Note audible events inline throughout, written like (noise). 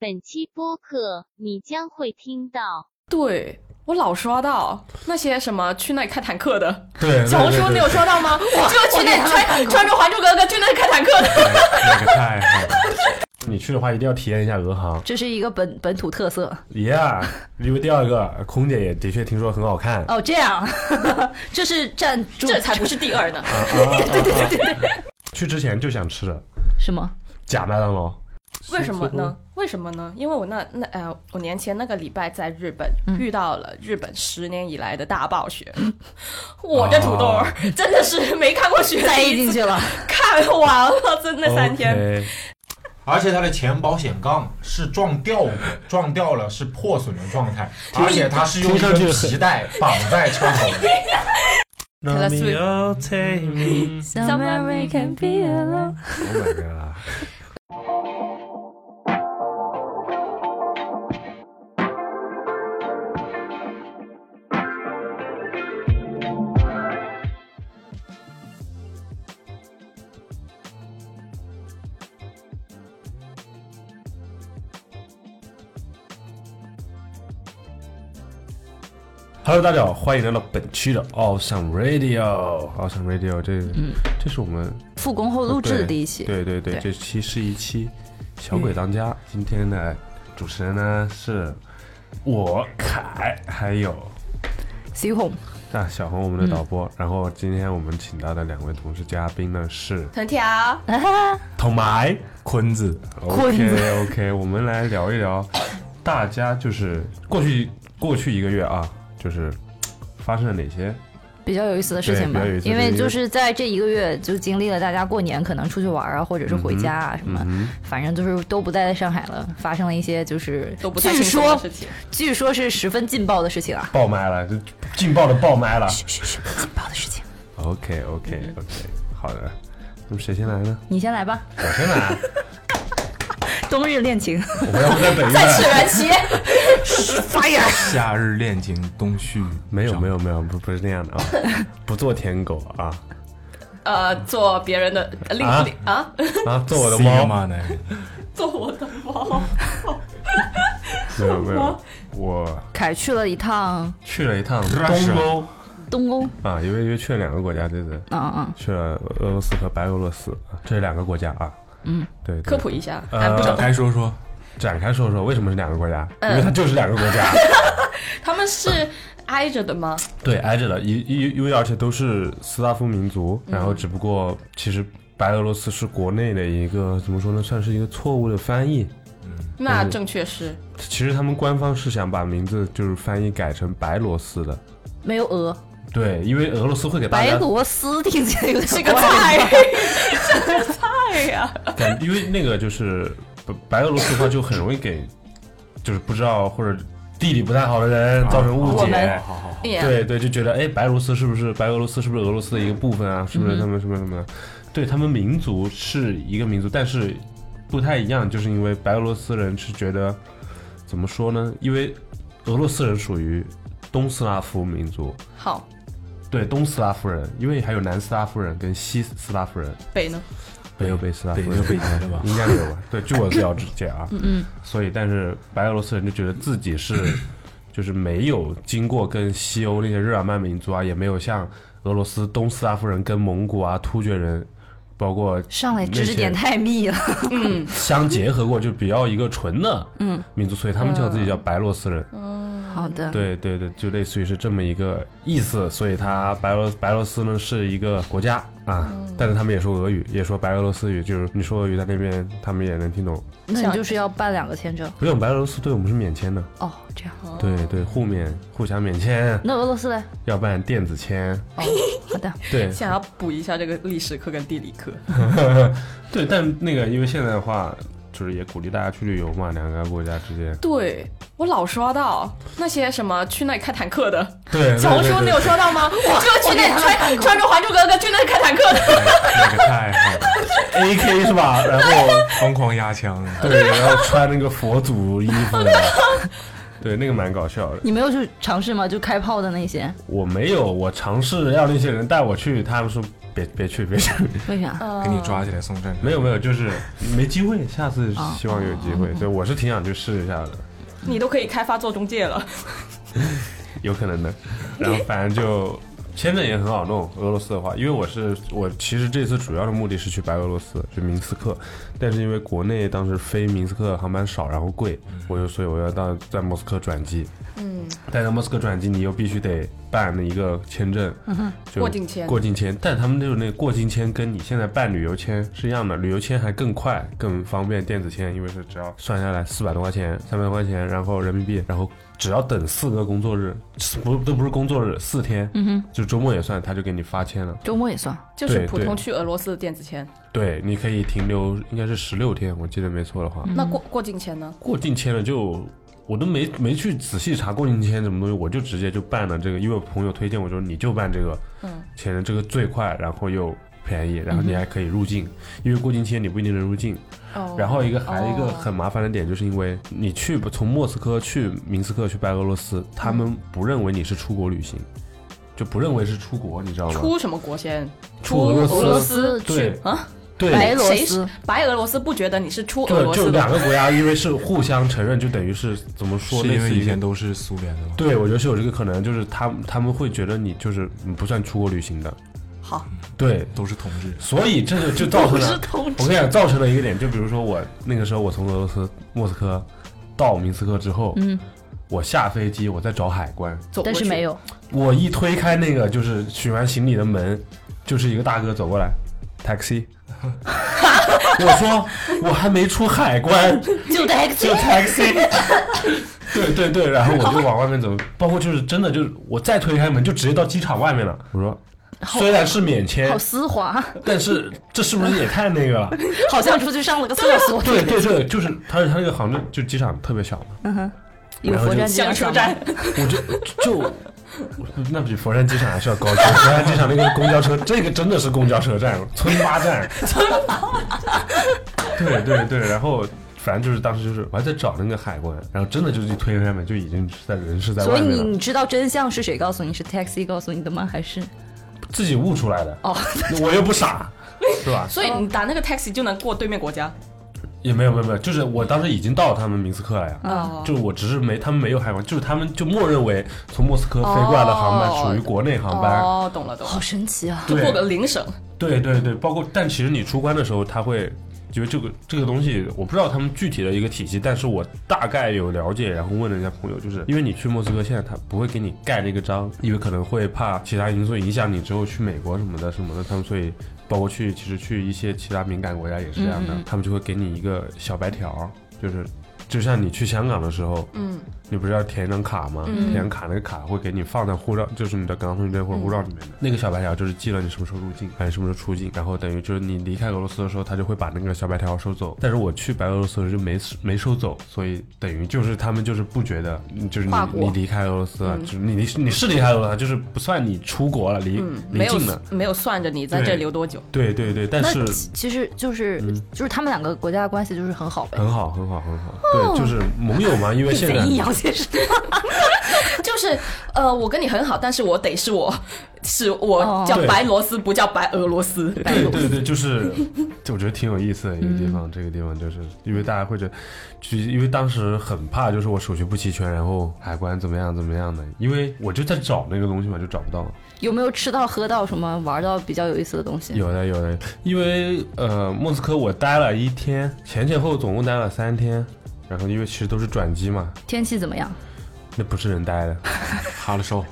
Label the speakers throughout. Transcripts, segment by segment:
Speaker 1: 本期播客你将会听到。
Speaker 2: 对我老刷到那些什么去那里开坦克 (laughs) 的，
Speaker 3: 对，
Speaker 2: 小红书你有刷到 (laughs) 吗？就去那里穿穿着《还珠格格》去那里开坦克的， (laughs)
Speaker 3: 那个太好了。 (laughs) 你去的话一定要体验一下俄航
Speaker 4: 这是一个本本土特色
Speaker 3: ，Yeah。因为第二个，空姐也的确听说很好看。
Speaker 4: 哦。这样，这是占住
Speaker 2: 这才不是第二
Speaker 3: 啊
Speaker 2: 呢。
Speaker 3: 对对对对。啊去之前就想吃的
Speaker 4: 什么？
Speaker 3: 假麦当劳，
Speaker 2: 为什么呢？为什么呢？因为我那那呃，五年前那个礼拜在日本、遇到了日本十年以来的大暴雪， (laughs) 我这土豆儿真的是没看过雪
Speaker 4: 栽
Speaker 2: 的啊一
Speaker 4: 进
Speaker 2: 次，
Speaker 4: 去了，
Speaker 2: 看完了，真的三天。
Speaker 3: OK
Speaker 5: 而且它的前保险杠是撞掉过，撞掉了是破损的状
Speaker 3: 啊
Speaker 5: 态，而且它是用一
Speaker 3: 听上
Speaker 5: 根
Speaker 3: 去很
Speaker 5: 皮带绑在车头的。
Speaker 2: Taylor Swift
Speaker 3: Romeo, oh, take me.
Speaker 4: Somewhere we can be alone
Speaker 3: Oh my god！Hello，大家好，欢迎来到本期的 Awesome Radio。Awesome 嗯 Radio，这、这是我们
Speaker 4: 复工后录制的第一期，
Speaker 3: 哦对对对，
Speaker 4: 对嗯
Speaker 3: 这期是一期小鬼当家。今天的主持人呢是我凯，还有
Speaker 4: See you home。
Speaker 3: 啊小红我们的导
Speaker 4: 嗯
Speaker 3: 播。然后今天我们请到的两位同事嘉宾呢是
Speaker 2: 藤条，
Speaker 3: 同埋坤子。
Speaker 4: 坤子
Speaker 3: OK OK，我 (laughs) 们来聊一聊大家就是过去过去一个月啊，就是发生了哪些
Speaker 4: 比较有意思的事情吧
Speaker 3: 对比较有意，思
Speaker 4: 因为
Speaker 3: 对
Speaker 4: 就是在这一个月就经历了大家过年可能出去玩啊，或者是回家啊什么，反正就是都不在上海了，发生了一些就是
Speaker 2: 都不太轻
Speaker 4: 据
Speaker 2: 松的
Speaker 4: 说
Speaker 2: 事情。
Speaker 4: 据说是十分劲爆的事情啊，
Speaker 3: 爆麦了，就劲爆的爆麦了。
Speaker 4: 嘘嘘，劲爆的事情，
Speaker 3: OK OK OK，好的，那么谁先来呢？
Speaker 4: 你先来吧，
Speaker 3: 我先来啊，
Speaker 4: 冬日恋情
Speaker 3: 我要不在等一
Speaker 4: 再
Speaker 3: 下
Speaker 4: 次。燃起 fire，
Speaker 6: 夏日恋情冬旭
Speaker 3: 没有没有没有，不不是那样的啊，不做舔狗啊
Speaker 2: 呃，做别人的呃另
Speaker 3: 啊
Speaker 2: 另啊，
Speaker 3: 啊，做我的
Speaker 6: (laughs) 猫
Speaker 3: 猫，
Speaker 6: 嘛呢？
Speaker 2: 做我的猫。
Speaker 3: 没有没有，我
Speaker 4: 凯去了一趟
Speaker 3: 去了一趟
Speaker 6: Russia
Speaker 3: 东欧
Speaker 4: 东欧，
Speaker 3: 啊，因为因为去了两个国家，这次
Speaker 4: 嗯嗯
Speaker 3: 去了俄罗斯和白俄罗斯，啊这两个国家啊，嗯，对，对
Speaker 2: 科普一下，啊
Speaker 3: 呃
Speaker 2: 哎俺不
Speaker 6: 展
Speaker 2: 懂，
Speaker 6: 开啊说说，
Speaker 3: 展开说说为什么是两个国家，因为它就是两个国家，
Speaker 2: 他们是挨着的吗？
Speaker 3: 对，挨着的，因因因为而且都是斯拉夫民族，然后只不过其实白俄罗斯是国内的一个怎么说呢，算是一个错误的翻译，嗯
Speaker 2: 那正确是
Speaker 3: 其实他们官方是想把名字就是翻译改成白罗斯的。
Speaker 4: 嗯，没有鹅，
Speaker 3: 对，因为俄罗斯会给大
Speaker 4: 白
Speaker 3: 家
Speaker 4: 螺丝听起来有点
Speaker 2: 是个
Speaker 4: 怪
Speaker 2: 菜， (laughs) 这是菜呀。
Speaker 3: 感，因为那个就是白白俄罗斯的话，就很容易给就是不知道或者地理不太好的人造成误
Speaker 4: 我
Speaker 3: 解
Speaker 4: 们。
Speaker 6: 哎好好好，
Speaker 2: Yeah
Speaker 3: 对对，就觉得哎，白俄罗斯是不是白俄罗斯是不是俄罗斯的一个部分
Speaker 4: 嗯
Speaker 3: 啊？是不是他们什么什么的？对他们民族是一个民族，但是不太一样，就是因为白俄罗斯人是觉得怎么说呢？因为俄罗斯人属于东斯拉夫民族，
Speaker 2: 好，
Speaker 3: 对东斯拉夫人，因为还有南斯拉夫人跟西斯拉夫人，
Speaker 2: 北呢？
Speaker 3: 北欧被斯拉夫
Speaker 6: 北
Speaker 3: 人
Speaker 6: 就北极了吧？
Speaker 3: (laughs) 应该没有吧？对，据我了解啊，嗯嗯， (laughs) 所以但是白俄罗斯人就觉得自己是就是没有经过跟西欧那些日耳曼民族啊，也没有像俄罗斯东斯拉夫人跟蒙古啊、突厥人，包括
Speaker 4: 上来知
Speaker 3: 那
Speaker 4: 识
Speaker 3: 些
Speaker 4: 点太密了，
Speaker 3: 相结合过，就比较一个纯的嗯民族，所以他们叫自己叫白俄罗斯人。
Speaker 4: 好 (laughs) 的，
Speaker 3: 对对对，就类似于是这么一个意思，所以它白俄白俄罗斯呢是一个国家啊，但是他们也说俄语，也说白俄罗斯语，就是你说俄语在那边他们也能听懂。
Speaker 4: 那你就是要办两个签证
Speaker 3: 不用白俄罗斯对我们是免签的，
Speaker 4: 哦，这样。
Speaker 3: 对对，互免互相免签，
Speaker 4: 那俄罗斯嘞？
Speaker 3: 要办电子签。
Speaker 4: 哦，好的，
Speaker 2: (laughs)
Speaker 3: 对
Speaker 2: 想要补一下这个历史课跟地理课。
Speaker 3: 对，但那个因为现在的话，就是也鼓励大家去旅游嘛，两个国家之间。
Speaker 2: 对我老刷到那些什么去那里开坦克的，
Speaker 3: 对，
Speaker 2: 小红书你有刷到
Speaker 3: (laughs)
Speaker 2: 吗？就去那里穿穿着《还珠格格》去那里开坦克的，
Speaker 3: 那个太好
Speaker 4: (laughs)
Speaker 3: 了，A K 是吧？然后
Speaker 6: 疯狂压枪，
Speaker 3: 对，然后穿那个佛祖衣服的，对，那个蛮搞笑的。
Speaker 4: 你没有去尝试吗？就开炮的那些，
Speaker 3: 我没有，我尝试让那些人带我去，他们说别 (laughs) 别去别去，
Speaker 4: 为啥？
Speaker 6: 给你抓起来送战场。
Speaker 3: 没有没有，就是没机会，下次希望有机会，所以我是挺想去试一下的，
Speaker 2: (laughs) 你都可以开发做中介了，
Speaker 3: 有可能的。然后反正就签证也很好弄，俄罗斯的话，因为我是我其实这次主要的目的是去白俄罗斯，去明斯克，但是因为国内当时飞明斯克的航班少，然后贵，我就所以我要到在莫斯科转机。
Speaker 2: 嗯，
Speaker 3: 但在莫斯科转机，你又必须得办一个签证，
Speaker 2: (laughs)
Speaker 3: 就
Speaker 2: 过境签
Speaker 3: 过境签，但他们就是那个过境签跟你现在办旅游签是一样的，旅游签还更快、更方便，电子签因为是只要算下来四百多块钱、三百多块钱，然后人民币，然后只要等四个工作日，不都不是工作日，四天，
Speaker 4: 嗯哼，
Speaker 3: 就周末也算，他就给你发签了。
Speaker 4: 周末也算。
Speaker 2: 就是
Speaker 3: 对
Speaker 2: 普
Speaker 3: 对
Speaker 2: 通去俄罗斯的电子签。
Speaker 3: 对，你可以停留应该是十六天，我记得没错的话，
Speaker 2: 那过过境签呢？
Speaker 3: 过境签了就。我都没没去仔细查过境签什么东西，我就直接就办了这个，因为我朋友推荐我说你就办这个，
Speaker 2: 嗯，
Speaker 3: 签证这个最快，然后又便宜，然后你还可以入境，因为过境签你不一定能入境。
Speaker 2: 嗯哦
Speaker 3: 然后一个还有一个
Speaker 2: 哦
Speaker 3: 很麻烦的点，就是因为你去从莫斯科去明斯克去白俄罗
Speaker 2: 嗯
Speaker 3: 斯，他们不认为你是出国旅行，就不认为是出国，你知道吗？
Speaker 2: 出什么国先？
Speaker 3: 出俄罗斯
Speaker 2: 斯
Speaker 3: 对
Speaker 2: 啊，
Speaker 3: 对，
Speaker 4: 白俄罗斯
Speaker 2: 谁是白俄罗斯不觉得你是出俄
Speaker 3: 对，
Speaker 2: 罗
Speaker 3: 就
Speaker 2: 斯
Speaker 3: 两
Speaker 2: 的？
Speaker 3: 个国家，因为是互相承认，就等于是怎么说，
Speaker 6: 是
Speaker 3: 类
Speaker 6: 因
Speaker 3: 似
Speaker 6: 为
Speaker 3: 于
Speaker 6: 以前都是苏联的吗？
Speaker 3: 对，我觉得是有这个可能，就是他们他们会觉得你就是不算出国旅行的，
Speaker 2: 好，
Speaker 3: 对，
Speaker 6: 都是同志。
Speaker 3: 所以这个啊就造成
Speaker 2: 不是
Speaker 3: 了
Speaker 2: 同志
Speaker 3: 我跟你讲，造成了一个点，就比如说我那个时候我从俄罗斯莫斯科到明斯克之后，
Speaker 4: 嗯，
Speaker 3: 我下飞机我在找海关，
Speaker 2: 走过
Speaker 4: 但
Speaker 2: 去
Speaker 4: 是没有，
Speaker 3: 我一推开那个就是取完行李的门，就是一个大哥走过来，taxi。我说我还没出海关，
Speaker 4: 就在 X
Speaker 3: 就 taxi。对对对，然后我就往外面走，包括就是真的就是我再推开门就直接到机场外面了。我说虽然是免签
Speaker 4: (laughs) 好，丝滑，
Speaker 3: 但是这是不是也太那个了？
Speaker 4: (laughs) 好像出去上了个厕所。
Speaker 3: 对对对，就是他他那个杭州就机场特别小嘛，
Speaker 4: (laughs) 有佛山
Speaker 2: 香车
Speaker 3: (laughs)
Speaker 2: 站，
Speaker 3: 我就就我那比佛山机场还是要高级。佛山机场那个公交车，这个真的是公交车站，村八站。村八。对对对，然后。反正就是当时就是我还在找那个海关，然后真的就是一推开门就已经是在人是在
Speaker 4: 所
Speaker 3: 外
Speaker 4: 以
Speaker 3: 面
Speaker 4: 你
Speaker 3: 了，
Speaker 4: 你知道真相是谁告诉你？是 taxi 告诉你的吗？还是
Speaker 3: 自己悟出来的。
Speaker 4: 哦，
Speaker 3: (laughs) 我又不傻，是吧？
Speaker 2: 所以你打那个 taxi 就能过对面国家。
Speaker 3: 也没有没有没有，就是我当时已经到他们明斯克了呀，
Speaker 2: 哦
Speaker 3: 就我只是没他们没有海关，就是他们就默认为从莫斯科飞过来的航班
Speaker 2: 哦
Speaker 3: 属于国内航班，
Speaker 2: 哦，懂了懂
Speaker 3: (laughs)
Speaker 2: 了
Speaker 4: 好，神奇啊！
Speaker 2: 就过
Speaker 3: 对
Speaker 2: 个邻省。
Speaker 3: 对对对，包括但其实你出关的时候，他会因为这个这个东西，我不知道他们具体的一个体系，但是我大概有了解，然后问了一下朋友，就是因为你去莫斯科，现在他不会给你盖那个章，因为可能会怕其他因素影响你之后去美国什么的什么的，他们所以。包括去，其实去一些其他敏感国家也是这样
Speaker 2: 嗯
Speaker 3: 的，他们就会给你一个小白条，就是就像你去香港的时候，
Speaker 2: 嗯，
Speaker 3: 你不是要填一张卡吗？填张卡那个卡会给你放在护照，就是你的港澳通
Speaker 2: 嗯
Speaker 3: 行证或者护照里面的、那个小白条，就是记了你什么时候入境，还是什么时候出境，然后等于就是你离开俄罗斯的时候，他就会把那个小白条收走。但是我去白俄罗斯的时候就没没收走，所以等于就是他们就是不觉得，就是你
Speaker 2: 跨国
Speaker 3: 你离开俄罗斯了，就是你你是你是离开俄罗斯，啊就是不算你出国了，离、
Speaker 2: 嗯，
Speaker 3: 离
Speaker 2: 没有
Speaker 3: 境了。
Speaker 2: 没有算着你在
Speaker 3: 对
Speaker 2: 这留多久。 (laughs)
Speaker 3: 对对对，但
Speaker 4: 那
Speaker 3: 是
Speaker 4: 其其实就是
Speaker 3: 嗯
Speaker 4: 就是他们两个国家的关系就是很好呗。
Speaker 3: 很好很好很好，对，就是盟友嘛，因为嗯现
Speaker 4: 贼
Speaker 3: 在
Speaker 4: 阴阳先生，
Speaker 2: 就是呃，我跟你很好，但是我得是我是我
Speaker 4: 哦
Speaker 2: 叫
Speaker 3: 对
Speaker 2: 白罗斯，不叫白俄罗斯。
Speaker 3: 对对对，就是， (laughs) 就我觉得挺有意思的一个地方。这个地方就是因为大家会觉得，就因为当时很怕，就是我手续不齐全，然后海关怎么样怎么样的，因为我就在找那个东西嘛，就找不到。
Speaker 4: 有没有吃到喝到什么玩到比较有意思的东西？
Speaker 3: 有的有的，因为呃，莫斯科我待了一天，前前后后总共待了三天，然后因为其实都是转机嘛，
Speaker 4: 天气怎么样？
Speaker 3: 那不是人待的。
Speaker 6: (laughs) 哈了烧，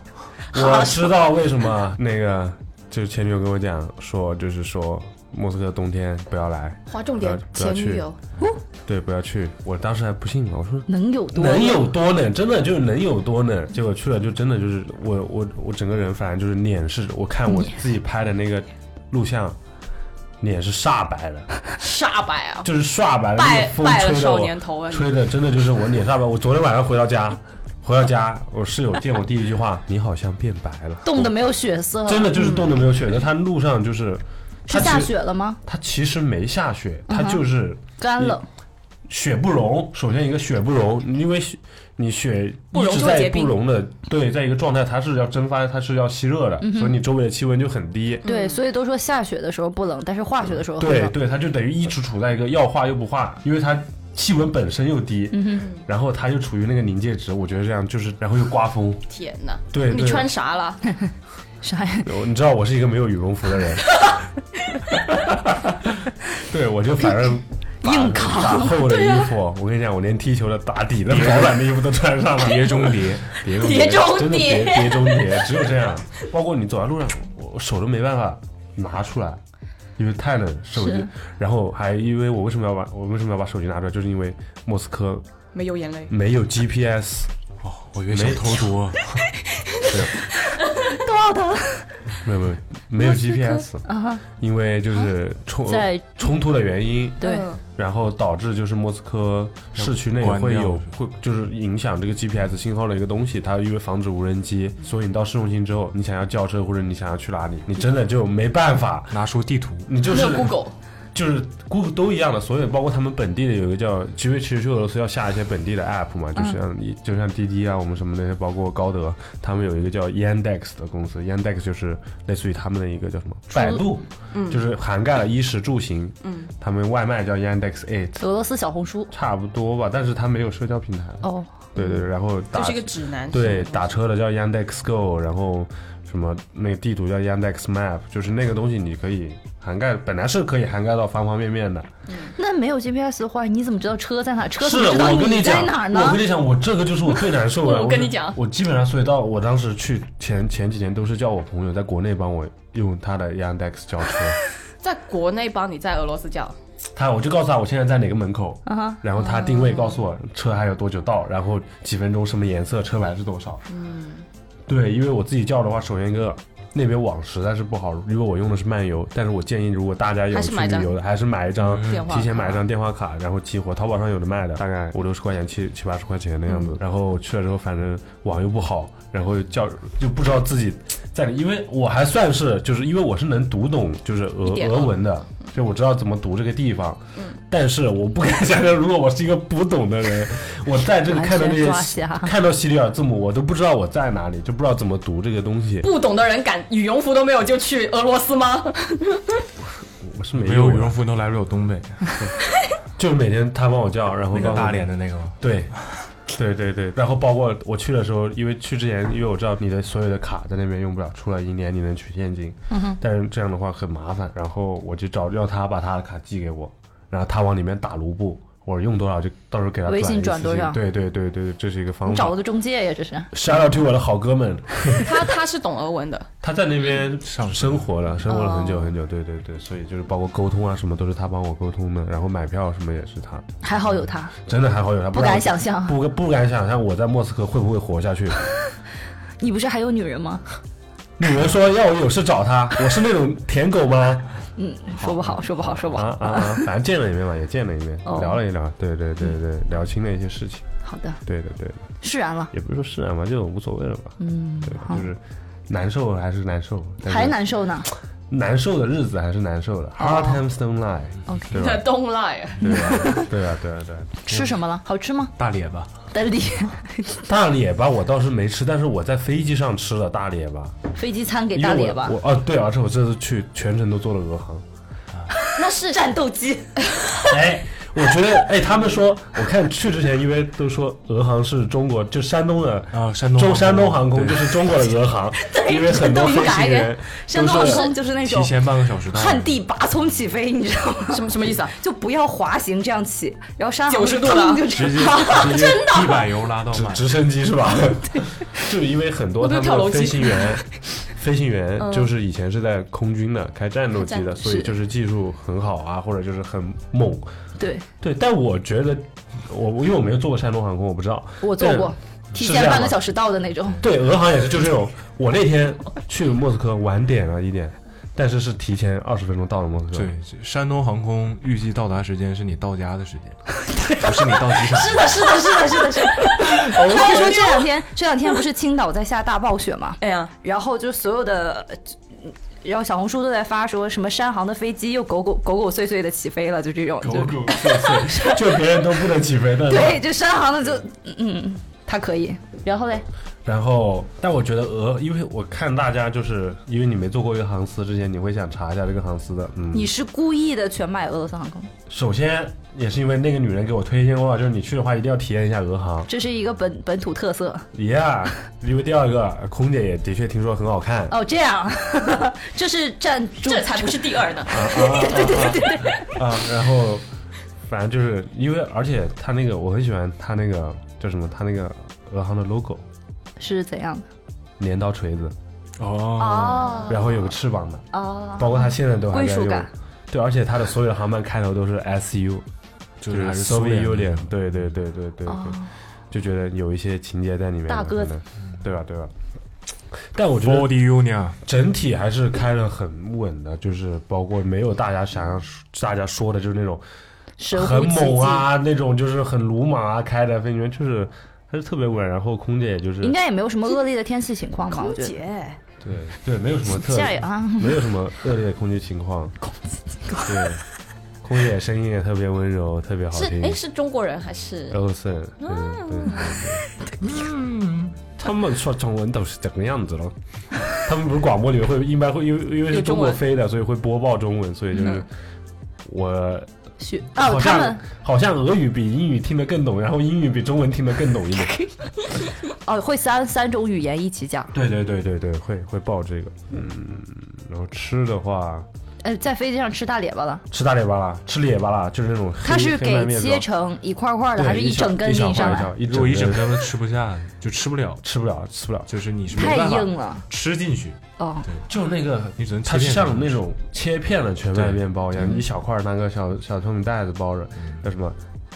Speaker 3: 我知道为什么 (laughs) 那个，就是前女友跟我讲说，就是说莫斯科冬天不要来，
Speaker 2: 划重
Speaker 3: 点
Speaker 2: 点，
Speaker 3: 不要
Speaker 2: 前
Speaker 3: 去
Speaker 2: 女友
Speaker 3: 对，不要去。我当时还不信嘛，我说
Speaker 4: 能有多
Speaker 3: 能有多冷，真的就是能有多冷。结果去了就真的就是我我我整个人反正就是脸是，我看我自己拍的那个录像，脸是煞白的，
Speaker 2: 煞白啊，
Speaker 3: 就是煞白的，那
Speaker 2: 败
Speaker 3: 个风
Speaker 2: 败了
Speaker 3: 吹的
Speaker 2: 少
Speaker 3: 我
Speaker 2: 年头啊！
Speaker 3: 吹的真的就是我脸煞 (laughs) 白。我昨天晚上回到家，回到家我室友见我第一句话，你好像变白了，
Speaker 4: 冻得没有血色？
Speaker 3: 真的就是冻得没有血色。他路上就是他
Speaker 4: 是下
Speaker 3: 其实
Speaker 4: 雪了吗？
Speaker 2: 嗯
Speaker 3: 他其实没下雪，他就是
Speaker 4: 干冷，
Speaker 3: 血不容，首先一个血不容，因为血你血
Speaker 2: 不
Speaker 3: 一
Speaker 2: 溶
Speaker 3: 直
Speaker 2: 就
Speaker 3: 在
Speaker 2: 结
Speaker 3: 不
Speaker 2: 冰
Speaker 3: 溶的，对，在一个状态，它是要蒸发，它是要吸热的，
Speaker 2: 嗯
Speaker 3: 所以你周围的气温就很低。
Speaker 4: 对，所以都说下雪的时候不冷，但是化雪的时候很
Speaker 3: 对
Speaker 4: 冷。
Speaker 3: 对，它就等于一直处在一个要化又不化，因为它气温本身又低，然后它又处于那个临界值，我觉得这样就是，然后又刮风，
Speaker 2: 天哪！
Speaker 3: 对
Speaker 2: 你
Speaker 3: 对
Speaker 2: 穿啥了？
Speaker 4: 啥呀？
Speaker 3: 我你知道我是一个没有羽绒服的人，对我就反正把。硬扛打厚的衣服，我跟你讲，我连踢球的打底的保暖的衣服都穿上了，
Speaker 6: 叠中叠，
Speaker 3: 别中
Speaker 2: 叠中
Speaker 3: 真的
Speaker 2: 叠
Speaker 3: 别别中叠，只有这样。包括你走在路上，我我手都没办法拿出来，因为太冷，手机
Speaker 4: 是。
Speaker 3: 然后还因为我为什么要把我为什么要把手机拿出来，就是因为莫斯科
Speaker 2: (laughs) 没有眼泪，
Speaker 3: 没有 GPS，
Speaker 6: 哦，我以为小偷啊多，
Speaker 3: 没有没有没有 GPS，因为就是冲
Speaker 4: 在
Speaker 3: 冲突的原因，
Speaker 4: 对，
Speaker 2: 嗯
Speaker 3: 然后导致就是莫斯科市区内
Speaker 6: 要关
Speaker 3: 会有会
Speaker 6: 掉
Speaker 3: 就是影响这个 GPS 信号的一个东西，它因为防止无人机，所以你到市中心之后，你想要叫车或者你想要去哪里，你真的就没办法，
Speaker 6: 拿出地图，
Speaker 3: 你就
Speaker 2: 没
Speaker 3: 是
Speaker 2: 有 Google，
Speaker 3: 就是估都一样的，所有包括他们本地的有一个叫，因为其实去俄罗斯要下一些本地的 app 嘛，就像你就像滴滴啊，我们什么那些，包括高德，他们有一个叫 Yandex 的公司，Yandex 就是类似于他们的一个叫什么百度，就是涵盖了衣食住行，嗯，他们外卖叫 Yandex Eat。
Speaker 4: 俄罗斯小红书。
Speaker 3: 差不多吧，但是它没有社交平台。
Speaker 4: 哦，
Speaker 3: 对对，对然后打
Speaker 2: 这是一个指南。
Speaker 3: 对打车的叫 Yandex Go，然后什么那个地图叫 Yandex Map，就是那个东西你可以涵盖，本来是可以涵盖到方方面面的。
Speaker 4: 那没有 GPS 的话，你怎么知道车在哪？车
Speaker 3: 是
Speaker 4: 怎么知道
Speaker 3: 我跟
Speaker 4: 你
Speaker 3: 讲
Speaker 4: 在哪儿，
Speaker 3: 我
Speaker 4: 呢
Speaker 3: 跟？你讲，我这个就是我最难受
Speaker 4: (laughs)
Speaker 3: 的。
Speaker 2: 我跟你讲
Speaker 3: 我基本上所以到我当时去前前几年都是叫我朋友在国内帮我用他的 Yandex 叫车，
Speaker 2: 在国内帮你在俄罗斯叫，
Speaker 3: 他我就告诉他我现在在哪个门口，
Speaker 4: 啊哈，
Speaker 3: 然后他定位告诉我车还有多久到，然后几分钟什么颜色，车牌是多少。嗯，对，因为我自己叫的话，首先一个那边网实在是不好，因为我用的是漫游，但是我建议如果大家有
Speaker 2: 还是
Speaker 3: 去
Speaker 2: 买张
Speaker 3: 旅游的，还是买一张
Speaker 2: 电话
Speaker 3: 提前买一张电话卡，然后激活，淘宝上有的卖的，大概五六十块钱、七七八十块钱的样
Speaker 4: 嗯
Speaker 3: 子。然后去了之后，反正网又不好，然后叫就不知道自己在里，因为我还算是就是因为我是能读懂就是俄
Speaker 2: 一点
Speaker 3: 俄
Speaker 2: 啊
Speaker 3: 文的，就我知道怎么读这个地方。
Speaker 4: 嗯
Speaker 3: 但是我不敢想象，如果我是一个不懂的
Speaker 4: (laughs)
Speaker 3: 人，我在这个看到那
Speaker 4: 完全抓
Speaker 3: 些
Speaker 4: 瞎
Speaker 3: 看到西里尔字母，我都不知道我在哪里，就不知道怎么读这个东西。
Speaker 2: 不懂的人敢羽绒服都没有就去俄罗斯吗？
Speaker 3: 我是没
Speaker 6: 没有
Speaker 3: 的
Speaker 6: 羽绒，服都来不了东北，
Speaker 3: 就是每天他帮我叫，然后
Speaker 6: (laughs) 那
Speaker 3: 帮
Speaker 6: 个
Speaker 3: 我
Speaker 6: 大连的那个吗？
Speaker 3: 对，对对对，然后包括我去的时候，因为去之前，因为我知道你的所有的卡在那边用不了，除了银联你能取现金，
Speaker 4: 嗯
Speaker 3: 但是这样的话很麻烦。然后我就找要他把他的卡寄给我，然后他往里面打卢布，我用多少就到时候给他
Speaker 4: 微
Speaker 3: 转
Speaker 4: 信
Speaker 3: 一
Speaker 4: 转
Speaker 3: 次
Speaker 4: 多
Speaker 3: 性
Speaker 4: 少
Speaker 3: 对对对对，这是一个方
Speaker 4: 你找
Speaker 3: 法
Speaker 4: 了。个中介呀，这是。
Speaker 3: shout out to 我的好哥们，
Speaker 2: (laughs) 他他是懂俄文 (laughs) 的，
Speaker 3: 他在那边
Speaker 6: 上
Speaker 3: 生活了，生活了很久
Speaker 4: 哦
Speaker 3: 很久，对对对，所以就是包括沟通啊什么都是他帮我沟通的，然后买票什么也是他，
Speaker 4: 还好有他，
Speaker 3: 真的还好有他，
Speaker 4: 不
Speaker 3: 然
Speaker 4: 敢
Speaker 3: 我
Speaker 4: 想象。
Speaker 3: 不不敢想象我在莫斯科会不会活下去。
Speaker 4: 你不是还有女人吗？
Speaker 3: 女人说要我有事找她，我是那种舔狗吗？
Speaker 4: 说不好，说不好，说不
Speaker 3: 啊
Speaker 4: 好。
Speaker 3: 啊啊！反正见了一面嘛，也见了一面，
Speaker 4: 哦嗯
Speaker 3: 聊了一聊，对对对对，聊清了一些事情，
Speaker 4: 好的，
Speaker 3: 对对对，
Speaker 4: 释然了。
Speaker 3: 也不是说释然吧，就无所谓了吧，
Speaker 4: 嗯，
Speaker 3: 对，
Speaker 4: 好
Speaker 3: 就，是难受还是难受，但是
Speaker 4: 还难受呢。
Speaker 3: 难受的日子还是难受的，hard times don't lie，
Speaker 4: OK
Speaker 3: 对
Speaker 4: (laughs)
Speaker 3: 吧？
Speaker 2: don't lie。
Speaker 3: 对吧？对啊对啊对啊，
Speaker 4: 吃什么了？好吃吗？
Speaker 6: 大连吧，
Speaker 4: 丹迪，
Speaker 3: 大列巴我倒是没吃，但是我在飞机上吃了大列巴，
Speaker 4: 飞机餐给
Speaker 3: 因为
Speaker 4: 大
Speaker 3: 我
Speaker 4: 列吧。
Speaker 3: 我哦对，而且我这次去全程都做了俄航。
Speaker 4: 那是战斗机，
Speaker 3: 哎，我觉得，哎，他们说，我看去之前，因为都说俄航是中国，就山东的
Speaker 6: 啊山东
Speaker 3: 中
Speaker 6: 航空
Speaker 3: 山东航空
Speaker 6: 对
Speaker 3: 就是中国的俄航，因为很多飞行员
Speaker 4: 山
Speaker 3: 都
Speaker 4: 东
Speaker 3: 是
Speaker 4: 是就是那
Speaker 6: 提
Speaker 4: 种
Speaker 6: 前啊半个小时到。
Speaker 4: 旱地拔葱起飞，你知道吗？ (laughs)
Speaker 2: 什么什么意思啊？ (laughs)
Speaker 4: 就不要滑行这样起，然后山航
Speaker 2: 90度
Speaker 4: 砰
Speaker 2: 了
Speaker 4: 就 (laughs)
Speaker 6: 直接
Speaker 4: 这样。
Speaker 6: 直接地板油拉到
Speaker 3: 直
Speaker 6: 满，
Speaker 3: 直升机是吧？就是因为很多他
Speaker 2: 我都
Speaker 3: 们
Speaker 2: 跳楼
Speaker 3: 的
Speaker 2: 机
Speaker 3: 飞行员，飞行员就是以前是在空军的，开战斗机
Speaker 4: 开
Speaker 3: 的，
Speaker 4: 战
Speaker 3: 所以
Speaker 4: 是
Speaker 3: 就是技术很好啊，或者就是很猛。
Speaker 4: 对，
Speaker 3: 对，但我觉得，我我因为我没有坐过山东航空，我不知道。
Speaker 4: 我做
Speaker 3: 但
Speaker 4: 过，提
Speaker 3: 是这
Speaker 4: 前
Speaker 3: 样
Speaker 4: 半个
Speaker 3: 吗
Speaker 4: 小时到的那种。
Speaker 3: 对，俄航也是，就这种。我那天去莫斯科晚点啊了一点，但是是提前二十分钟到了莫斯科。
Speaker 6: 对，山东航空预计到达时间是你到家的时间，不是你到机场。
Speaker 4: 是的，是的，是的，是的，是的。他们说这两天，这两天不是青岛在下大暴雪吗？
Speaker 2: 哎呀，
Speaker 4: 然后就所有的呃然后小红书都在发说什么山航的飞机又狗狗狗狗碎碎的起飞了，就这种，就
Speaker 5: 狗碎
Speaker 4: (laughs)
Speaker 5: 碎，就别人都不能起飞的。
Speaker 4: 对，就山航的就嗯嗯，它可以。然后嘞，
Speaker 3: 然后，但我觉得俄，因为我看大家就是因为你没做过一个航司之前，你会想查一下这个航司的。嗯，
Speaker 4: 你是故意的全买俄罗斯航空，
Speaker 3: 首先也是因为那个女人给我推荐过，就是你去的话一定要体验一下俄航。
Speaker 4: 这是一个本本土特色
Speaker 3: Yeah，因为第二个空姐也的确听说很好看。
Speaker 4: 哦。这样， (laughs) 这是占主
Speaker 2: 这才不是第二呢。
Speaker 3: 啊，然后反正就是因为，而且他那个我很喜欢他那个叫什么，他那个俄航的 logo，
Speaker 4: 是怎样的？
Speaker 3: 镰刀锤子，
Speaker 6: 哦，
Speaker 4: 哦
Speaker 3: 然后有个翅膀的，
Speaker 4: 哦，
Speaker 3: 包括他现在都还在
Speaker 4: 归属
Speaker 3: 用
Speaker 4: 感。
Speaker 3: 对，而且他的所有航班开头都是 SU，
Speaker 6: 就
Speaker 3: 就是
Speaker 6: 还
Speaker 3: 是
Speaker 6: 是
Speaker 3: Soviet
Speaker 6: 联
Speaker 3: Union，对对对对对对，就觉得有一些情节在里面，
Speaker 4: 哦大
Speaker 3: 可
Speaker 4: 哥
Speaker 3: 能，对吧对吧？但我觉得
Speaker 6: Body Union，
Speaker 3: 整体还是开的很稳的，就是包括没有大家想要大家说的，就是那种
Speaker 4: 神乎
Speaker 3: 很
Speaker 4: 其
Speaker 3: 猛
Speaker 4: 技，
Speaker 3: 啊，那种就是很鲁莽啊，开的飞行员就是还是特别稳，然后空姐也就是
Speaker 4: 应该也没有什么恶劣的天气情况吧？我觉得
Speaker 2: 姐，
Speaker 3: 对对，没有什么特
Speaker 4: 下雨啊，
Speaker 3: 没有什么恶劣的空气情况，空气情况对，空姐声音也特别温柔，特别好
Speaker 2: 是
Speaker 3: 听
Speaker 2: 哎，，哦是中国人还是
Speaker 3: 俄？罗斯人，对对对对
Speaker 2: (laughs)
Speaker 3: 对，他们说中文都是这个样子了，他们不是广播里面会一般会因为因为
Speaker 2: 有
Speaker 3: 是
Speaker 2: 中
Speaker 3: 中国
Speaker 2: 文
Speaker 3: 飞的，所以会播报中文，所以就是
Speaker 2: 嗯
Speaker 3: 我
Speaker 4: 雪
Speaker 3: 好
Speaker 4: 哦，他
Speaker 3: 像
Speaker 4: 们
Speaker 3: 好像俄语比英语听得更懂，然后英语比中文听得更懂一
Speaker 4: (laughs)
Speaker 3: 点。
Speaker 4: 哦会三三种语言一起讲。
Speaker 3: 对对对对对，会会报这个。嗯，然后吃的话，
Speaker 4: 呃，在飞机上吃大列巴了，
Speaker 3: 吃大列巴啦，吃列巴啦，就是那种黑
Speaker 4: 它是
Speaker 3: 黑麦
Speaker 4: 给
Speaker 3: 面
Speaker 4: 切
Speaker 3: 包，
Speaker 4: 成一块块的，
Speaker 3: 对
Speaker 4: 还是
Speaker 3: 一小
Speaker 4: 整根
Speaker 3: 一小
Speaker 4: 给你上
Speaker 3: 块
Speaker 4: 来？
Speaker 3: 一
Speaker 6: 如果一整
Speaker 3: 根
Speaker 6: 根都吃不下， (laughs) 就吃不了，
Speaker 3: 吃不了，吃不了。
Speaker 6: 就是你是没
Speaker 4: 太
Speaker 6: 办法
Speaker 4: 硬了
Speaker 6: 吃进去，
Speaker 4: 哦，
Speaker 3: 就那个，
Speaker 6: 你只能
Speaker 3: 它
Speaker 6: 切片
Speaker 3: 像
Speaker 6: 上
Speaker 3: 那种切片的全麦
Speaker 6: 对
Speaker 3: 面包一样，一小块儿拿个小小透明袋子包着，叫什么？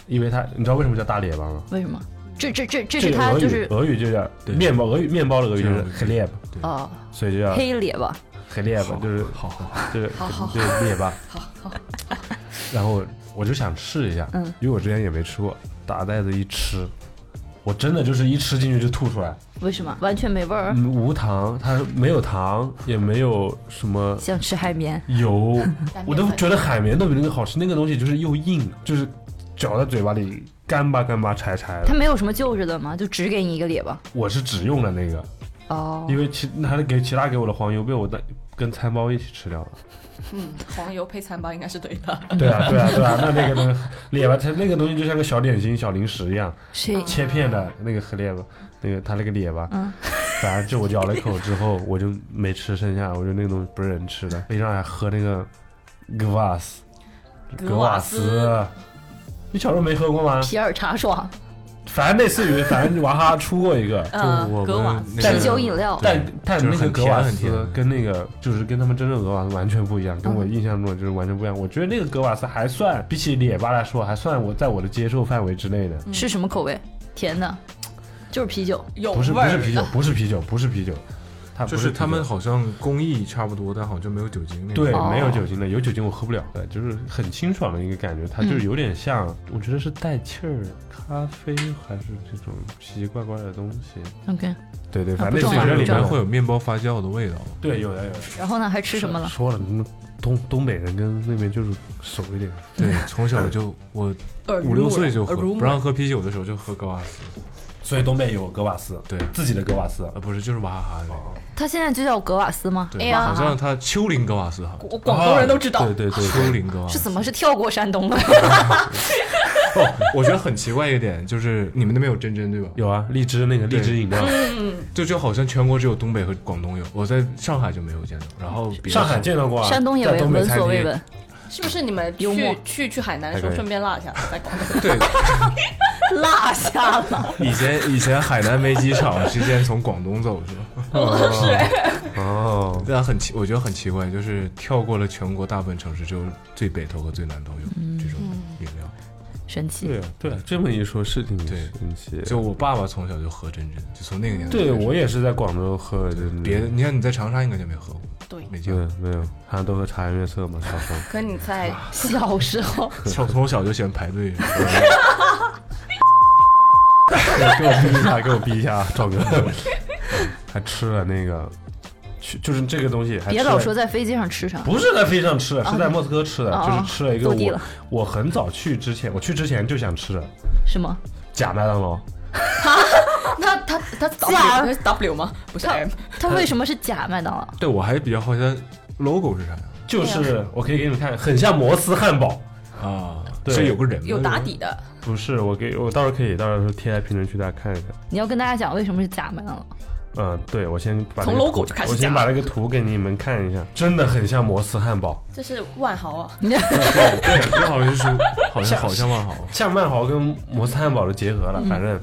Speaker 3: 因为它，你知道为什么叫大列巴吗？
Speaker 4: 为什么？这这这
Speaker 3: 这
Speaker 4: 这是
Speaker 3: 个
Speaker 4: 它
Speaker 3: 俄
Speaker 4: 就
Speaker 3: 语
Speaker 4: 是
Speaker 3: 俄语就叫
Speaker 6: 对
Speaker 3: 面包，俄语面包的俄语就
Speaker 6: 这
Speaker 3: 是
Speaker 6: 样
Speaker 3: 黑列巴，
Speaker 4: 哦
Speaker 3: 所以就叫
Speaker 4: 黑列巴，
Speaker 3: 黑列巴，就是
Speaker 6: 好好好，
Speaker 3: 就是就是灭霸。好好。 (laughs) 然后我就想试一下，
Speaker 4: 嗯
Speaker 3: 因为我之前也没吃过，打袋子一吃，我真的就是一吃进去就吐出来，
Speaker 4: 为什么？完全没味儿，
Speaker 3: 嗯，无糖，它没有糖，也没有什么。
Speaker 4: 想吃海绵。
Speaker 3: 油，
Speaker 2: 粉
Speaker 3: 我都觉得海绵都比那个好吃。那个东西就是又硬，就是嚼在嘴巴里干巴干巴、柴柴
Speaker 4: 它
Speaker 3: 的。
Speaker 4: 没有什么救着的吗？就只给你一个列巴。
Speaker 3: 我是只用了那个，
Speaker 4: 哦，
Speaker 3: 因为其还是给其他给我的黄油被我带跟餐包一起吃掉了。
Speaker 2: 嗯，黄油配餐包应该是对的。
Speaker 3: (laughs) 对啊，对啊，对啊，那那个东西，列巴它那个东西就像个小点心、小零食一样，
Speaker 4: 谁
Speaker 3: 切片的那个和列巴，那个它那个列巴，反正就我咬了一口之后，我就没吃剩下，我觉得那个东西不是人吃的。飞上来喝那个格瓦斯，格瓦斯，你小时候没喝过吗？
Speaker 4: 皮尔茶爽
Speaker 3: 反正类似于，反正娃哈哈出过一个，
Speaker 6: 就
Speaker 2: 嗯，
Speaker 6: 我
Speaker 2: 格瓦
Speaker 6: 们那
Speaker 4: 啤
Speaker 6: 个
Speaker 4: 酒饮料。
Speaker 3: 但但
Speaker 6: 就是
Speaker 3: 那个
Speaker 6: 很
Speaker 3: 格
Speaker 6: 甜
Speaker 3: 瓦
Speaker 6: 很
Speaker 3: 斯
Speaker 6: 甜
Speaker 3: 跟那个就是跟他们真正格瓦斯完全不一样，跟我
Speaker 4: 嗯
Speaker 3: 印象中就是完全不一样。我觉得那个格瓦斯还算比起列巴来说，还算我在我的接受范围之内的。
Speaker 4: 是什么口味？嗯甜的，就是啤酒。
Speaker 2: 有
Speaker 3: 不是
Speaker 2: 味
Speaker 3: 不
Speaker 2: 儿
Speaker 3: 是啤酒，不是啤酒，不是啤酒，它不
Speaker 6: 就是
Speaker 3: 啤
Speaker 6: 他
Speaker 3: 酒
Speaker 6: 们好像工艺差不多，但好像就没有酒精那种。
Speaker 3: 对
Speaker 4: 哦
Speaker 3: 没有酒精的，有酒精我喝不了的，就是很清爽的一个感觉，它
Speaker 4: 嗯
Speaker 3: 就是有点像，我觉得是带气儿咖啡还是这种奇奇怪怪的东西。
Speaker 4: OK，
Speaker 3: 对对，
Speaker 4: 啊
Speaker 3: 反
Speaker 4: 不
Speaker 3: 正
Speaker 4: 重
Speaker 3: 类似于这
Speaker 4: 要
Speaker 6: 里
Speaker 3: 里面
Speaker 6: 面
Speaker 3: 会
Speaker 6: 会
Speaker 3: 有
Speaker 6: 有面包发酵的味道。
Speaker 3: 对有的有的。
Speaker 4: 然后呢？还吃什么了？
Speaker 3: 说了，嗯东东北人跟那边就是熟一点。
Speaker 6: 对，从小就我
Speaker 2: 耳濡
Speaker 6: 五六岁就喝，
Speaker 2: 耳濡目
Speaker 6: 不让喝啤酒的时候就喝格瓦斯。
Speaker 3: 所以东北有格瓦斯，
Speaker 6: 对
Speaker 3: 自己的格瓦斯。
Speaker 6: 呃，不是，就是娃哈哈那个。
Speaker 4: 它现在就叫格瓦斯吗？哎
Speaker 6: 对，
Speaker 2: 呀
Speaker 6: 好像它丘陵格瓦斯哈，啊
Speaker 2: 我广东人都知道
Speaker 3: 对。对对
Speaker 6: 丘陵格瓦
Speaker 4: 是
Speaker 6: 斯。
Speaker 4: 怎么是跳过山东了？
Speaker 3: 啊
Speaker 6: 哦，我觉得很奇怪一点，就是你们那边有真真对吧？
Speaker 3: 有啊，荔枝那个荔枝饮
Speaker 4: 嗯
Speaker 3: 料，
Speaker 6: 就就好像全国只有东北和广东有，我在上海就没有见到。然后别的
Speaker 3: 上海见到过啊，
Speaker 4: 山东也
Speaker 3: 在
Speaker 4: 没
Speaker 3: 东北
Speaker 4: 闻
Speaker 3: 餐
Speaker 4: 所未
Speaker 3: 厅
Speaker 4: 闻。
Speaker 2: 是不是你们
Speaker 4: 幽默
Speaker 2: 去去去海南的时候
Speaker 3: 还可以
Speaker 2: 顺便落一下，在广东？
Speaker 6: 对，
Speaker 4: (laughs) 落下了。
Speaker 6: 以前以前海南没机场，之前从广东走是吧？
Speaker 3: 哦，
Speaker 6: 但很奇，我觉得很奇怪，就是跳过了全国大部分城市，只有最北头和最南头有这
Speaker 2: 嗯
Speaker 6: 种饮料。
Speaker 3: 嗯
Speaker 4: 神奇。
Speaker 3: 对啊对啊，这么一说，是挺
Speaker 6: 对
Speaker 3: 神奇的。
Speaker 6: 就我爸爸从小就喝真真，就从那个年代开始。
Speaker 3: 对我也是在广州喝的，
Speaker 6: 别的，你看你在长沙应该就没喝过，
Speaker 2: 对
Speaker 6: 没见
Speaker 3: 对
Speaker 6: 过。
Speaker 3: 没有，好像都喝茶颜悦色嘛，小 (laughs) 时候。
Speaker 2: (laughs) 可你在
Speaker 4: 小时候，
Speaker 6: 从从小就喜欢排队，
Speaker 3: 啊 (laughs) 嗯给我逼一下，给我逼一下，赵哥，还吃了那个去就是这个东西还吃了。
Speaker 4: 别老说在飞机上吃啥，
Speaker 3: 不是在飞机上吃的，是在莫斯科吃的，
Speaker 4: 哦
Speaker 3: 就是吃了一个
Speaker 4: 坐地
Speaker 3: 我
Speaker 4: 了
Speaker 3: 我很早去之前，我去之前就想吃的
Speaker 4: 是吗？
Speaker 3: 假麦当劳，
Speaker 2: 那他他
Speaker 4: 假
Speaker 2: W 是 W 吗？不是 M，
Speaker 4: 它为什么是假麦当 (laughs) 劳？
Speaker 6: 对我还比较好奇它 logo 是啥呀？
Speaker 3: 就是我可以给你们看，很像摩斯汉堡。
Speaker 6: 啊，
Speaker 3: 对
Speaker 6: 是有个人的
Speaker 2: 有打底的。
Speaker 3: 不是，我给我到时候可以，到时候贴在评论区大家看一看。
Speaker 4: 你要跟大家讲为什么是假麦当劳？
Speaker 3: 嗯，对，我先把那个
Speaker 2: 从 logo
Speaker 3: 图
Speaker 2: 就开始
Speaker 3: 我先
Speaker 2: 讲
Speaker 3: 把那个图给你们看一下，真的很像摩斯汉堡，
Speaker 2: 这是万豪啊，
Speaker 6: 对，对，就好像是好像好像万豪，
Speaker 3: 像曼豪跟摩斯汉堡的结合
Speaker 4: 嗯
Speaker 3: 了，反正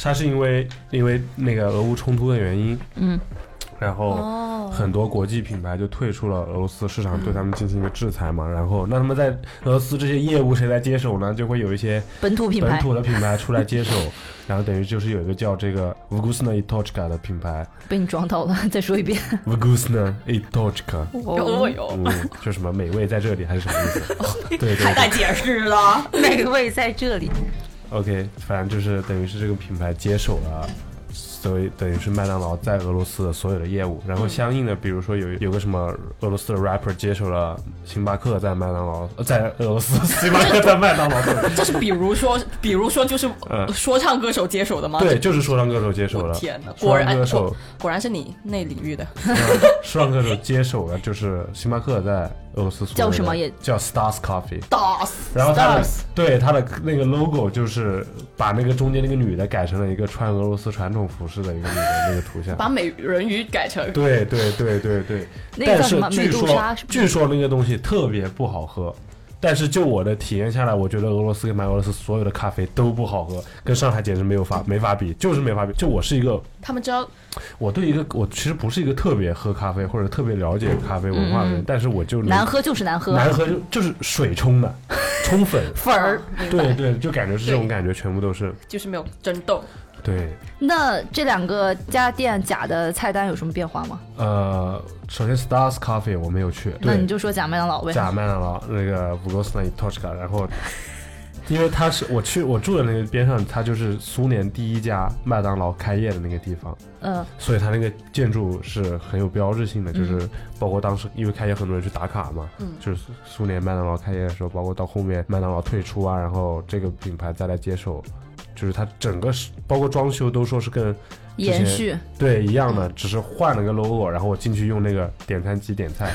Speaker 3: 它是因为因为那个俄乌冲突的原因，
Speaker 4: 嗯，哦
Speaker 3: 然后很多国际品牌就退出了俄罗斯市场，对他们进行一个制裁嘛，然后那他们在俄罗斯这些业务谁来接手呢？就会有一些
Speaker 4: 本土品
Speaker 3: 本
Speaker 4: 牌，
Speaker 3: 土的品牌出来
Speaker 4: (laughs)
Speaker 3: 接手，然后等于就是有一个叫这个 Vugusna i t o c h k a 的品
Speaker 4: (laughs)
Speaker 3: 牌
Speaker 4: 被你撞到了。 (laughs) 再说一遍，
Speaker 3: ，Vugusna i t o c h k
Speaker 2: (laughs)
Speaker 3: a
Speaker 2: 有
Speaker 4: 哦
Speaker 2: 我有，
Speaker 3: 嗯，就什么美味在这里还是什么意
Speaker 4: (laughs)
Speaker 3: 思？对对
Speaker 2: 太
Speaker 3: 对
Speaker 2: 带解释了。
Speaker 4: 美味在这里。
Speaker 3: OK，反正就是等于是这个品牌接手了，所以等于是麦当劳在俄罗斯的所有的业务，然后
Speaker 4: 嗯
Speaker 3: 相应的，比如说有有个什么俄罗斯的 rapper 接手了星巴克在麦当劳，呃在俄罗斯星巴克在麦
Speaker 4: (laughs)
Speaker 3: 当劳，
Speaker 2: (laughs) 这是比如说，比如说就是
Speaker 3: (laughs) 嗯
Speaker 2: 说唱歌手接手的吗？
Speaker 3: 对，就是说唱歌手接手了，
Speaker 2: 天哪，
Speaker 3: 说
Speaker 2: 果
Speaker 3: 唱
Speaker 2: 然
Speaker 3: 歌
Speaker 2: 果
Speaker 3: 手，
Speaker 2: 果然是你那领域的。
Speaker 3: 嗯说唱歌手接手了，就是星巴克在俄罗斯所有的
Speaker 4: 叫什么也
Speaker 3: 叫 Stars Coffee。
Speaker 2: DOS，
Speaker 3: 然后他的
Speaker 4: Stars
Speaker 3: 对他的那个 logo 就是把那个中间那个女的改成了一个穿俄罗斯传统服饰的一个女的那个图像，
Speaker 2: 把美人鱼改成
Speaker 3: 对对对对对，
Speaker 4: 那个
Speaker 3: 但
Speaker 4: 叫
Speaker 3: 是
Speaker 4: 什么
Speaker 3: 据
Speaker 4: 美杜
Speaker 3: 说
Speaker 4: 莎是不是
Speaker 3: 据说那个东西特别不好喝，但是就我的体验下来，我觉得俄罗斯跟白俄罗斯所有的咖啡都不好喝，跟上海简直没有法没法比，就是没法比。就我是一个，
Speaker 2: 他们知道
Speaker 3: 我对一个我其实不是一个特别喝咖啡或者特别了解咖啡文化的人，但是我就能
Speaker 4: 嗯难喝就是难喝，
Speaker 3: 难喝就就是水冲
Speaker 4: (laughs)
Speaker 3: 的，冲粉，
Speaker 4: 粉儿。
Speaker 3: 对对，就感觉是这种
Speaker 2: 对
Speaker 3: 感觉，全部都是
Speaker 2: 就是没有争斗，
Speaker 3: 对。
Speaker 4: 那这两个家店假的菜单有什么变化吗？
Speaker 3: 呃，首先 Stars Coffee 我没有去，
Speaker 4: 那
Speaker 3: 对
Speaker 4: 你就说假麦当劳呗。
Speaker 3: 假麦当劳那个 v u g o s n a i t o c h k a 然后因为它是我去我住的那个边上，它就是苏联第一家麦当劳开业的那个地方，
Speaker 4: 嗯，
Speaker 3: 所以它那个建筑是很有标志性的，就是包括当时因为开业很多人去打卡嘛，就是苏联麦当劳开业的时候，包括到后面麦当劳退出啊，然后这个品牌再来接手，就是它整个是包括装修都说是跟。
Speaker 4: 延续。
Speaker 3: 对，一样的，只是换了个 logo，然后我进去用那个点餐机点菜。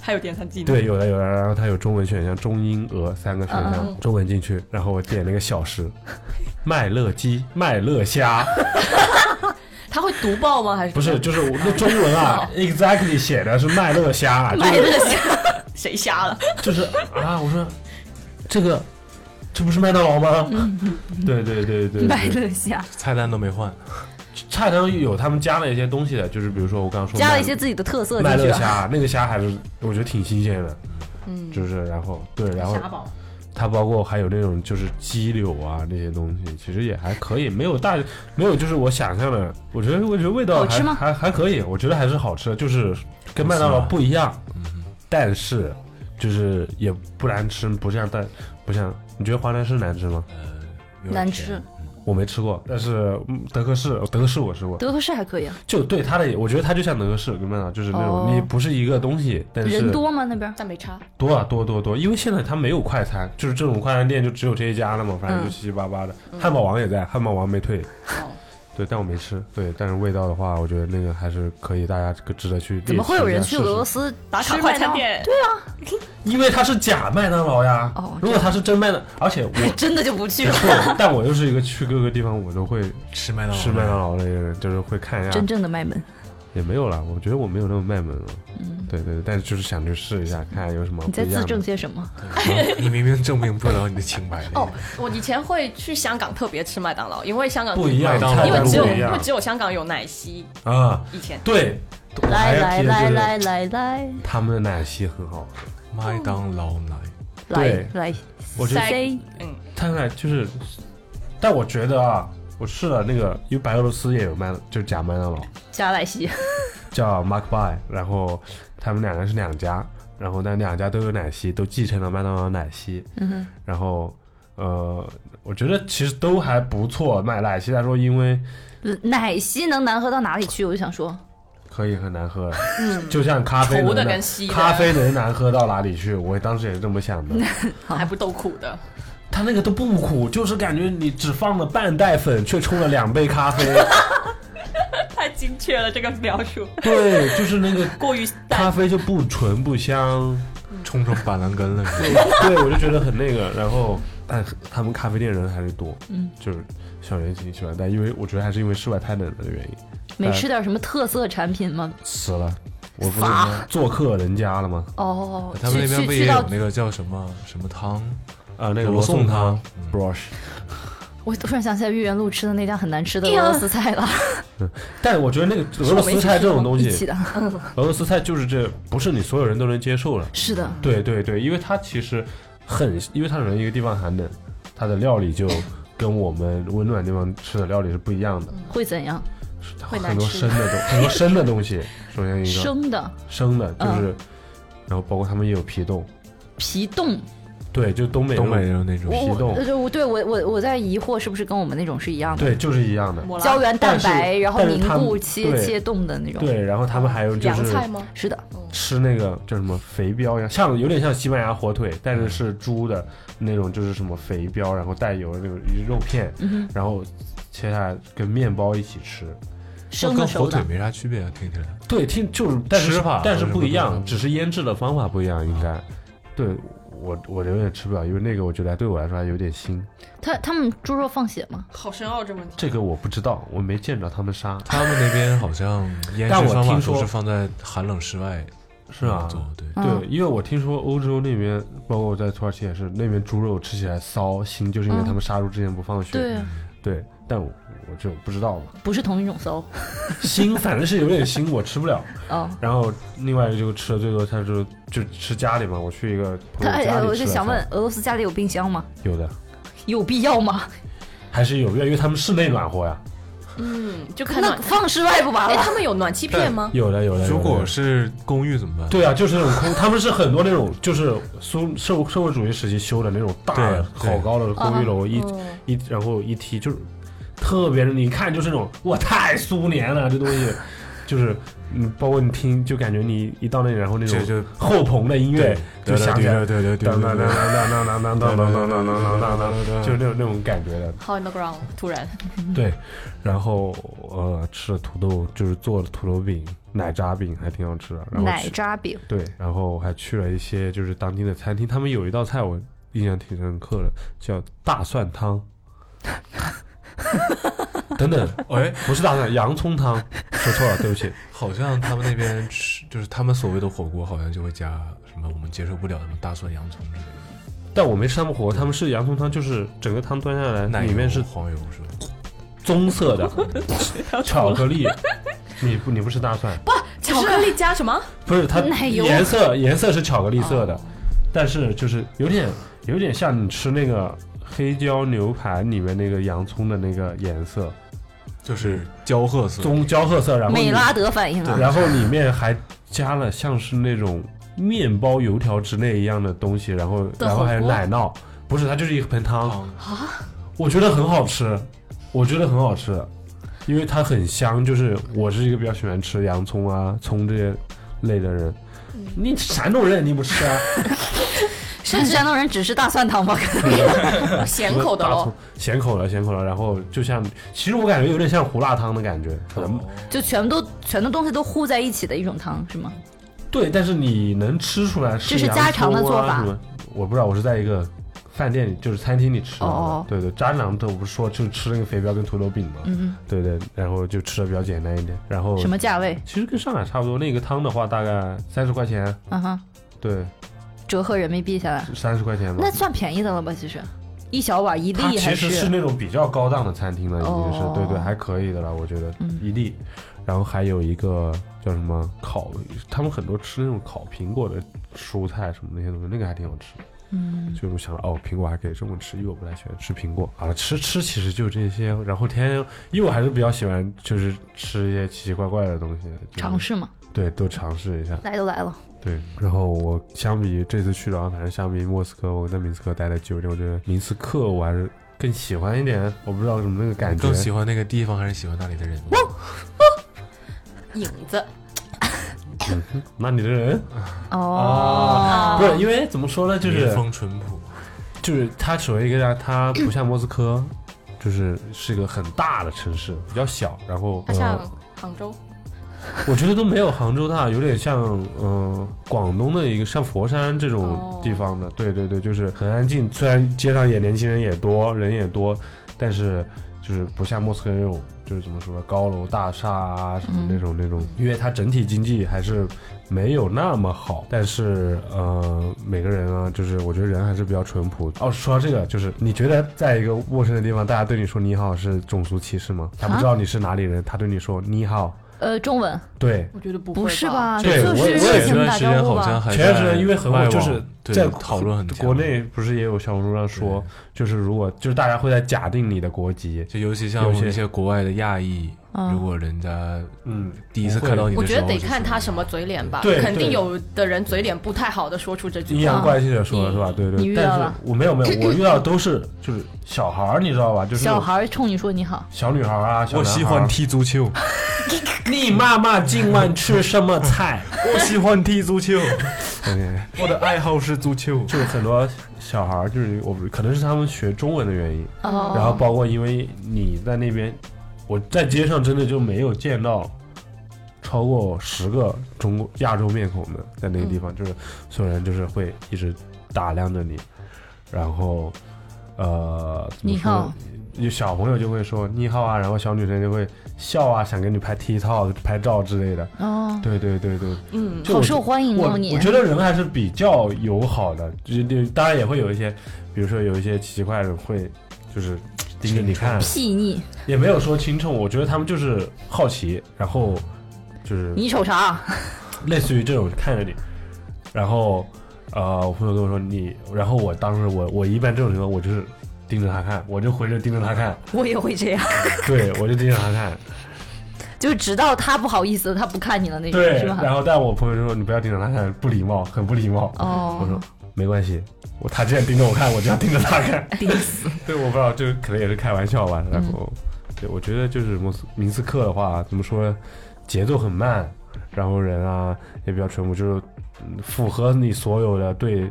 Speaker 2: 还有点餐技能。
Speaker 3: 对，有的有的，然后它有中文选项，中英俄三个选
Speaker 4: 嗯
Speaker 3: 项，中文进去，然后我点了个小时，麦乐鸡、麦乐虾，
Speaker 2: 他会读报吗？还是
Speaker 3: 不是，就是我那中文
Speaker 4: (laughs)
Speaker 3: 啊，exactly 写的是麦乐虾啊，
Speaker 2: 麦乐虾？谁瞎了？
Speaker 3: 就是啊，我说这个这不是麦当劳吗？ (laughs) 对对对对
Speaker 4: 嗯麦
Speaker 3: 对，
Speaker 4: 乐啊虾
Speaker 6: 菜单都没换，
Speaker 3: 菜单有他们加了一些东西的，就是比如说我刚刚说
Speaker 4: 加了
Speaker 3: 麦
Speaker 4: 一些自己的特色进
Speaker 3: 麦
Speaker 4: 去
Speaker 3: 乐
Speaker 4: 啊，
Speaker 3: 虾，那个虾还是我觉得挺新鲜的，嗯，就是然后对，然后
Speaker 2: 瞎宝。
Speaker 3: 它包括还有那种就是鸡柳啊这些东西，其实也还可以，没有大没有就是我想象的，我觉得我觉得味道
Speaker 4: 好
Speaker 3: 还
Speaker 4: 吃吗
Speaker 3: 还还可以，我觉得还是好吃的，就是跟麦当劳不一样，但是就是也不难吃，不像但不像你觉得华南是难吃吗？
Speaker 6: 有点
Speaker 4: 难
Speaker 6: 甜
Speaker 4: 吃。。
Speaker 3: 我没吃过，但是嗯德克士德克士我吃过，
Speaker 4: 德克士还可以啊，
Speaker 3: 就对它的，我觉得它就像德克士跟麦当劳就是那种
Speaker 4: 哦
Speaker 3: 你不是一个东西，但是
Speaker 4: 人多吗那边？
Speaker 2: 但没差，
Speaker 3: 多啊，多多多，因为现在它没有快餐，就是这种快餐店就只有这一家了嘛，反正就
Speaker 4: 嗯
Speaker 3: 七七八八的。汉堡王也在，汉堡王没退，
Speaker 2: 哦
Speaker 3: (laughs) 对，但我没吃。对，但是味道的话，我觉得那个还是可以，大家这个值得去。
Speaker 4: 怎么会有人去俄罗
Speaker 3: 斯？
Speaker 4: 斯
Speaker 2: 打卡
Speaker 4: 吃
Speaker 2: 快
Speaker 4: 麦
Speaker 2: 餐
Speaker 4: 当劳？
Speaker 2: 店，
Speaker 3: 因为它是假麦当劳呀。
Speaker 4: 哦
Speaker 3: 如果它是真麦当，而且我
Speaker 4: (laughs) 真的就不去
Speaker 3: 没
Speaker 4: 了。
Speaker 3: 错，但我又是一个去各个地方我都会
Speaker 6: 吃麦当劳，
Speaker 3: 吃麦当劳的一个人，就是会看一下
Speaker 4: (laughs) 哦真。正的麦门，
Speaker 3: 也没有啦，我觉得我没有那么卖萌了。对对，对但是就是想去试一下，看有什么
Speaker 4: 嗯你
Speaker 3: 不
Speaker 4: 在
Speaker 3: 一样
Speaker 4: 自
Speaker 3: 的
Speaker 4: 证些什么？
Speaker 6: 劳。你明明证明不了你的清
Speaker 4: (laughs)
Speaker 6: 白。
Speaker 2: 哦，我以前会去香港特别吃麦当劳，因为香港
Speaker 3: 不一样，
Speaker 6: 麦当劳
Speaker 3: 菜
Speaker 2: 因为
Speaker 3: 单
Speaker 2: 只有
Speaker 3: 不一
Speaker 2: 因为
Speaker 3: 样
Speaker 2: 只有香港有奶昔，
Speaker 3: 啊。
Speaker 2: 以前
Speaker 3: 对，我还
Speaker 4: 来
Speaker 3: 要
Speaker 4: 来
Speaker 3: 提的
Speaker 4: 来
Speaker 3: 就是
Speaker 4: 来来来
Speaker 3: 他们的奶昔很好喝，
Speaker 6: 麦当劳奶，
Speaker 4: 来来，
Speaker 3: 我觉得
Speaker 2: 塞
Speaker 4: 谁
Speaker 2: 嗯
Speaker 3: 他奶就是，但我觉得啊，我试了那个，因为白俄罗斯也有卖，就是假麦当劳，
Speaker 4: 加莱西，
Speaker 3: 叫 Mark By，然后他们两个是两家，然后但两家都有奶昔，都继承了麦当劳奶昔，
Speaker 4: 嗯哼，
Speaker 3: 然后。呃，我觉得其实都还不错，卖奶昔来说，因为
Speaker 4: 呃奶昔能难喝到哪里去？我就想说，
Speaker 3: 可以很难喝，
Speaker 4: 嗯
Speaker 3: 就像咖
Speaker 2: 稠
Speaker 3: 啡能
Speaker 2: 的
Speaker 3: 难
Speaker 2: 跟稀的
Speaker 3: 咖啡能难喝到哪里去？我当时也是这么想的。
Speaker 2: 还不够苦的，
Speaker 3: 它那个都不苦，就是感觉你只放了半袋粉，却冲了两杯咖啡。
Speaker 2: 太精确了这个描述，
Speaker 3: 对，就是那个
Speaker 2: (laughs) 过于
Speaker 3: 咖
Speaker 2: 淡。
Speaker 3: 啡就不醇不香。
Speaker 6: 冲成板蓝根了是吧？
Speaker 3: 对，我就觉得很那个。然后，但他们咖啡店人还是多，嗯，就是小年挺喜欢，但因为我觉得还是因为室外太冷了的原因，
Speaker 4: 没吃点什么特色产品吗？
Speaker 3: 死了。我不是做客人家了吗？
Speaker 4: 哦，
Speaker 6: 他们那边
Speaker 4: 去
Speaker 6: 不
Speaker 4: 去去
Speaker 6: 也
Speaker 4: 到
Speaker 6: 有那个叫什么什么汤？
Speaker 3: 啊，那个
Speaker 6: 罗
Speaker 3: 罗
Speaker 6: 宋
Speaker 3: 宋
Speaker 6: 汤
Speaker 3: 汤，brush。嗯
Speaker 4: 我突然想起来豫园路吃的那家很难吃的俄罗斯菜了，
Speaker 3: 但我觉得那个俄罗斯菜这种东
Speaker 4: (laughs) 一起
Speaker 3: 西，
Speaker 4: 的，
Speaker 3: 俄罗斯菜就是这不是你所有人都能接受的。
Speaker 4: 是的，
Speaker 3: 对对对，因为它其实很，因为它人一个地方寒冷，它的料理就跟我们温暖地方吃的料理是不一样的，
Speaker 4: 会怎样？
Speaker 2: 嗯会难
Speaker 3: 很多
Speaker 2: 吃
Speaker 3: 生的东，很多生的东西。首先一个
Speaker 4: 生的
Speaker 3: 生的，
Speaker 2: 嗯
Speaker 3: 就是，然后包括他们也有皮冻，
Speaker 4: 皮冻，
Speaker 3: 对，就东北
Speaker 6: 东北
Speaker 3: 那种
Speaker 6: 有那种
Speaker 3: 皮
Speaker 4: 我
Speaker 3: 冻
Speaker 4: 我就我对我我我在疑惑是不是跟我们那种是一样的，
Speaker 3: 对，就是一样的。
Speaker 2: 抹
Speaker 4: 胶
Speaker 2: 拉
Speaker 4: 原蛋
Speaker 3: 但
Speaker 4: 白
Speaker 3: 是
Speaker 4: 然后
Speaker 3: 但是
Speaker 4: 凝
Speaker 3: 他们
Speaker 4: 固切
Speaker 3: 对
Speaker 4: 切冻的那种，
Speaker 3: 对，然后他们还有就
Speaker 2: 凉
Speaker 3: 是
Speaker 2: 菜吗？
Speaker 4: 是的，
Speaker 3: 吃那个叫什么肥膘一样，像有点像西班牙火腿，但是是猪的那种，就是什么肥膘，然后带油的那种肉片，
Speaker 4: 嗯
Speaker 3: 然后切下来跟面包一起吃。
Speaker 6: 那
Speaker 4: 生的
Speaker 6: 跟
Speaker 4: 熟
Speaker 6: 火腿
Speaker 4: 的，
Speaker 6: 没啥区别啊，听起来。
Speaker 3: 对，听就是但是
Speaker 6: 吃法
Speaker 3: 但是
Speaker 6: 为什么
Speaker 3: 不一
Speaker 6: 不一
Speaker 3: 样，
Speaker 6: 样
Speaker 3: 只是腌制的方法不一样，应该。对我我有点吃不了，因为那个我觉得对我来说还有点腥。
Speaker 4: 他他们猪肉放血吗？
Speaker 2: 好深奥这问题。
Speaker 3: 这个我不知道，我没见着他们杀，
Speaker 6: 他们那边好像
Speaker 3: (laughs)
Speaker 6: 腌
Speaker 3: 但
Speaker 6: 制
Speaker 3: 我
Speaker 6: 方法
Speaker 3: 听
Speaker 6: 都
Speaker 3: 说
Speaker 6: 是放在寒冷室外
Speaker 3: 是啊。
Speaker 6: 做，对，
Speaker 4: 嗯
Speaker 3: 对，因为我听说欧洲那边，包括我在土耳其也是，那边猪肉吃起来骚腥，就是因为他们杀猪之前不放血。
Speaker 4: 嗯对，
Speaker 3: 对，但我我就不知道嘛，
Speaker 4: 不是同一
Speaker 3: (laughs)
Speaker 4: 种骚
Speaker 3: 腥反正是有点腥，我吃不了。
Speaker 4: 哦。
Speaker 3: 然后另外一个就吃的最多，他就就吃家里嘛，我去一个朋
Speaker 4: 他
Speaker 3: 友
Speaker 4: 哎，
Speaker 3: 家
Speaker 4: 哎
Speaker 3: 里
Speaker 4: 我
Speaker 3: 吃
Speaker 4: 就
Speaker 3: 了
Speaker 4: 想
Speaker 3: 饭
Speaker 4: 问，俄罗斯家里有冰箱吗？
Speaker 3: 有的
Speaker 4: 有必
Speaker 3: (laughs)
Speaker 4: 要吗？
Speaker 3: 还是有，因为他们室内暖和呀，
Speaker 2: 嗯，就看
Speaker 4: 那
Speaker 2: 暖。
Speaker 4: 放室外不完
Speaker 2: 哎，
Speaker 4: 了？
Speaker 2: 他们有暖气片吗？
Speaker 3: 有的有的。
Speaker 6: 如
Speaker 3: 有
Speaker 6: 果
Speaker 3: 的
Speaker 6: 是公寓怎么办？
Speaker 3: 对啊，就是那种空，他们是很多那种就是苏社会社会主义时期修的那种大的
Speaker 6: 对对
Speaker 3: 好高的公寓楼，一一然后一梯就是特别的，你一看就是那种哇太苏联了这东西，就是嗯，包括你听就感觉你一到那里，然后那种
Speaker 6: 这就
Speaker 3: 后棚的音乐就响起来，
Speaker 6: 对对对对
Speaker 3: 当
Speaker 6: 对
Speaker 3: 当当
Speaker 6: 对。
Speaker 3: 当当当当当当当当当当当，就是那种那种感觉的。
Speaker 2: 好 underground，突然
Speaker 3: 对，然后呃吃了土豆，就是做了土豆饼、奶渣饼，还挺好吃的。然后
Speaker 4: 奶
Speaker 3: 去
Speaker 4: 渣饼，
Speaker 3: 对，然后我还去了一些就是当地的餐厅，他们有一道菜我印象挺深刻的，叫大蒜汤。等等，
Speaker 6: 哎，
Speaker 3: 不是大蒜，洋葱汤，说错了，对不起。
Speaker 6: 好像他们那边吃，就是他们所谓的火锅，好像就会加什么我们接受不了什么大蒜、洋葱之类的，
Speaker 3: 但我没吃他们火锅，他们是洋葱汤，就是整个汤端下
Speaker 6: 奶
Speaker 3: 来，
Speaker 6: 油
Speaker 3: 里面是
Speaker 6: 黄油是吧？
Speaker 3: 棕色
Speaker 4: (laughs)
Speaker 3: 的巧克力。你不，你不吃大蒜，
Speaker 2: 巧克力加什
Speaker 3: (laughs)
Speaker 2: 么？
Speaker 3: 不是它
Speaker 4: 奶油
Speaker 3: 颜色颜色是巧克力色的，但是就是有点有点像你吃那个黑椒牛排里面那个洋葱的那个颜色，
Speaker 6: 就是焦褐色，
Speaker 3: 棕焦褐色，然后
Speaker 4: 美
Speaker 3: 你
Speaker 4: 拉德反应啊！
Speaker 3: 然后里面还加了像是那种面包油条之类一样的东西，然后
Speaker 4: 的
Speaker 3: 然后还
Speaker 4: 火
Speaker 3: 有
Speaker 4: 锅
Speaker 3: 奶酪，不是它就是一盆汤，
Speaker 6: 汤
Speaker 3: 我觉得很好吃，我觉得很好吃，因为它很香，就是我是一个比较喜欢吃洋葱啊葱这些类的人。
Speaker 4: 嗯
Speaker 3: 你山东人你不吃
Speaker 4: (laughs)
Speaker 3: 啊？
Speaker 4: 山山东人只吃大蒜汤吗？
Speaker 2: 哦咸口的
Speaker 3: 大
Speaker 2: 喽
Speaker 3: 葱，，咸口的，咸口的。然后就像，其实我感觉有点像胡辣汤的感觉，可能
Speaker 4: (laughs) 就全都全都东西都糊在一起的一种汤是吗？
Speaker 3: 对，但是你能吃出来
Speaker 4: 这是家常的做法
Speaker 3: 洋葱啊什么我不知道，我是在一个饭店里，就是餐厅里吃的。
Speaker 4: 哦
Speaker 3: 对对，渣男都不是说就吃那个肥膘跟土豆饼嘛。
Speaker 4: 嗯
Speaker 3: 对对，然后就吃的比较简单一点。然后
Speaker 4: 嗯，什么？价位？
Speaker 3: 其实跟上海差不多，那个汤的话大概三十块钱，
Speaker 4: 嗯哼，
Speaker 3: 对，
Speaker 4: 折合人民币下来，
Speaker 3: 三十块钱吧
Speaker 4: 那。算便宜的了吧？其实，一小碗一
Speaker 3: 它
Speaker 4: 粒
Speaker 3: 其
Speaker 4: 还
Speaker 3: 实是那种比较高档的餐厅了，已经是、
Speaker 4: 哦
Speaker 3: 对对，还可以的了，我觉得、
Speaker 4: 嗯
Speaker 3: 一粒，然后还有一个叫什么烤，他们很多吃那种烤苹果的蔬菜什么那些东西，那个还挺好吃。嗯，就我想着哦，苹果还可以这么吃，因为我不太喜欢吃苹果啊，吃吃其实就这些，然后天天，因为我还是比较喜欢就是吃一些奇奇怪怪的东西，就是
Speaker 4: 尝试嘛，
Speaker 3: 对，都尝试一下，
Speaker 4: 来都来了，
Speaker 3: 对。然后我相比这次去的啊话，反正相比莫斯科，我在明斯克待的久一点，我觉得明斯克我还是更喜欢一点。我不知道什么那个感觉，
Speaker 6: 更喜欢那个地方还是喜欢那里的人？
Speaker 2: 影子
Speaker 3: 那你这人
Speaker 4: 哦，
Speaker 3: 不是因为怎么说呢，就是
Speaker 6: 民风淳朴，啊
Speaker 3: 就是它首先一个呢，它不像莫斯科，就是是一个很大的城市，比较小，然后
Speaker 2: 它像
Speaker 3: 呃，
Speaker 2: 杭州，
Speaker 3: 我觉得都没有杭州大，有点像嗯广东的一个像佛山这种
Speaker 2: 哦
Speaker 3: 地方的，对对对，就是很安静，虽然街上也年轻人也多，人也多，但是就是不像莫斯科那种，就是怎么说呢，高楼大厦啊什么那种那种，因为它整体经济还是没有那么好，但是呃，每个人啊，就是我觉得人还是比较淳朴。哦，说到这个，就是你觉得在一个陌生的地方，大家对你说你好是种族歧视吗？他不知道你是哪里人，他对你说你好，
Speaker 4: 呃，中文
Speaker 3: 对。
Speaker 2: 我觉得不
Speaker 4: 不
Speaker 2: 会
Speaker 4: 是？吧？
Speaker 3: 对
Speaker 4: 就
Speaker 3: 我
Speaker 4: 是
Speaker 3: 也我也
Speaker 4: 热
Speaker 6: 前
Speaker 4: 情
Speaker 6: 段
Speaker 4: 打
Speaker 6: 时间
Speaker 4: 招呼
Speaker 6: 好像
Speaker 4: 吧。
Speaker 6: 还
Speaker 3: 前段时间因为很火
Speaker 6: 外网
Speaker 3: 就是
Speaker 6: 对
Speaker 3: 在
Speaker 6: 讨论很强
Speaker 3: 国内不是也有小红书上说，就是如果就是大家会在假定你的国籍，
Speaker 6: 就尤其像
Speaker 3: 有
Speaker 6: 我
Speaker 3: 些
Speaker 6: 们一些国外的亚裔，
Speaker 4: 嗯
Speaker 6: 如果人家
Speaker 3: 嗯，
Speaker 6: 第一次看到你
Speaker 2: 我
Speaker 6: 的时候，
Speaker 2: 觉得得看他什么嘴脸吧，
Speaker 3: 对
Speaker 2: 肯定
Speaker 3: 对
Speaker 2: 有的人嘴脸不太好的说出这
Speaker 3: 阴
Speaker 2: 句
Speaker 3: 阳
Speaker 2: 话。
Speaker 3: 怪气的说了是吧？对
Speaker 4: 啊你
Speaker 3: 对，
Speaker 4: 遇
Speaker 3: 但
Speaker 4: 到
Speaker 3: 是
Speaker 4: 了
Speaker 3: 我没有没有，我遇到
Speaker 4: (laughs)
Speaker 3: 的都是就是小孩儿，你知道吧？就是那
Speaker 4: 小
Speaker 3: 种
Speaker 4: 孩儿冲你说你好，
Speaker 3: 小女孩儿啊，小
Speaker 6: 我
Speaker 3: 男
Speaker 6: 喜
Speaker 3: 孩儿
Speaker 6: 欢踢足球，
Speaker 3: 你妈妈今晚吃什么 (laughs) 菜？
Speaker 6: (laughs) 我喜欢踢足球， (laughs) 我的爱好是足球。
Speaker 3: 就是很多小孩儿，就是我不可能是他们学中文的原因，
Speaker 4: 哦
Speaker 3: 然后包括因为你在那边，我在街上真的就没有见到超过十个中国亚洲面孔的，在那个
Speaker 4: 嗯
Speaker 3: 地方，就是所有人就是会一直打量着你，然后呃，怎么
Speaker 4: 你
Speaker 3: 说
Speaker 4: 好
Speaker 3: 有小朋友就会说你好啊，然后小女生就会笑啊，想跟你拍 T 照、拍照之类的。
Speaker 4: 哦，
Speaker 3: 对对对对，
Speaker 2: 嗯，
Speaker 3: 就
Speaker 4: 好
Speaker 3: 我
Speaker 4: 受欢迎
Speaker 3: 我
Speaker 4: 哦你
Speaker 3: 我。觉得人还是比较友好的，就就当然也会有一些，比如说有一些奇奇怪的人会就是盯着你看，
Speaker 4: 细腻，
Speaker 3: 也没有说轻重，我觉得他们就是好奇，然后就是
Speaker 4: 你瞅啥？
Speaker 3: 类似于这种看着你，然后呃，我朋友跟我说你，然后我当时我我一般这种情况我就是盯着他看，我就回着盯着他
Speaker 4: (laughs)
Speaker 3: 看，
Speaker 4: (laughs) 我也会这样，
Speaker 3: 对我就盯着他
Speaker 4: (laughs) 哎
Speaker 3: 看，
Speaker 4: 就直到他不好意思，他不看你了那种，
Speaker 3: 对，
Speaker 4: 是
Speaker 3: 然
Speaker 4: 吧？
Speaker 3: 后但我朋友就说你不要盯着他看，不礼貌，很不礼貌，我
Speaker 4: 哦
Speaker 3: 说，没关系，我他既然盯着我看，我就要盯着他看。
Speaker 4: (laughs) 盯死，
Speaker 3: (laughs)
Speaker 4: 嗯
Speaker 3: 对，我不知道，这可能也是开玩笑吧。然后，对我觉得就是莫斯明斯克的话，怎么说，节奏很慢，然后人啊也比较淳朴，就是嗯符合你所有的对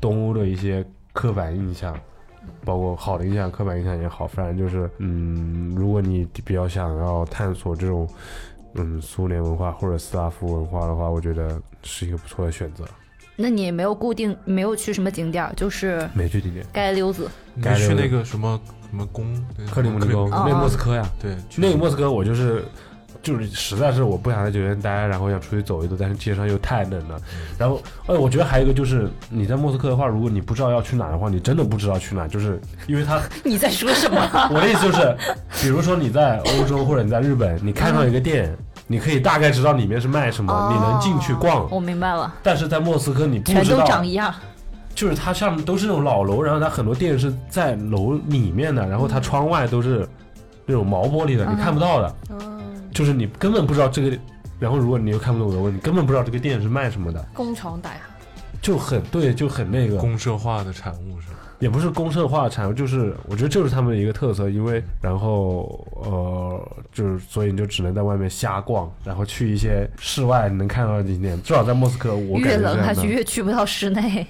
Speaker 3: 东欧的一些刻板印象。包括好的印象、刻板印象也好，反正就是，嗯，如果你比较想要探索这种，嗯，苏联文化或者斯拉夫文化的话，我觉得是一个不错的选择。
Speaker 4: 那你也没有固定，没有去什么景点儿，就是
Speaker 3: 美剧地点，
Speaker 4: 街溜子。
Speaker 6: 你
Speaker 3: 该
Speaker 6: 去
Speaker 3: 留的
Speaker 6: 那个什么什么宫，
Speaker 3: 克里姆林宫，
Speaker 4: 哦
Speaker 3: 那莫斯科呀，
Speaker 6: 对，去
Speaker 3: 那个莫斯科，我就是就是实在是我不想在酒店待，然后想出去走一走，但是街上又太冷了。然后，哎，我觉得还有一个就是你在莫斯科的话，如果你不知道要去哪的话，你真的不知道去哪，就是因为它，
Speaker 4: 你在说什么？
Speaker 3: 我的意思就是，比如说你在欧洲或者你在日本，你看到一个店。你可以大概知道里面是卖什么，
Speaker 4: 哦
Speaker 3: 你能进去逛。
Speaker 4: 我明白了，
Speaker 3: 但是在莫斯科，你不
Speaker 4: 全
Speaker 3: 知
Speaker 4: 都
Speaker 3: 道，
Speaker 4: 长一样。
Speaker 3: 就是它上面都是那种老楼，然后它很多店是在楼里面的，然后它窗外都是那种毛玻璃的，你看不到的。
Speaker 2: (laughs) 嗯，
Speaker 3: 就是你根本不知道这个，然后如果你又看不懂我的问题，根本不知道这个店是卖什么的，
Speaker 2: 工厂歹啊
Speaker 3: 就很对，就很那个，
Speaker 6: 公社化的产物是吧？
Speaker 3: 也不是公社化的产物，就是我觉得这是他们的一个特色，因为然后呃，就是所以你就只能在外面瞎逛，然后去一些室外能看到的景点，至少在莫斯科，我感觉
Speaker 4: 越
Speaker 3: 是
Speaker 4: 冷
Speaker 3: 这
Speaker 4: 还
Speaker 3: 样
Speaker 4: 去
Speaker 3: 的，
Speaker 4: 越去不到室内。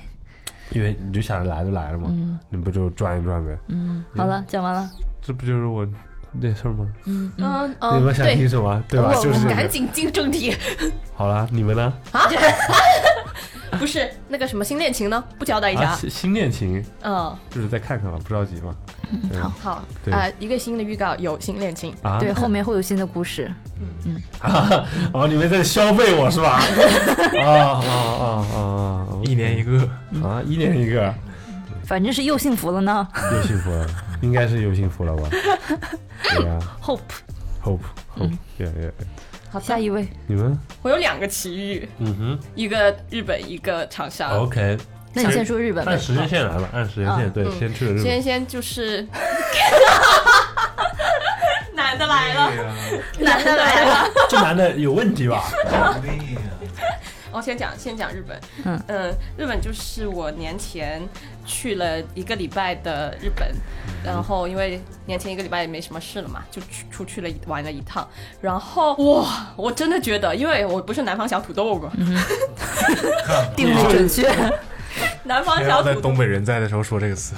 Speaker 3: 因为你就想着来就来了嘛，你不就转一转呗，
Speaker 4: 好了，讲完了。
Speaker 3: 这不就是我那事儿吗？
Speaker 2: 嗯
Speaker 3: 你
Speaker 2: 嗯，
Speaker 3: 们想听
Speaker 2: 对，
Speaker 3: 什么？对吧？
Speaker 2: 我
Speaker 3: 就是
Speaker 2: 我
Speaker 3: 这
Speaker 2: 赶
Speaker 3: 个。
Speaker 2: 紧进正题。 (laughs)
Speaker 3: 好了，你们呢？
Speaker 2: 不是那个什么新恋情呢？不交代一
Speaker 3: 啊，
Speaker 2: 下？
Speaker 3: 新新恋情
Speaker 2: 嗯，
Speaker 3: 就是再看看吧，不着急嘛。嗯
Speaker 4: 好
Speaker 2: 好
Speaker 3: 对
Speaker 2: 啊，一个新的预告有新恋情，
Speaker 3: 啊，
Speaker 4: 对，后面会有新的故事。
Speaker 3: (laughs) 哦，你们在消费我是吧？啊啊啊
Speaker 6: 一年一个，
Speaker 3: 啊啊！一年一个，
Speaker 4: 反正是又幸福了呢。
Speaker 3: 又幸福了， (laughs) 应该是又幸福了吧？对呀
Speaker 4: Hope，
Speaker 3: ，hope hope，yeah yeah。
Speaker 2: 好
Speaker 4: 下一位，
Speaker 3: 你们，
Speaker 2: 我有两个奇遇，
Speaker 3: 嗯
Speaker 2: 一个日本，一个长沙。
Speaker 3: 哼，OK，
Speaker 4: 那你先说日本吧
Speaker 3: 按。时间线来吧，按时间线，对，先去了日
Speaker 2: 先
Speaker 3: 本，
Speaker 2: 先
Speaker 3: (laughs)
Speaker 2: 就是， (laughs)
Speaker 3: 哎
Speaker 2: 男的来了，
Speaker 6: 呀，
Speaker 2: 男的来了。
Speaker 3: (laughs) 这男的有问题吧？
Speaker 5: 搞定啊！
Speaker 2: 我哦先讲先讲日本，呃
Speaker 4: 嗯
Speaker 2: 日本就是我年前去了一个礼拜的日本，然后因为年前一个礼拜也没什么事了嘛，就出出去了一玩了一趟，然后哇，我真的觉得，因为我不是南方小土豆嘛，
Speaker 4: 定位准 (laughs) 确，
Speaker 2: 南方
Speaker 6: 不
Speaker 2: 小
Speaker 6: 要在
Speaker 2: 土豆
Speaker 6: 东北人在的时候说这个词。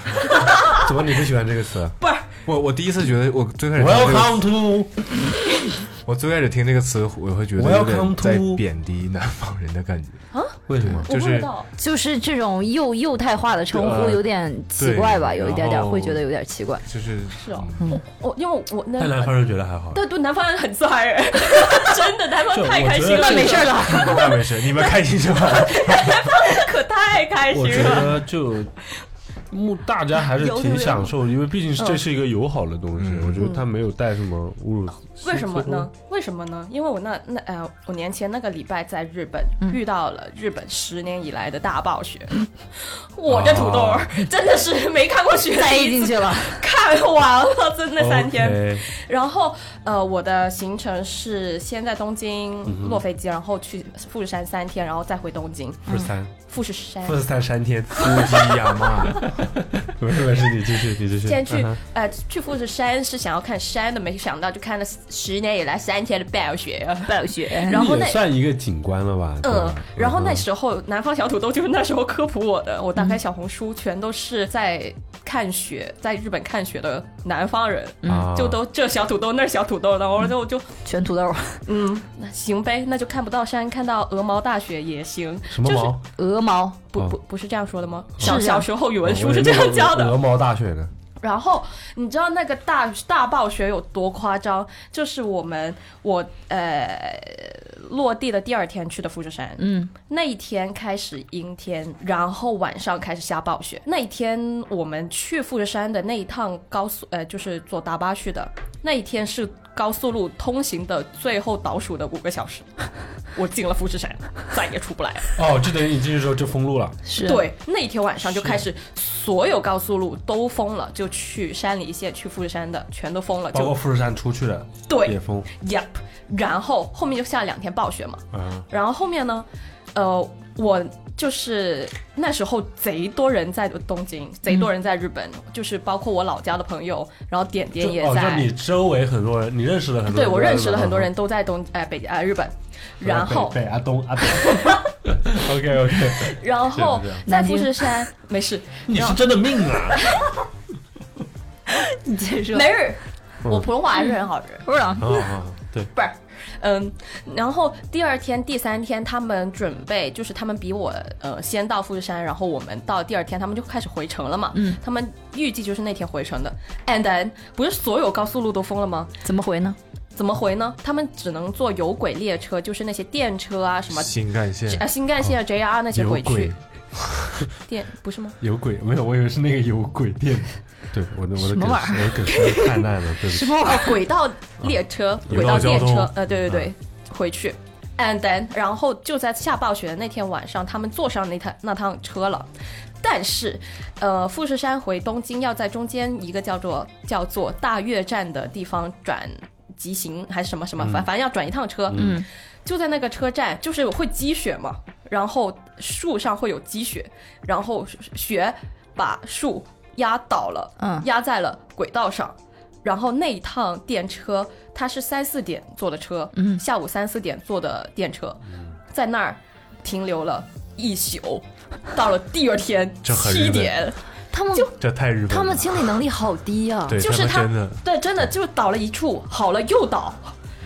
Speaker 3: 怎么你不喜欢这个词
Speaker 2: 不是
Speaker 6: 我我第一次觉得，我最开始听这个
Speaker 3: ？Welcome to
Speaker 6: 我最开始听这个词，我会觉得有
Speaker 3: Welcome
Speaker 6: 点
Speaker 3: to-
Speaker 6: 在贬低南方人的感觉，
Speaker 3: 为什么？
Speaker 2: 我
Speaker 6: 就
Speaker 2: 不知
Speaker 6: 是
Speaker 2: 道，
Speaker 4: 就是这种幼幼态化的称呼
Speaker 6: 对
Speaker 4: 有点奇怪吧，
Speaker 6: 对
Speaker 4: 有一点点
Speaker 6: 然后
Speaker 4: 会觉得有点奇怪。
Speaker 6: 就是嗯
Speaker 2: 是哦，我因为我那
Speaker 3: 但南方人觉得还好。
Speaker 2: 对对，南方人很帅哎， (laughs) 真的南方
Speaker 3: 是
Speaker 2: 太
Speaker 3: 我
Speaker 2: 开
Speaker 3: 觉
Speaker 2: 心
Speaker 3: 得
Speaker 2: 了，
Speaker 3: 是
Speaker 4: 没事儿
Speaker 3: (laughs)
Speaker 4: 了，
Speaker 6: 那没事，你们开心就好。
Speaker 2: 可太开
Speaker 3: 我觉
Speaker 2: 心了。
Speaker 3: 得就目大家还是挺享受，因为毕竟
Speaker 2: 嗯
Speaker 3: 这是一个友好的东西，
Speaker 6: 嗯
Speaker 3: 我觉得他没有带什么侮辱。
Speaker 2: 啊为什么呢？？为什么呢？因为我那那呃，我年前那个礼拜在日本、
Speaker 4: 嗯
Speaker 2: 遇到了日本十年以来的大暴雪， (laughs) 我这土豆儿真的是没看过雪
Speaker 4: 栽
Speaker 2: 的一
Speaker 4: 进
Speaker 2: 次，
Speaker 4: 去了。
Speaker 2: 看完了，真的三天。
Speaker 3: OK，
Speaker 2: 然后呃，我的行程是先在东京落飞机，然后去富士山三天，然后再回东京。
Speaker 3: 不是三，
Speaker 2: 富士山
Speaker 3: 不是三山天，
Speaker 6: 乌鸡亚妈，
Speaker 3: (laughs) 没事没事，你继续，你继续。
Speaker 2: 先去
Speaker 3: 嗯哼
Speaker 2: 呃去富士山是想要看山的，没想到就看了十年以来三天的暴雪。
Speaker 4: 暴雪，
Speaker 2: 然后
Speaker 3: 也
Speaker 2: 那
Speaker 3: 算一个景观了吧？对
Speaker 2: 嗯
Speaker 3: 吧，
Speaker 2: 然后那
Speaker 3: 嗯
Speaker 2: 时候呃南方小土豆就是那时候科普我的，我打开小红书全都是在看雪，在日本看雪的南方人，
Speaker 3: 啊
Speaker 2: 就都这小土豆那小土豆的，然后我就
Speaker 4: (laughs) 全土豆，
Speaker 2: 嗯，那行呗，那就看不到山，看到鹅毛大雪也行。
Speaker 3: 什么
Speaker 2: 就是
Speaker 3: 毛？啊
Speaker 4: 鹅毛，
Speaker 2: 不
Speaker 3: 哦
Speaker 2: 不不是这样说的吗？
Speaker 4: 这
Speaker 2: 小
Speaker 4: 样
Speaker 2: 小时候语文书是这样教的
Speaker 3: 鹅。毛大雪呢？
Speaker 2: 然后你知道那个大大暴雪有多夸张？就是我们我呃落地的第二天去的富士山，
Speaker 4: 嗯，
Speaker 2: 那一天开始阴天，然后晚上开始下暴雪。那一天我们去富士山的那一趟高速，呃，就是坐大巴去的，那一天是高速路通行的最后倒数的五个小时。我进了富士山，再也出不来了。
Speaker 3: 哦，就等于你进去之后就封路了。
Speaker 4: 是，
Speaker 2: 对，那一天晚上就开始，所有高速路都封了，就去山梨县、去富士山的全都封了，
Speaker 3: 包括
Speaker 2: 就
Speaker 3: 富士山出去的也
Speaker 2: 对
Speaker 3: 封
Speaker 2: ，yep。然后后面就下了两天暴雪嘛，
Speaker 3: 啊，
Speaker 2: 然后后面呢，呃，我就是那时候贼多人在东京，贼多人在日本，就是包括我老家的朋友，然后点点
Speaker 3: 就
Speaker 2: 也
Speaker 3: 哦，嗯就
Speaker 2: 在，
Speaker 3: 你周围很多人，你认识了很多人，
Speaker 2: 对我认识了很多人都在东哎、北啊、日本，
Speaker 3: 对吧，
Speaker 2: 然后
Speaker 3: 北北阿东阿 (laughs) 东，OK OK，
Speaker 2: 然后
Speaker 3: 这样
Speaker 2: 在
Speaker 4: 南京
Speaker 2: 富士山没事，
Speaker 3: (laughs) 你
Speaker 2: 然
Speaker 3: 是
Speaker 2: 后
Speaker 3: 真的命啊！ (laughs)
Speaker 4: 你接着说
Speaker 2: 没日，
Speaker 3: 嗯
Speaker 2: 我普通话还是很好的。
Speaker 4: 不是啊
Speaker 3: 啊啊，对，
Speaker 2: 不是，嗯，然后第二天、第三天，他们准备就是他们比我呃先到富士山，然后我们到第二天，他们就开始回程了嘛。嗯，他们预计就是那天回程的。And then 不是所有高速路都封了吗？
Speaker 4: 怎么回呢？
Speaker 2: 怎么回呢？他们只能坐有轨列车，就是那些电车啊什么。
Speaker 6: 新干线
Speaker 2: 啊，新干线、啊、JR 那些
Speaker 6: 哦有
Speaker 2: 回
Speaker 6: 鬼
Speaker 2: 去，电不是吗？
Speaker 3: 有鬼没有？我以为是那个有鬼店。对，我的我的
Speaker 4: 什么
Speaker 3: 梗
Speaker 4: 玩意
Speaker 3: 是，我的梗是太烂了，对不起。
Speaker 2: 哦，轨道列车，
Speaker 6: 轨
Speaker 2: 轨
Speaker 6: 道
Speaker 2: 道
Speaker 6: 交
Speaker 2: 电
Speaker 6: 通
Speaker 2: 车，呃，对对对，回去。And then，然后就在下暴雪的那天晚上，他们坐上那趟那趟车了。但是，呃，富士山回东京要在中间一个叫做叫做大月站的地方转急行还是什么什么，反反正要转一趟车。嗯，就在那个车站，就是会积雪嘛，然后树上会有积雪，然后雪把树压倒了，
Speaker 4: 嗯
Speaker 2: 压在了轨道上。然后那一趟电车，它是三四点坐的车，嗯，下午三四点坐的电车，在那儿停留了一宿，到了第二天
Speaker 6: 这很日
Speaker 2: 七
Speaker 6: 本
Speaker 2: 点，
Speaker 4: 他们
Speaker 6: 这太日本了。
Speaker 4: 他们清理能力好低啊呀、
Speaker 6: 对
Speaker 2: 就是
Speaker 6: 他
Speaker 2: 他
Speaker 6: 们真的，
Speaker 2: 对，真的就倒了一处，好了又倒，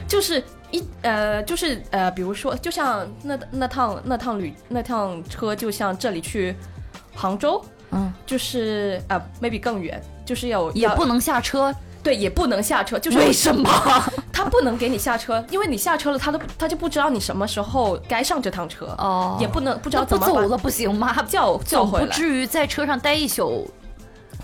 Speaker 2: 就是一呃，就是呃，比如说，就像那那趟那趟旅那趟车，就像这里去杭州，
Speaker 4: 嗯，
Speaker 2: 就是啊、m a y b e 更远，就是有
Speaker 4: 也
Speaker 2: 要
Speaker 4: 不能下车，
Speaker 2: 对，也不能下车，就是
Speaker 4: 为什 (laughs) 么？
Speaker 2: 他不能给你下车，因为你下车了，他都他就不知道你什么时候该上这趟车，
Speaker 4: 哦
Speaker 2: 也不能不知道
Speaker 4: 那不
Speaker 2: 怎么把
Speaker 4: 走了不行吗？
Speaker 2: 叫叫
Speaker 4: 总
Speaker 2: 回
Speaker 4: 不
Speaker 2: 来，
Speaker 4: 至于在车上待一宿。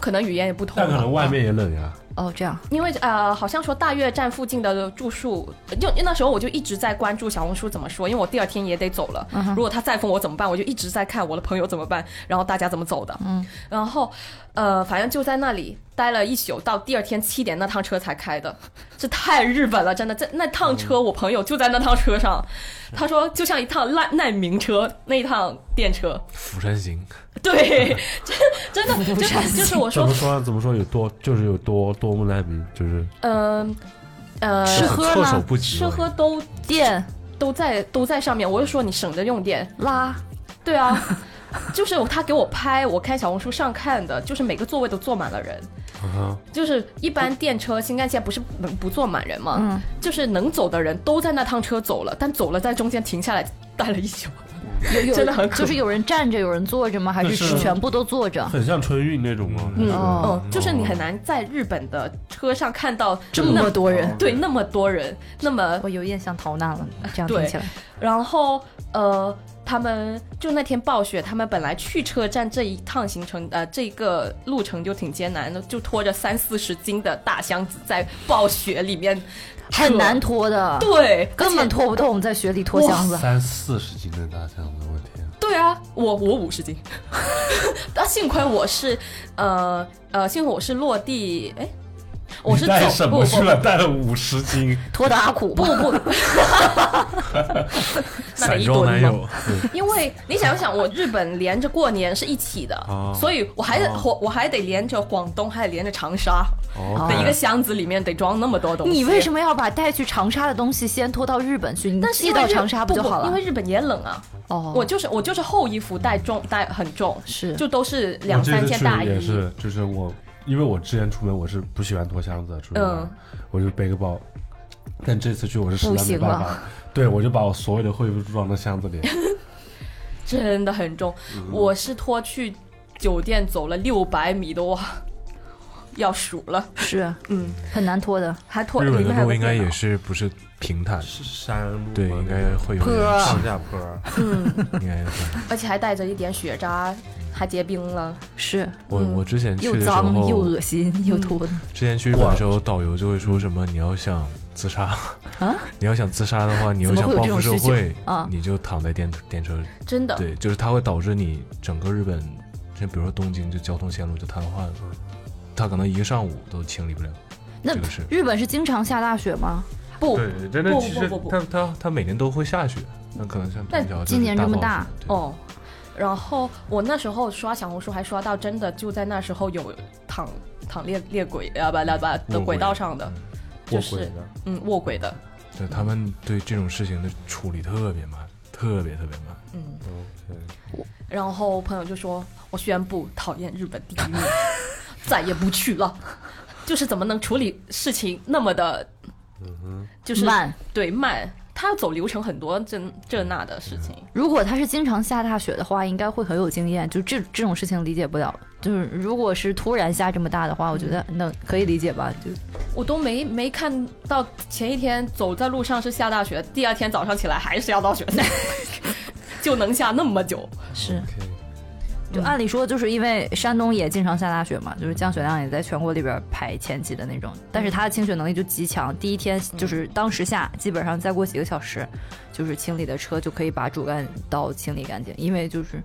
Speaker 2: 可能语言也不通
Speaker 3: 但可
Speaker 2: 吧
Speaker 3: 能外面也冷呀，
Speaker 4: 哦，这样，
Speaker 2: 因为呃，好像说大悦站附近的住宿，因为那时候我就一直在关注小红书怎么说，因为我第二天也得走了，
Speaker 4: 嗯哼
Speaker 2: 如果他再封我怎么办？我就一直在看我的朋友怎么办，然后大家怎么走的。
Speaker 4: 嗯，
Speaker 2: 然后呃，反正就在那里待了一宿，到第二天七点那趟车才开的，这太日本了，真的。在那趟车，我朋友就在那趟车上，他说就像一趟难难民车那一趟电车，
Speaker 6: 釜山行，
Speaker 2: (laughs) 对，真真的 (laughs) 就是就是我
Speaker 3: 怎
Speaker 2: 说
Speaker 3: 么，说？怎么说？有多就是有多多么难民，就是
Speaker 2: 嗯呃
Speaker 4: 吃喝
Speaker 6: 措手
Speaker 4: 呢？
Speaker 6: 不及，
Speaker 2: 吃喝都
Speaker 4: 电
Speaker 2: 都在都在上面，我就说你省着用电。
Speaker 4: 拉，
Speaker 2: 对
Speaker 4: (laughs)
Speaker 2: 啊，就是他给我拍，我看小红书上看的，就是每个座位都坐满了人，
Speaker 4: 嗯
Speaker 3: 啊，
Speaker 2: 就是一般电车、新干线不是不不坐满人嘛，
Speaker 4: 嗯，
Speaker 2: 就是能走的人都在那趟车走了，但走了在中间停下来待了一宿。
Speaker 4: 有
Speaker 2: (laughs)
Speaker 4: 有
Speaker 2: 真的很可怕
Speaker 4: 就是有人站着，有人坐着吗？还
Speaker 3: 就是
Speaker 4: 是全部都
Speaker 2: (laughs)
Speaker 4: 坐着？
Speaker 3: 很像春运那种吗？
Speaker 2: 嗯
Speaker 4: 嗯哦
Speaker 2: 嗯，就是你很难在日本的车上看到
Speaker 4: 这么多人，
Speaker 2: 对那么多人，那么
Speaker 4: 我有点想逃难了，这样
Speaker 2: 对
Speaker 4: 听起来。
Speaker 2: 然后呃，他们就那天暴雪，他们本来去车站这一趟行程，呃，这一个路程就挺艰难的，就拖着三四十斤的大箱子在暴雪里面，
Speaker 4: 很
Speaker 3: (laughs)
Speaker 4: 难。拖的，
Speaker 2: 对，
Speaker 4: 根
Speaker 2: 而
Speaker 4: 本
Speaker 2: 且
Speaker 4: 拖不动。我们在雪里拖箱子，
Speaker 3: 三四十斤的大箱子，我天！
Speaker 2: 对啊，我我五十斤，啊，幸亏我是，呃呃，幸亏我是落地，哎，我是
Speaker 3: 你带什
Speaker 2: 走不
Speaker 3: 么去
Speaker 2: 不
Speaker 3: 了？带了五十斤，
Speaker 4: 拖的阿苦
Speaker 2: 不不，那得
Speaker 6: 散
Speaker 2: 一
Speaker 6: 装男
Speaker 2: 吨吗？ (laughs)
Speaker 6: 友，
Speaker 2: 因为你想一想，我日本连着过年是一起的，
Speaker 3: 哦
Speaker 2: 所以我还得、我我还得连着广东，还得连着长沙
Speaker 3: 哦
Speaker 2: 的一个箱子里面得装那么多东西。
Speaker 4: (laughs) 你为什
Speaker 2: 么？
Speaker 4: 么要把带去长沙的东西先拖到日本去？你
Speaker 2: 但是
Speaker 4: 寄
Speaker 2: 因为
Speaker 4: 到
Speaker 2: 日
Speaker 4: 长沙
Speaker 2: 不
Speaker 4: 就好
Speaker 2: 不因
Speaker 4: 了
Speaker 2: 为？日本也冷啊，
Speaker 4: 哦，
Speaker 2: 我就是我就是厚衣服带重带很重，
Speaker 4: 是
Speaker 2: 就都是
Speaker 3: 我
Speaker 2: 两
Speaker 3: 这
Speaker 2: 三
Speaker 3: 次
Speaker 2: 件
Speaker 3: 去
Speaker 2: 大
Speaker 3: 也
Speaker 2: 衣。
Speaker 3: 是，就是我，因为我之前出门我是不喜欢拖箱子的出去玩，
Speaker 2: 嗯
Speaker 3: 我就背个包。但这次去我是实
Speaker 4: 不
Speaker 3: 在没
Speaker 4: 行
Speaker 3: 办
Speaker 4: 了
Speaker 3: 法，对我就把我所有的惠肤装到箱子里，
Speaker 2: 真的很重，
Speaker 6: 嗯
Speaker 2: 我是拖去酒店走了六百米都 (laughs) 哇，要数了，
Speaker 4: 是
Speaker 2: 嗯，
Speaker 4: 很难拖的，
Speaker 2: 还拖
Speaker 6: 日
Speaker 2: 里
Speaker 6: 本
Speaker 2: 面还
Speaker 6: 的
Speaker 2: 有
Speaker 6: 路
Speaker 2: 个
Speaker 6: 应该
Speaker 2: 电
Speaker 6: 也
Speaker 2: 脑
Speaker 6: 是不是平坦，
Speaker 3: 山路
Speaker 6: 对，应该会有点
Speaker 4: 坡
Speaker 3: 上下坡。
Speaker 6: 应该会。
Speaker 2: 而且还带着一点雪渣，还结冰了。
Speaker 4: 是
Speaker 6: 我我之前去
Speaker 4: 又
Speaker 6: 的时
Speaker 4: 脏又
Speaker 6: 候，
Speaker 4: 恶心又
Speaker 2: 嗯
Speaker 4: 拖的。
Speaker 6: 之前去日本的时候，导游就会说什么你要想自杀
Speaker 4: 啊，
Speaker 6: (laughs) 你要想自杀的话，你又
Speaker 4: 怎么
Speaker 6: 想
Speaker 4: 会有
Speaker 6: 报
Speaker 4: 这种
Speaker 6: 复社
Speaker 4: 事情
Speaker 6: 会
Speaker 4: 啊，
Speaker 6: 你就躺在电电车里。
Speaker 2: 真的，
Speaker 6: 对，就是它会导致你整个日本，就比如说东京，就交通线路就瘫痪了，它可能一个上午都清理不了。
Speaker 4: 嗯那
Speaker 6: 这个是
Speaker 4: 日本是经常下大雪吗？
Speaker 2: 不，
Speaker 6: 对，真的
Speaker 2: 不
Speaker 6: 其
Speaker 2: 不
Speaker 6: 实
Speaker 2: 不不
Speaker 6: 它它它每年都会下雪，那可能像
Speaker 2: 但
Speaker 6: 平遥就是
Speaker 4: 今年这么大
Speaker 6: 暴雪，
Speaker 2: 哦，然后我那时候刷小红书还刷到真的就在那时候有躺躺列列轨啊不不不的
Speaker 6: 卧轨
Speaker 2: 轨道上的，就
Speaker 3: 嗯卧轨
Speaker 2: 是
Speaker 3: 的
Speaker 2: 嗯卧轨的，
Speaker 6: 对对他们对这种事情的处理特别慢，特别特别慢。
Speaker 2: 嗯。
Speaker 3: OK
Speaker 2: 然后我朋友就说：“我宣布讨厌日本第
Speaker 3: (laughs)
Speaker 2: 一名，再也不去了。”就是怎么能处理事情那么的，
Speaker 3: 嗯
Speaker 2: 就是
Speaker 4: 慢。
Speaker 2: 对慢，他要走流程很多这这那的事情。
Speaker 4: 如果他是经常下大雪的话，应该会很有经验。就这这种事情理解不了。就是如果是突然下这么大的话，我觉得那可以理解吧。就
Speaker 2: 我都没没看到前一天走在路上是下大雪，第二天早上起来还是下 (laughs) 大雪，就能下那么久。
Speaker 4: 是
Speaker 3: 嗯 OK，
Speaker 4: 就按理说，就是因为山东也经常下大雪嘛，就是降雪量也在全国里边排前几的那种，但是它的清雪能力就极强，第一天就是当时下，基本上再过几个小时，就是清理的车就可以把主干道清理干净，因为就是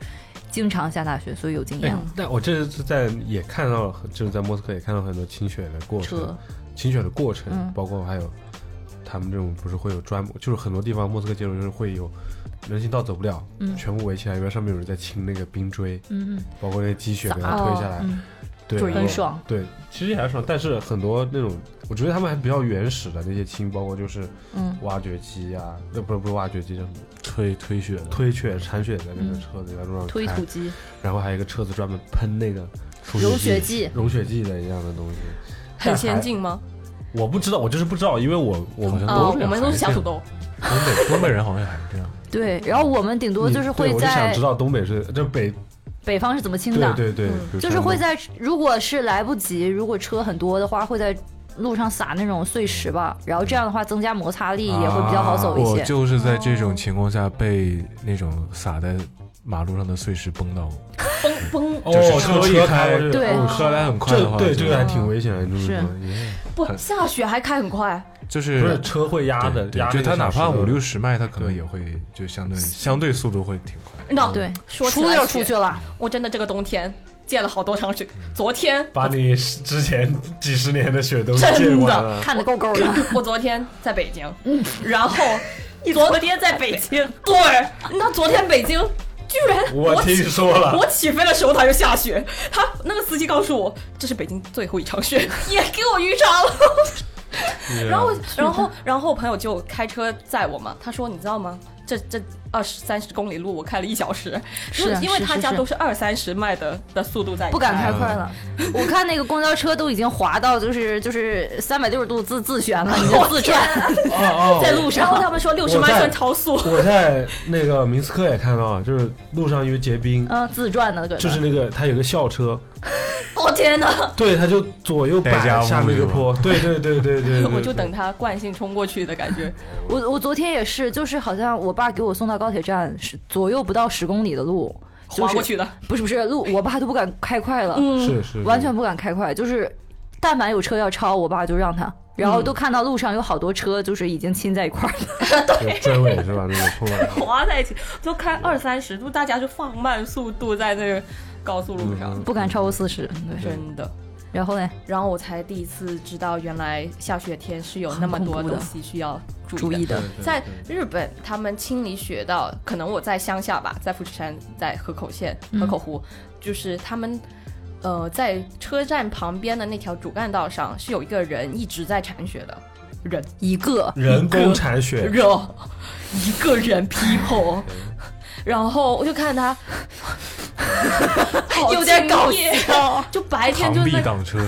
Speaker 4: 经常下大雪，所以有经验
Speaker 3: 哎
Speaker 4: 了。，
Speaker 3: 但我这次在也看到了很，就是在莫斯科也看到很多清雪的过程
Speaker 4: 车，
Speaker 3: 清雪的过程，
Speaker 4: 嗯
Speaker 3: 包括还有他们这种不是会有专门，就是很多地方莫斯科街头就是会有人行道走不了，
Speaker 4: 嗯
Speaker 3: 全部围起来，因为上面有人在清那个冰锥，
Speaker 4: 嗯嗯，
Speaker 3: 包括那积雪给它推下来，
Speaker 4: 嗯，
Speaker 3: 对，
Speaker 4: 就
Speaker 3: 然
Speaker 4: 很
Speaker 3: 后
Speaker 4: 爽。
Speaker 3: 对，其实还爽，但是很多那种，我觉得他们还比较原始的那些清，包括就是
Speaker 4: 嗯
Speaker 3: 挖掘机呀、啊，那、不是不是挖掘机，叫什么
Speaker 6: 推推雪的，
Speaker 3: 推雪铲雪的那个
Speaker 4: 嗯
Speaker 3: 车子在路上
Speaker 4: 推
Speaker 3: 开
Speaker 4: 土机、
Speaker 3: 然后还有一个车子专门喷那个除
Speaker 4: 融
Speaker 3: 雪
Speaker 4: 雪剂，
Speaker 3: 融雪剂的一样的东西，
Speaker 2: 很先进吗？
Speaker 3: 我不知道，我就是不知道，因为我我
Speaker 6: 好
Speaker 3: 们
Speaker 6: 像
Speaker 2: 啊、
Speaker 4: 哦
Speaker 6: 东北
Speaker 2: 我们都是小土豆，
Speaker 6: 东北东北人好像还是这样。
Speaker 4: 对，然后我们顶多就
Speaker 3: 对
Speaker 4: 是会
Speaker 3: 我就想
Speaker 4: 在
Speaker 3: 知道东北是这北
Speaker 4: 北方是怎么清的嗯
Speaker 3: 对，对对，比如
Speaker 4: 就是
Speaker 3: 山
Speaker 4: 会
Speaker 3: 东
Speaker 4: 在，如果是来不及，如果车很多的话，会在路上撒那种碎石吧，然后这样的话增加摩擦
Speaker 6: 啊
Speaker 4: 力也会比较好走一
Speaker 6: 我
Speaker 4: 些。哦
Speaker 6: 就是在这种情况下被那种撒在马路上的碎石崩到过，
Speaker 2: 嘣嘣，
Speaker 3: 哦，
Speaker 6: 就是
Speaker 3: 车一
Speaker 5: 车
Speaker 3: 开
Speaker 5: 开，
Speaker 3: 这
Speaker 4: 对
Speaker 3: 哦
Speaker 6: 车来很快的
Speaker 3: 这
Speaker 6: 话，
Speaker 3: 对
Speaker 6: 就
Speaker 3: 这个还挺危险的，
Speaker 4: 是
Speaker 3: 这么说耶
Speaker 2: 不下雪还开很快，
Speaker 6: 就
Speaker 3: 不是
Speaker 6: 是
Speaker 3: 车会压的
Speaker 6: 对，对
Speaker 3: 压
Speaker 6: 就
Speaker 3: 那
Speaker 6: 他
Speaker 3: 个
Speaker 6: 哪
Speaker 3: 小
Speaker 6: 怕
Speaker 3: 石头
Speaker 6: 五六十迈，他可能
Speaker 3: 对
Speaker 6: 也会就相对相对速度会挺快。
Speaker 2: 那
Speaker 4: 对，
Speaker 2: 嗯说起
Speaker 4: 出
Speaker 2: 来
Speaker 4: 就
Speaker 2: 雪
Speaker 4: 出去了，
Speaker 2: 我真的这个冬天见了好多场雪，昨 (laughs) 天
Speaker 3: 把你之前几十年的雪都
Speaker 2: 真
Speaker 3: 溅完
Speaker 2: 的
Speaker 3: 了。
Speaker 4: 看得够够
Speaker 2: (laughs)
Speaker 4: 的。
Speaker 2: 我昨天在北京，然 (laughs) 后昨天嗯在北京，对，那昨天北京居然
Speaker 3: 我听
Speaker 2: 起
Speaker 3: 说了
Speaker 2: 我起飞的时候它就下雪，他那个司机告诉我这是北京最后一场雪， (laughs) 也给我遇上了。 (laughs)
Speaker 6: 啊
Speaker 2: 然后，然后，然后我朋友就开车载我嘛，他说你知道吗？这这二十三十公里路我开了一小时，
Speaker 4: 是啊
Speaker 2: 因为
Speaker 4: 是
Speaker 2: 他
Speaker 4: 是
Speaker 2: 家
Speaker 4: 是
Speaker 2: 都是二三十迈的的速度在
Speaker 4: 不敢
Speaker 2: 开
Speaker 4: 开快了。我看那个公交车都已经滑到就是就是三百六十度自自旋了，你就自转
Speaker 3: 哦哦，
Speaker 4: 在路
Speaker 2: 然后
Speaker 4: 上。
Speaker 2: 他们说六十迈
Speaker 3: 我在
Speaker 2: 算超速，
Speaker 3: 我在那个明斯克也看到，就是路上因为结冰，
Speaker 4: (laughs) 嗯，自转的那个，
Speaker 3: 就是那个他有个
Speaker 2: (laughs)
Speaker 3: 校车，
Speaker 2: 我哦天哪！
Speaker 3: 对，他就左右摆
Speaker 6: 代驾
Speaker 3: 下那
Speaker 6: 物
Speaker 3: 个
Speaker 6: 流
Speaker 3: 坡，对对对对对对，
Speaker 2: (laughs) 我就
Speaker 3: 对
Speaker 2: 等他惯性冲过去的感觉。
Speaker 4: 我我昨天也是，就是好像我爸给我送到高铁站，是左右不到十公里的路，就
Speaker 2: 划
Speaker 4: 是
Speaker 2: 过去的，
Speaker 4: 不是不是路，我爸都不敢开快了，
Speaker 2: 嗯
Speaker 3: 是是
Speaker 4: 完全不敢开快，就是但凡有车要超，我爸就让他。然后都看到路上有好多车，就是已经亲在一块儿了。
Speaker 3: 是追尾是吧？那个冲
Speaker 2: (laughs)
Speaker 3: 了。
Speaker 2: 划在一起，就开二三十度，大家就放慢速度在那个高速路上，
Speaker 4: 不敢超过四十。对，
Speaker 2: 真的。
Speaker 4: 然后呢，
Speaker 2: 然后我才第一次知道，原来下雪天是有那么多
Speaker 4: 很恐怖
Speaker 2: 东
Speaker 4: 的
Speaker 2: 西需要注意
Speaker 4: 注意的
Speaker 2: 在日本，他们清理雪道，可能我在乡下吧，在富士山，在河口县、河口湖，
Speaker 4: 嗯
Speaker 2: 就是他们。呃，在车站旁边的那条主干道上，是有一个人一直在铲雪的，人
Speaker 4: 一个
Speaker 3: 人工铲雪，
Speaker 2: 热，一个
Speaker 4: (laughs)
Speaker 2: 人 people，然后我就看他，有点搞笑， (laughs) 就白 (laughs) 天
Speaker 6: 螳
Speaker 2: 就
Speaker 6: 臂
Speaker 2: 那 (laughs)
Speaker 6: 挡车，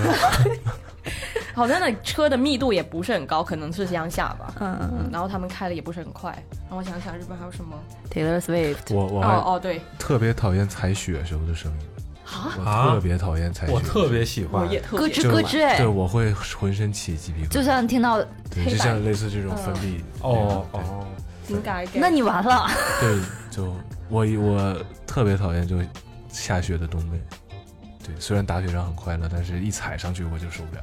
Speaker 2: 好像那车的密度也不是很高，可能是乡下吧，
Speaker 4: 嗯嗯
Speaker 2: 嗯，然后他们开的也不是很快，然后我想想日本还有什么，
Speaker 4: ，Taylor Swift，
Speaker 6: 我我
Speaker 2: 哦
Speaker 6: 还
Speaker 2: 哦对，
Speaker 6: 特别讨厌踩雪时候的声音，
Speaker 2: 啊，
Speaker 3: 啊
Speaker 6: 我特别讨厌踩雪，
Speaker 3: 我特别喜
Speaker 2: 我
Speaker 3: 欢。
Speaker 2: 也特
Speaker 4: 咯
Speaker 2: 别
Speaker 4: 吱
Speaker 6: 就
Speaker 4: 咯吱哎
Speaker 6: 对，，我会浑身起鸡皮疙瘩，
Speaker 4: 就像听到，
Speaker 6: 对，
Speaker 2: 黑
Speaker 6: 就
Speaker 2: 白嗯
Speaker 6: 像类似这种分泌
Speaker 3: 哦哦，
Speaker 2: 应该给
Speaker 4: 那你完了，
Speaker 6: 对，就我我特别讨厌就下雪的东北。对，虽然打雪仗很快乐，但是一踩上去我就受不了。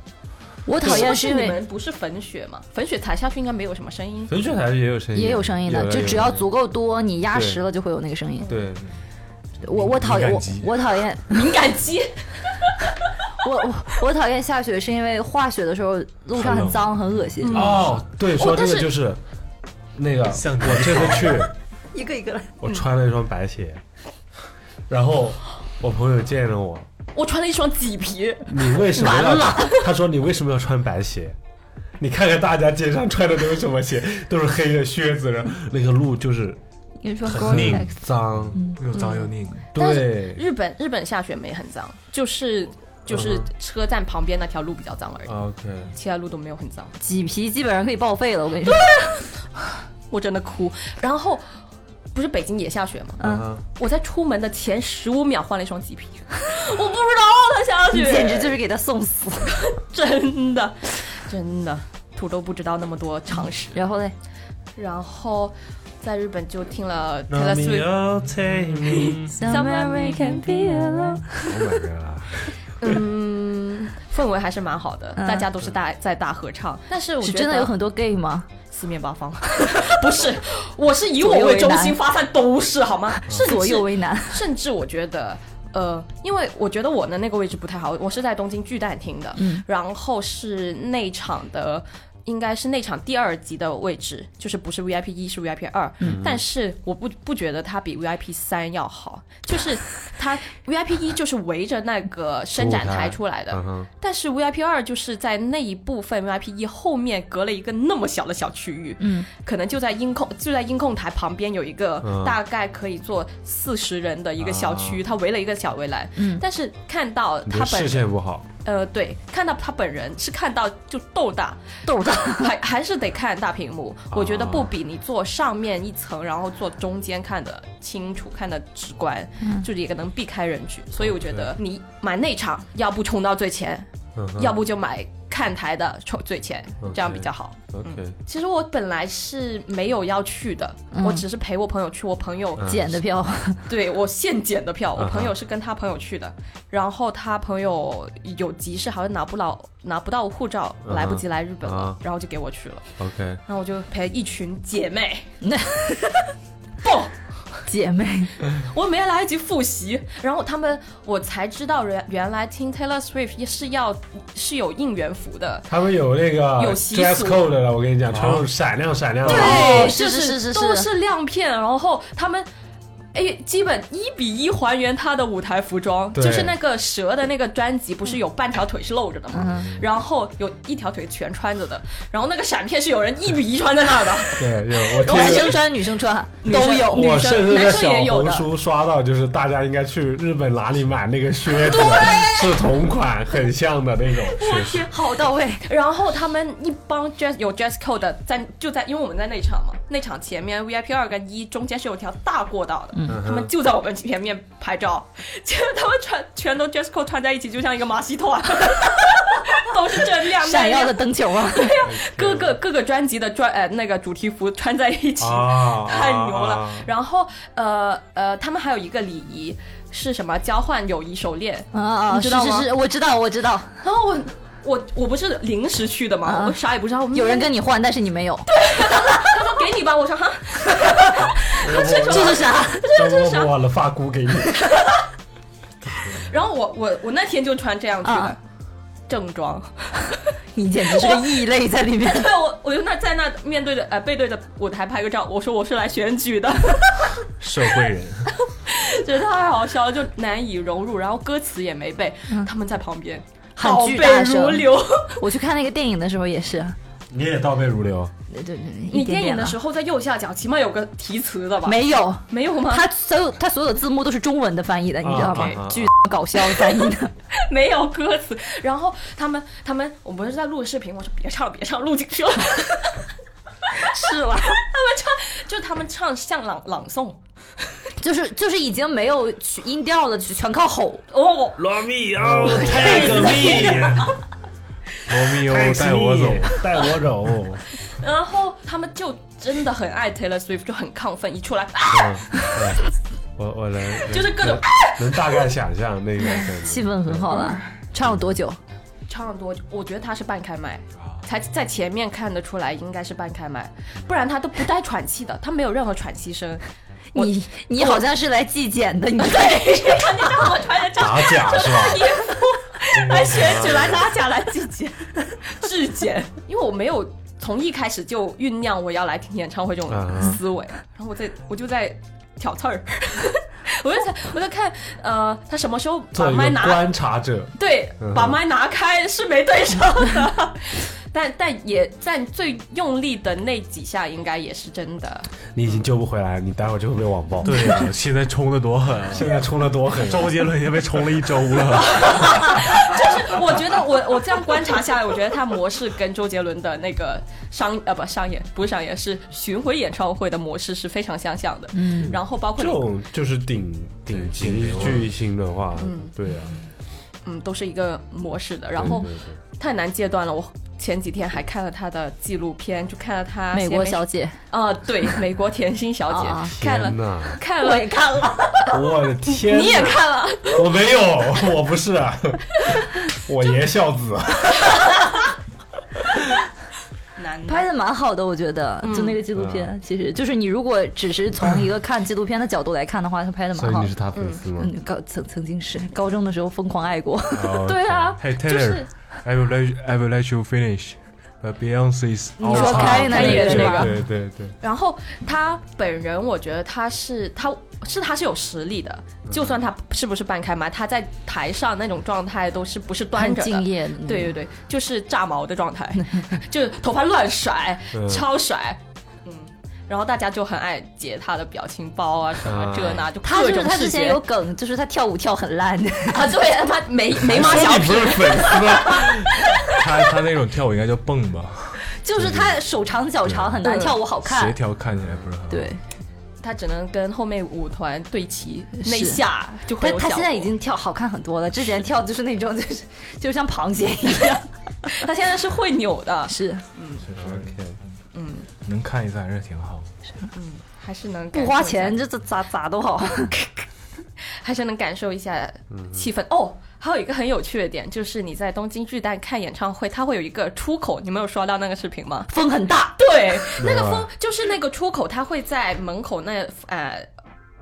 Speaker 4: 我讨
Speaker 2: 是不
Speaker 4: 厌
Speaker 2: 是
Speaker 4: 因
Speaker 2: 你
Speaker 4: 为
Speaker 2: 们不是粉雪嘛？粉雪踩下去应该没有什么声音，
Speaker 3: 粉雪台也有声音，
Speaker 4: 也有声音的，就只要足够多，你压实了就会有那个声音。
Speaker 3: 对，
Speaker 4: 我我讨厌
Speaker 6: 敏
Speaker 4: 我
Speaker 6: 感肌
Speaker 4: 我讨厌
Speaker 2: 敏感肌，
Speaker 4: 我我我讨厌下雪，是因为化雪的时候路上很脏很恶心。
Speaker 3: 哦，对，说到
Speaker 2: 但
Speaker 3: 这
Speaker 2: 是
Speaker 3: 个就是那个，
Speaker 6: 像
Speaker 3: 我这次去，
Speaker 2: (laughs)
Speaker 4: 一个一个来，
Speaker 3: 我穿了一双白鞋，然后我朋友见了我，
Speaker 2: 我穿了一双麂皮，
Speaker 3: 你为什么
Speaker 2: 完
Speaker 3: 要
Speaker 2: 了？
Speaker 3: 他说你为什么要穿白鞋？你看看大家街上穿的都是什么鞋，都是黑的靴子，然后那个路就是
Speaker 4: 你说 g o
Speaker 3: 很
Speaker 4: r
Speaker 3: 脏。
Speaker 6: 又脏又拧，
Speaker 2: 嗯但是
Speaker 3: 对，
Speaker 2: 日本日本下雪没很脏，就是就是车站旁边那条路比较脏而已，
Speaker 3: OK，
Speaker 2: 其他路都没有很脏。
Speaker 4: 麂皮基本上可以报废了，我跟你说。
Speaker 2: 我真的哭。然后不是北京也下雪吗？
Speaker 3: 嗯
Speaker 7: 啊
Speaker 3: 哼，
Speaker 2: 我在出门的前十五秒换了一双麂皮， (laughs) 我不知道它下
Speaker 4: 你
Speaker 2: 雪，
Speaker 4: 简直就是给他送死。
Speaker 2: (laughs) 真的真的土豆不知道那么多常识。
Speaker 4: 然后嘞，
Speaker 2: 然后在日本就听了 Taylor
Speaker 3: 让你
Speaker 2: Swift。
Speaker 3: 要 take me。
Speaker 2: Somewhere we can be alone
Speaker 7: Oh
Speaker 2: 嗯，氛围还是蛮好的，
Speaker 4: 嗯
Speaker 2: 大家都是大在大合唱。但是我
Speaker 4: 是
Speaker 2: 觉得
Speaker 4: 真的有很多 gay 吗？
Speaker 2: 四面八 (laughs) 方，不是，我是以我为中心发散，都是好吗？是
Speaker 4: 左右为难。
Speaker 2: (laughs) 甚至我觉得，呃，因为我觉得我的那个位置不太好，我是在东京巨蛋听的，
Speaker 3: 嗯
Speaker 2: 然后是内场的。应该是内场第二级的位置，就是不是 VIP 一，是 VIP 二、
Speaker 3: 嗯
Speaker 2: 但是我不不觉得它比 VIP 三要好，就是它 (laughs) VIP 一就是围着那个伸展台出来的，
Speaker 3: 嗯哼，
Speaker 2: 但是 VIP 二就是在那一部分 VIP 一后面隔了一个那么小的小区域，嗯，可能就在音控就在音控台旁边有一个
Speaker 3: 嗯啊
Speaker 2: 大概可以坐四十人的一个小区，他围了一个小围栏，嗯，但是看到
Speaker 3: 你
Speaker 2: 他
Speaker 3: 的
Speaker 2: 本
Speaker 3: 视线不好，
Speaker 2: 呃对，看到他本人是看到就豆大
Speaker 4: 豆
Speaker 2: (laughs)
Speaker 4: 大
Speaker 2: 还还是得看大屏幕，
Speaker 3: 哦
Speaker 2: 我觉得不比你坐上面一层，然后坐中间看得清楚、看得直观，
Speaker 3: 嗯
Speaker 2: 就是也能避开人群。所以我觉得你买内场，要不冲到最前，
Speaker 3: 嗯哼
Speaker 2: 要不就买看台的冲最前，这样比较好。嗯
Speaker 3: OK，
Speaker 2: 其实我本来是没有要去的，
Speaker 4: 嗯
Speaker 2: 我只是陪我朋友去，我朋
Speaker 3: 嗯
Speaker 2: 友、
Speaker 4: 捡的 (laughs) 票，
Speaker 2: 对我现捡的票，我
Speaker 3: 嗯哼
Speaker 2: 朋友是跟他朋友去的，然后他朋友有急事，好像拿不到拿不到护照，
Speaker 3: 嗯哼
Speaker 2: 来不及来日本了
Speaker 3: 啊，
Speaker 2: 然后就给我去了，
Speaker 3: OK，
Speaker 2: 然后我就陪一群姐妹，
Speaker 3: 嗯
Speaker 2: (laughs) 蹦。
Speaker 4: 姐妹， (laughs)
Speaker 2: 我没来得及复习，然后他们我才知道原原来听 Taylor Swift 是要是有应援服的，
Speaker 7: 他们有那个
Speaker 2: 有习俗
Speaker 7: dress code 的了，我跟你讲，穿那种闪亮闪亮的，
Speaker 4: 哦
Speaker 2: 就是
Speaker 4: 是是是
Speaker 2: 都是亮片，然后他们。哎，基本一比一还原他的舞台服装，
Speaker 7: 对
Speaker 2: 就是那个蛇的那个专辑，不是有半条腿是露着的吗？
Speaker 7: 嗯
Speaker 2: 然后有一条腿全穿着的，然后那个闪片是有人一比一穿在那儿的，
Speaker 7: 对，有我
Speaker 4: 男
Speaker 7: 听。
Speaker 4: 生穿女生穿
Speaker 2: 都有，
Speaker 7: 我
Speaker 2: 女
Speaker 7: 甚
Speaker 2: 生
Speaker 7: 至
Speaker 2: 男
Speaker 7: 在
Speaker 2: 生
Speaker 7: 小
Speaker 2: 也有
Speaker 7: 红
Speaker 2: 的。
Speaker 7: 书刷到，就是大家应该去日本哪里买那个靴子，是同款，很像的那种。靴。
Speaker 4: 好到位，
Speaker 2: 然后他们一帮 dress 有 dress code 的在就在，因为我们在内场嘛，内场前面 VIP 二跟一中间是有条大过道的，
Speaker 4: 嗯
Speaker 2: 他们就在我们前面拍照， (laughs) 结果他们穿全都 dress code 穿在一起，就像一个马戏团， (laughs) 都是这亮
Speaker 4: (laughs) 闪耀的
Speaker 2: 亮
Speaker 4: 灯球啊！
Speaker 2: 各个各个专辑的专呃那个主题服穿在一起，
Speaker 7: 啊
Speaker 2: (laughs) 太牛了。然后呃呃，他们还有一个礼仪是什么？交换友谊手链，
Speaker 4: (laughs) 啊啊， (laughs)
Speaker 2: 你知
Speaker 4: 是
Speaker 2: 道
Speaker 4: 是
Speaker 2: 吗
Speaker 4: 是，我知道我知道，
Speaker 2: 然后我。我我不是临时去的嘛，
Speaker 4: 啊
Speaker 2: 我啥也不知道。我们
Speaker 4: 有人跟你换，但是你没有，
Speaker 2: 他说给你吧，我说哈，
Speaker 4: 这是啊啥？
Speaker 7: 真我我了发箍给你，
Speaker 2: 然后我我我那天就穿这样去的
Speaker 4: 啊，
Speaker 2: 正
Speaker 4: (laughs)
Speaker 2: 装。
Speaker 4: (laughs) 你简直是个异类在里面。
Speaker 2: 对，我我就那在那面对着呃背对着舞台拍个照，我说我是来选举
Speaker 4: (laughs)
Speaker 2: 的，
Speaker 6: 社会人，
Speaker 2: 觉得太好笑了，就难以融入。然后歌词也没背，他们在旁边
Speaker 4: 嗯很
Speaker 2: 倒
Speaker 4: 巨
Speaker 2: 背
Speaker 4: 大声
Speaker 2: 如流。
Speaker 4: (laughs) 我去看那个电影的时候也是，
Speaker 7: 你也倒背如流。
Speaker 4: 对对对，
Speaker 2: 你
Speaker 4: 一点
Speaker 2: 电影
Speaker 4: 点
Speaker 2: 的
Speaker 4: 了
Speaker 2: 时候在右下角起码有个提词的吧？
Speaker 4: 没有，
Speaker 2: 没有吗？
Speaker 4: 他所有他所有字幕都是中文的翻译的，你知道吗
Speaker 3: 啊啊啊？
Speaker 4: 巨搞笑翻译的，
Speaker 2: (laughs) 没有歌词。然后他们他们我们是在录视频，我说别唱了别唱了，录进去了。
Speaker 4: (laughs)
Speaker 2: (laughs)
Speaker 4: 是吧？
Speaker 2: 就他们唱像朗朗诵，
Speaker 4: (laughs) 就是就是已经没有去音调了，全靠吼。
Speaker 2: 哦，
Speaker 6: 罗密欧 take me，罗密欧带我走，，
Speaker 7: 带我走。
Speaker 2: 然后他们就真的很爱 Taylor Swift，就很亢奋，一出来啊，
Speaker 7: 嗯，对
Speaker 3: 我我来，
Speaker 2: (laughs) 就是各种
Speaker 7: 能大概想象
Speaker 2: (laughs)
Speaker 7: 那个感觉。
Speaker 4: 气氛很好了。唱了多久？
Speaker 2: 唱了多久？我觉得他是半开麦，才在前面看得出来应该是半开麦，不然他都不带喘气的，他没有任何喘气声。我
Speaker 4: 你你好像是来纪检的，你
Speaker 2: 你让 (laughs) 我穿着这
Speaker 7: 打假是
Speaker 2: (laughs)
Speaker 7: 吧？ (laughs)
Speaker 2: 来选举来拉下来季节质检，因为我没有从一开始就酝酿我要来听演唱会这种思维，啊然后我在我就在挑刺儿， (laughs) 我就在我在看呃他什么时候
Speaker 7: 做
Speaker 2: 把
Speaker 7: 一
Speaker 2: 麦
Speaker 7: 个
Speaker 2: 拿
Speaker 7: 观察者，
Speaker 2: 对，
Speaker 4: 嗯
Speaker 2: 把麦拿开是没对上
Speaker 4: (laughs)
Speaker 2: 的，但但也在最用力的那几下，应该也是真的。
Speaker 7: 你已经救不回来，你待会儿就会被网暴。
Speaker 6: 对呀，现在冲的多狠啊，
Speaker 7: 现在冲的多
Speaker 2: (laughs)
Speaker 7: 狠，
Speaker 6: (laughs) 周杰伦也被冲了一周了。
Speaker 2: 就是我觉得我我这样观察下来，我觉得他模式跟周杰伦的那个商呃不商演不是商演是巡回演唱会的模式是非常相像的。嗯，然后包括
Speaker 3: 这种就是顶顶级巨星的话，对啊，
Speaker 2: 嗯都是一个模式的，然后
Speaker 4: 嗯
Speaker 3: 对对对
Speaker 2: 太难戒断了。我前几天还看了他的纪录片，就看了他
Speaker 4: (laughs) 美国小
Speaker 2: 姐 (laughs)
Speaker 4: 姐，
Speaker 2: 啊、对美国甜心小姐
Speaker 4: 啊
Speaker 2: 看
Speaker 3: 天
Speaker 2: 了
Speaker 3: 呐，
Speaker 2: 看了也看了，
Speaker 7: 我
Speaker 2: (laughs)
Speaker 7: 的天！
Speaker 2: 你也看了。
Speaker 7: 我没有，我不是，
Speaker 3: 啊
Speaker 7: 我爷孝子。
Speaker 2: 男
Speaker 4: 拍的蛮好的，我觉得。
Speaker 2: 嗯
Speaker 4: 就那个纪录
Speaker 3: 嗯
Speaker 4: 片，其实就是你如果只是从一个看纪录片的角度来看的话，他拍
Speaker 3: (laughs)
Speaker 4: 的
Speaker 3: 所
Speaker 4: 蛮
Speaker 3: 以
Speaker 4: 好
Speaker 3: 你。是他粉丝吗？
Speaker 4: 嗯，高曾曾经是高中的时候疯狂
Speaker 2: (laughs)
Speaker 4: 爱过，
Speaker 2: 对啊，
Speaker 6: Hey
Speaker 2: 就是
Speaker 6: Taylor，I will let you, I will let you finish, but Beyonce's
Speaker 2: 你说
Speaker 6: all time
Speaker 4: 开那也是
Speaker 2: 对
Speaker 4: 吧？
Speaker 7: 对对对，
Speaker 2: 然后他本人，我觉得他是他是他是有实力的，就算他是不是半开麦，他在台上那种状态都是不是端
Speaker 4: 很
Speaker 2: 着的。
Speaker 4: 敬业。嗯
Speaker 2: 对，对对，就是炸毛的状态，
Speaker 4: (laughs)
Speaker 2: 就是头发乱甩、超甩，嗯，然后大家就很爱截他的表情包啊什么这那，就
Speaker 4: 他
Speaker 2: 各
Speaker 4: 就是
Speaker 2: 种
Speaker 4: 他之
Speaker 2: 视
Speaker 4: 前
Speaker 2: 频
Speaker 4: 有梗，就是他跳舞跳很
Speaker 2: (laughs)
Speaker 4: 烂，
Speaker 2: 啊，对，他眉 (laughs) 眉毛小
Speaker 7: 你不
Speaker 2: 品，
Speaker 7: 是粉丝，
Speaker 6: 他他那种跳舞应该叫蹦吧，
Speaker 4: 就是他手长脚长很难跳舞好
Speaker 6: 协
Speaker 4: 看。
Speaker 6: 调看起来不是很好。
Speaker 4: 对，
Speaker 2: 他只能跟后面舞团对齐
Speaker 4: 是
Speaker 2: 那一下就会
Speaker 4: 但
Speaker 2: 有
Speaker 4: 他
Speaker 2: 效
Speaker 4: 现在已
Speaker 2: 果
Speaker 4: 经跳好看很多了，之前跳就是那种就是就像螃蟹一样，
Speaker 2: 他现在是会扭的，
Speaker 4: 是
Speaker 6: 所以说
Speaker 2: 嗯，
Speaker 6: 能看一次还是挺好的。
Speaker 2: 还是能
Speaker 4: 不
Speaker 2: 感
Speaker 4: 花
Speaker 2: 受一下
Speaker 4: 钱，这这咋咋都好。 (laughs)
Speaker 2: 还是能感受一下气氛哦。还有一个很有趣的点，就是你在东京巨蛋看演唱会，它会有一个出口，你们有刷到那个视频吗？
Speaker 4: 风很 (laughs) 大，
Speaker 2: 对， (laughs) 那个风就是那个出口，它会在门口那呃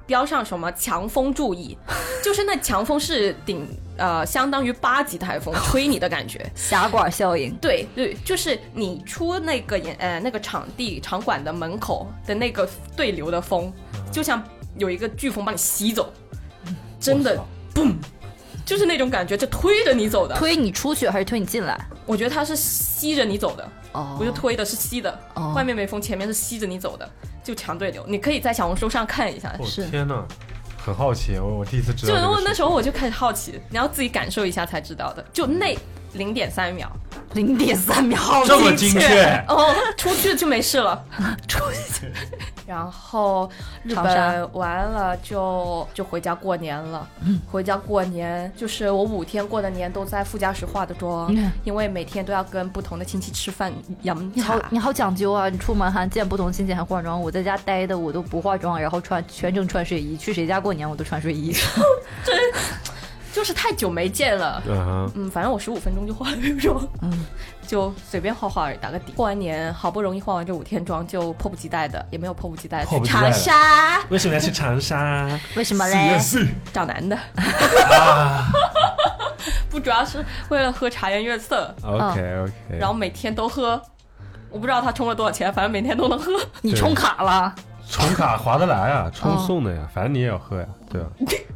Speaker 2: 标上什么强风注意，就是那强风是顶呃相当于八级台风吹你的感觉。
Speaker 4: 峡谷效应。
Speaker 2: 对对，就是你出那个演呃那个场地场馆的门口的那个对流的风，
Speaker 7: 嗯
Speaker 2: 就像有一个飓风把你吸走， (laughs) 真的，嘣，就是那种感觉，就推着你走的。
Speaker 4: 推你出去还是推你进来？
Speaker 2: 我觉得它是吸着你走的，
Speaker 4: 哦
Speaker 2: 不是推的，是吸的。
Speaker 4: 哦
Speaker 2: 外面没风，前面是吸着你走的，就强对流。你可以在小红书上看一下。
Speaker 3: 我
Speaker 4: 是
Speaker 3: 天呐，
Speaker 7: 很好奇，我我第一次哦知道
Speaker 2: 就
Speaker 7: 这个事
Speaker 2: 我
Speaker 7: 情。
Speaker 2: 那时候我就开始好奇，你要自己感受一下才知道的。就那零点三秒，
Speaker 4: 零点三秒，
Speaker 7: 这么精确，
Speaker 2: (laughs) 哦，出去就没事了，出去。然后日
Speaker 4: 长沙
Speaker 2: 本完了就就回家过年了，回家过年就是我五天过的年都在副驾驶化的妆，
Speaker 4: 嗯
Speaker 2: 因为每天都要跟不同的亲戚吃饭饮
Speaker 4: 你好
Speaker 2: 茶。，
Speaker 4: 你好讲究啊！你出门还见不同亲戚还化妆，我在家待的我都不化妆，然后穿全程穿睡衣。去谁家过年我都穿睡 (laughs) 衣。
Speaker 2: 就是太久没见了。
Speaker 3: 啊哈，
Speaker 2: 嗯，反正我十五分钟就化了个妆，
Speaker 4: 嗯，
Speaker 2: 就随便化化而已打个底。过完年好不容易化完这五天妆，就迫不及待的，也没有迫不及待地
Speaker 7: 迫
Speaker 2: 去
Speaker 7: 不及待
Speaker 2: 长
Speaker 7: 了
Speaker 2: 沙
Speaker 3: 为什么要去长沙？
Speaker 4: 为什么嘞？
Speaker 2: 找男的， (laughs) 不主要是为了喝茶颜悦色，
Speaker 3: OK OK，
Speaker 2: 然后每天都喝，我不知道他充了多少钱，反正每天都能喝。
Speaker 4: 你充卡了，
Speaker 3: 充卡划得来
Speaker 2: 嗯
Speaker 3: 啊，充
Speaker 4: 哦
Speaker 3: 送的呀，反正你也要喝呀，对吧？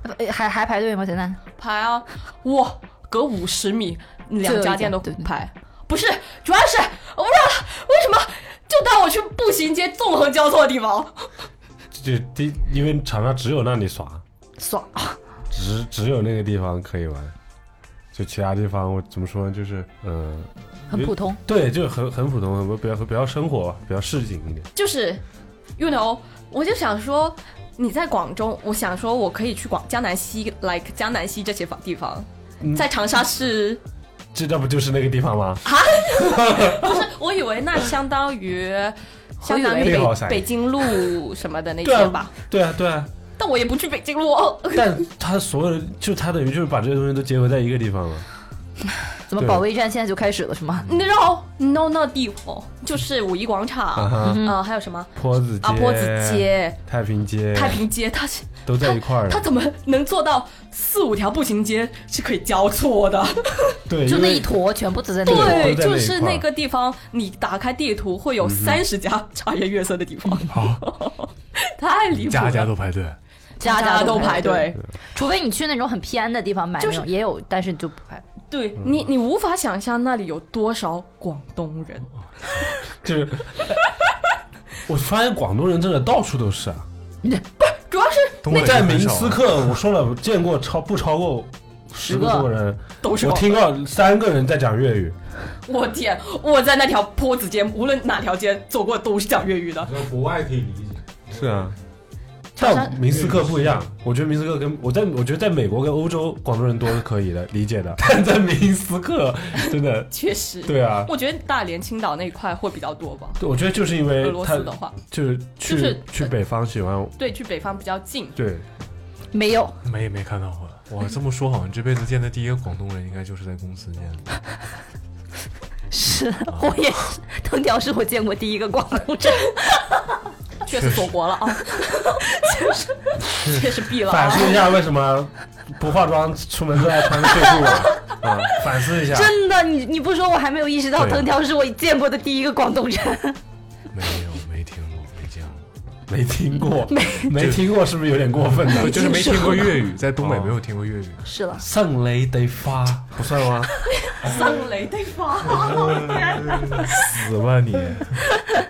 Speaker 3: 啊
Speaker 4: 呃还还排队吗？现在
Speaker 2: 排啊，哇，隔五十米，两家店都
Speaker 4: 对对对
Speaker 2: 排。不是，主要是我不知道为什么就带我去步行街纵横交错的地方，
Speaker 3: 这第因为长沙只有那里耍，
Speaker 4: 爽，
Speaker 3: 只只有那个地方可以玩，就其他地方我怎么说呢？就是嗯、
Speaker 4: 很普通。
Speaker 3: 对，就很很普通，很比较比较生活，比较市井一点。
Speaker 2: 就是，you know，我就想说你在广州，我想说我可以去广江南西，like 江南西这些地方，在长沙是
Speaker 3: 这这不就是那个地方
Speaker 2: 啊
Speaker 3: 吗？
Speaker 2: 不是？ (laughs) 我以为那相当于相当于
Speaker 3: 我以为
Speaker 2: 北北京路 (laughs) 什么的那
Speaker 3: 对
Speaker 2: 些吧
Speaker 3: 啊，，对啊，对啊。
Speaker 2: 但我也不去北京路哦。
Speaker 3: 但它所有的，就它等于就是把这些东西都结合在一个地方了。
Speaker 4: 怎么
Speaker 3: 对
Speaker 4: 保卫战现在就开始了是吗？
Speaker 2: 你知道你知道那地方就是五一广
Speaker 3: 啊
Speaker 2: 场，
Speaker 3: 哈，
Speaker 2: 嗯、还有什么
Speaker 3: 坡子街、
Speaker 2: 啊坡子、街、
Speaker 3: 太平街、
Speaker 2: 太平街，它是
Speaker 3: 都在一块儿
Speaker 2: 它
Speaker 3: 了。
Speaker 2: 怎么能做到四五条步行街是可以交错的？
Speaker 3: 对，
Speaker 4: 就
Speaker 3: 因
Speaker 4: 那
Speaker 3: 为
Speaker 4: 一坨全部都在那
Speaker 2: 对，
Speaker 4: 里。
Speaker 3: 都在那一块儿
Speaker 2: 就是那个地方，你打开地图会有三十家茶颜悦色的地方， (laughs) 太离谱了，
Speaker 6: 家家都排队，
Speaker 4: 家
Speaker 2: 家
Speaker 4: 都
Speaker 2: 都排队。
Speaker 4: 除非你去那种很偏的地方买，
Speaker 2: 就是
Speaker 4: 那种也有，但是就不排。
Speaker 2: 对
Speaker 3: 嗯
Speaker 2: 你，你无法想象那里有多少广东人，
Speaker 3: 哦
Speaker 2: (laughs)
Speaker 3: 就是，我发现广东人真的到处都是啊。
Speaker 2: 主要是
Speaker 6: 东北
Speaker 3: 在
Speaker 6: 人
Speaker 3: 明
Speaker 6: 很少啊
Speaker 3: 斯克，我说了，我见过超不超过十个中国人，
Speaker 2: 都是
Speaker 3: 我
Speaker 2: 广。
Speaker 3: 听到三个人在讲粤语。
Speaker 2: 我天，我在那条坡子街，无论哪条街走过都是讲粤语的。
Speaker 5: 这国外可以理解，
Speaker 3: 是啊，
Speaker 4: 长沙
Speaker 3: 但明斯克不一样，我觉得明斯克跟我在我觉得在美国跟欧洲广东人多是可以的，理解的， (laughs) 但在明斯克真的
Speaker 2: 确实，
Speaker 3: 对啊。
Speaker 2: 我觉得大连、青岛那一块会比较多吧。
Speaker 3: 我觉得就是因
Speaker 2: 俄
Speaker 3: 为
Speaker 2: 罗
Speaker 3: 哎他
Speaker 2: 斯的话，
Speaker 3: 就是去、
Speaker 2: 就是
Speaker 3: 去北方喜欢
Speaker 2: 对，去北方比较近。
Speaker 3: 对
Speaker 4: 没有，
Speaker 6: 没没看到过。我这么说好像这辈子见的第一个广东人，应该就是在公司见的。
Speaker 4: 是我也是，藤条是我见过第一个广东人。
Speaker 2: 确实锁国了
Speaker 3: (laughs)
Speaker 2: 啊，确实确实闭了
Speaker 3: 反
Speaker 2: 啊。
Speaker 3: 思一下为什么不化妆出门都要穿个睡
Speaker 2: (laughs)
Speaker 3: 裤啊啊，反思一下。
Speaker 4: (laughs) 真的，你你不说我还没有意识到，
Speaker 6: 对
Speaker 8: 啊
Speaker 4: 藤条是我见过的第一个广东人。
Speaker 6: 没有，没听过，没见
Speaker 3: (laughs)
Speaker 6: 过，
Speaker 3: 没听过，没听过，是不是有点过分呢？
Speaker 6: 就是没听过粤语，在东北
Speaker 3: 哦
Speaker 6: 没有听过粤语。
Speaker 4: (laughs) 是了，
Speaker 3: 上雷得发，
Speaker 2: (laughs)
Speaker 3: 不算吗？
Speaker 2: 上雷对吧？
Speaker 6: 死吧 (laughs) 你！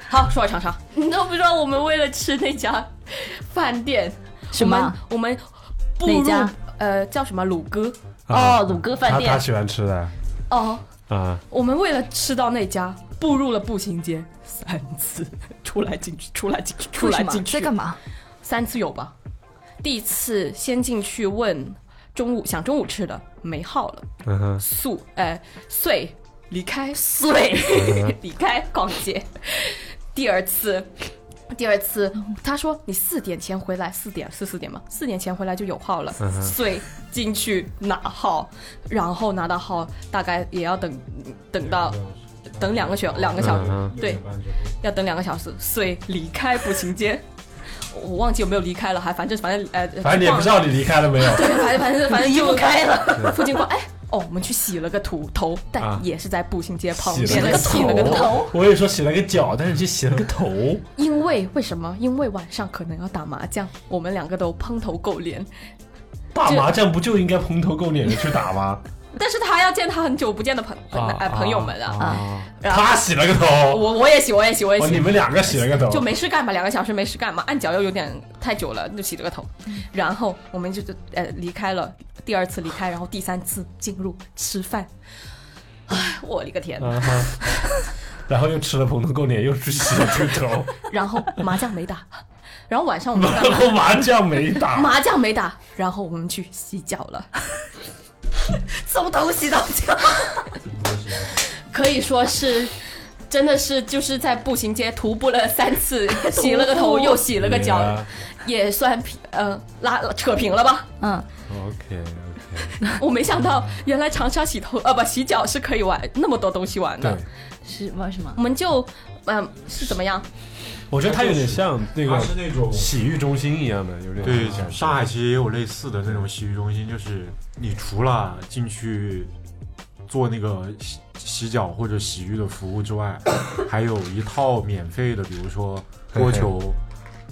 Speaker 2: 好，说到长沙， (laughs) 你都不知道我们为了吃那家饭店，
Speaker 4: 什么
Speaker 2: 我们我们步
Speaker 4: 哪
Speaker 2: 入
Speaker 4: 家
Speaker 2: 呃叫什么鲁哥
Speaker 3: 啊
Speaker 4: 哦，鲁哥饭
Speaker 3: 他
Speaker 4: 店
Speaker 3: 他喜欢吃的
Speaker 2: 哦，
Speaker 3: 啊，
Speaker 2: 我们为了吃到那家步入了步行街三次， (laughs) 出来进去，出来进去，出
Speaker 4: 为
Speaker 2: 来
Speaker 4: 什么
Speaker 2: 进去，
Speaker 4: 在干嘛？
Speaker 2: 三次有吧？第一次先进去问中午想中午吃的没号了，
Speaker 3: 嗯哼，
Speaker 2: 素呃碎离开苏北，
Speaker 7: 嗯
Speaker 2: (laughs) 离开广街。第二次，第二次，他说你四点前回来，四点是四点吗？四点前回来就有号了，
Speaker 7: 嗯
Speaker 2: 遂进去拿号，然后拿到号大概也要等等到等两个小两个小时，
Speaker 3: 嗯
Speaker 2: 对，要等两个小时，遂离开步行街。我忘记有没有离开了，还反正反正呃，
Speaker 7: 反正你也不知道你离开了没有。
Speaker 2: 对，反正反正反正就开
Speaker 4: (laughs)
Speaker 2: 了。附近逛，哎，哦，我们去洗了个土 (laughs) 头，但也是在步行街旁
Speaker 7: 啊
Speaker 2: 边
Speaker 7: 洗了个
Speaker 2: 洗了个头。
Speaker 7: 头，我也说洗了个脚，但是去洗了个头。
Speaker 2: 因为为什么？因为晚上可能要打麻将，我们两个都蓬头垢脸。
Speaker 7: 打麻将不就应该蓬头垢脸的去打吗？
Speaker 2: (laughs) 但是他要见他很久不见的朋朋呃朋友们啊， (laughs) 然后
Speaker 7: 他洗了个头，
Speaker 2: 我我也洗，我也洗，我也
Speaker 7: 哦，
Speaker 2: 洗
Speaker 7: 你。们两个洗了个头，
Speaker 2: 就没事干嘛，两个小时没事干嘛，按脚又有点太久了，就洗了个头，
Speaker 7: 嗯
Speaker 2: 然后我们就就呃离开了，第二次离开，然后第三次进入吃饭，唉，我的个天！
Speaker 7: 啊哈。然后又吃了蓬头垢脸，又去洗了个
Speaker 2: (laughs)
Speaker 7: 头，
Speaker 2: 然后麻将没打，然后晚上
Speaker 7: (laughs)
Speaker 2: 我们干
Speaker 7: 然
Speaker 2: 嘛？
Speaker 7: 后麻将没打，
Speaker 2: 麻将没打，然后我们去洗脚了， (laughs) 从头洗到脚， (laughs) 可以说是。真的是就是在步行街徒步了三 (laughs) 次，洗了个头又洗了个脚，
Speaker 3: 啊
Speaker 2: 也算平呃拉扯平了吧。
Speaker 4: 嗯，
Speaker 3: OK OK，
Speaker 2: 我没想到原来长沙洗头呃不洗脚是可以玩那么多东西玩的
Speaker 6: 对，
Speaker 4: 是玩什么
Speaker 2: 我？们就嗯、是怎么样？
Speaker 3: 我觉得它有点像那
Speaker 6: 啊
Speaker 5: 它
Speaker 3: 个
Speaker 5: 是那种
Speaker 3: 洗浴中心一样的，有点
Speaker 8: 对，
Speaker 3: 像
Speaker 8: 上海其实也有类似的那种洗浴中心，就是你除了进去做那个洗洗脚或者洗浴的服务
Speaker 4: (coughs)
Speaker 8: 之外，还有一套免费的，比如说桌球，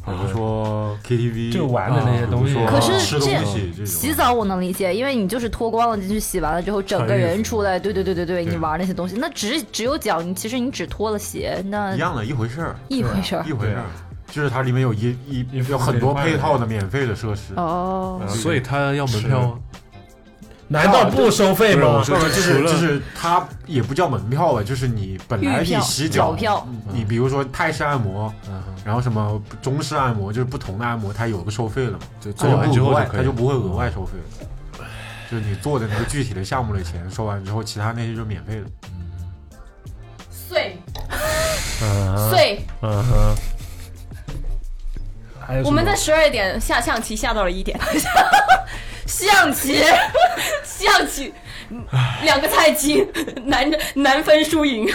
Speaker 8: 比如说 KTV，
Speaker 7: 就玩的那些东西
Speaker 8: 啊比如说
Speaker 4: 啊可是
Speaker 8: 吃
Speaker 4: 这
Speaker 8: 东西这种啊
Speaker 4: 洗澡我能理解，因为你就是脱光了进去洗完了之后，整个人出来，对对对对对，你玩那些东西，那只只有脚，你其实你只脱了鞋，那
Speaker 8: 一样的一回事儿，
Speaker 4: 一回事儿
Speaker 8: 一回
Speaker 3: 对
Speaker 8: 事儿
Speaker 3: 啊，
Speaker 8: 就是它里面有一一有很多配套的免费的设施。
Speaker 4: 哦。
Speaker 6: 所以他要门票吗？
Speaker 7: 难道不收费
Speaker 6: 不是
Speaker 7: 吗
Speaker 6: 我？说
Speaker 8: 就
Speaker 6: 除
Speaker 8: 是
Speaker 6: 了
Speaker 8: 就是它也不叫门票吧，就是你本来
Speaker 4: 浴
Speaker 8: 你
Speaker 4: 票
Speaker 8: 洗
Speaker 4: 脚
Speaker 8: 脚，
Speaker 4: 票
Speaker 8: 你比如说泰式按摩，然后什么中式按摩，就是不同的按摩，它有个收费了嘛，
Speaker 6: 就
Speaker 8: 它
Speaker 6: 做
Speaker 8: 就
Speaker 6: 完
Speaker 8: 不
Speaker 6: 之
Speaker 8: 额
Speaker 6: 后
Speaker 8: 外，
Speaker 6: 可以，
Speaker 8: 它就不会额外收费了。就是你做的那个具体的项目的钱收完之后，其他那些就免费了。
Speaker 2: 碎碎，
Speaker 7: 嗯哼。还哎有什么
Speaker 2: 我们在十二点下象棋下到了一 (laughs) 点，象 (laughs) 棋，象棋，两个菜鸡难难分输赢，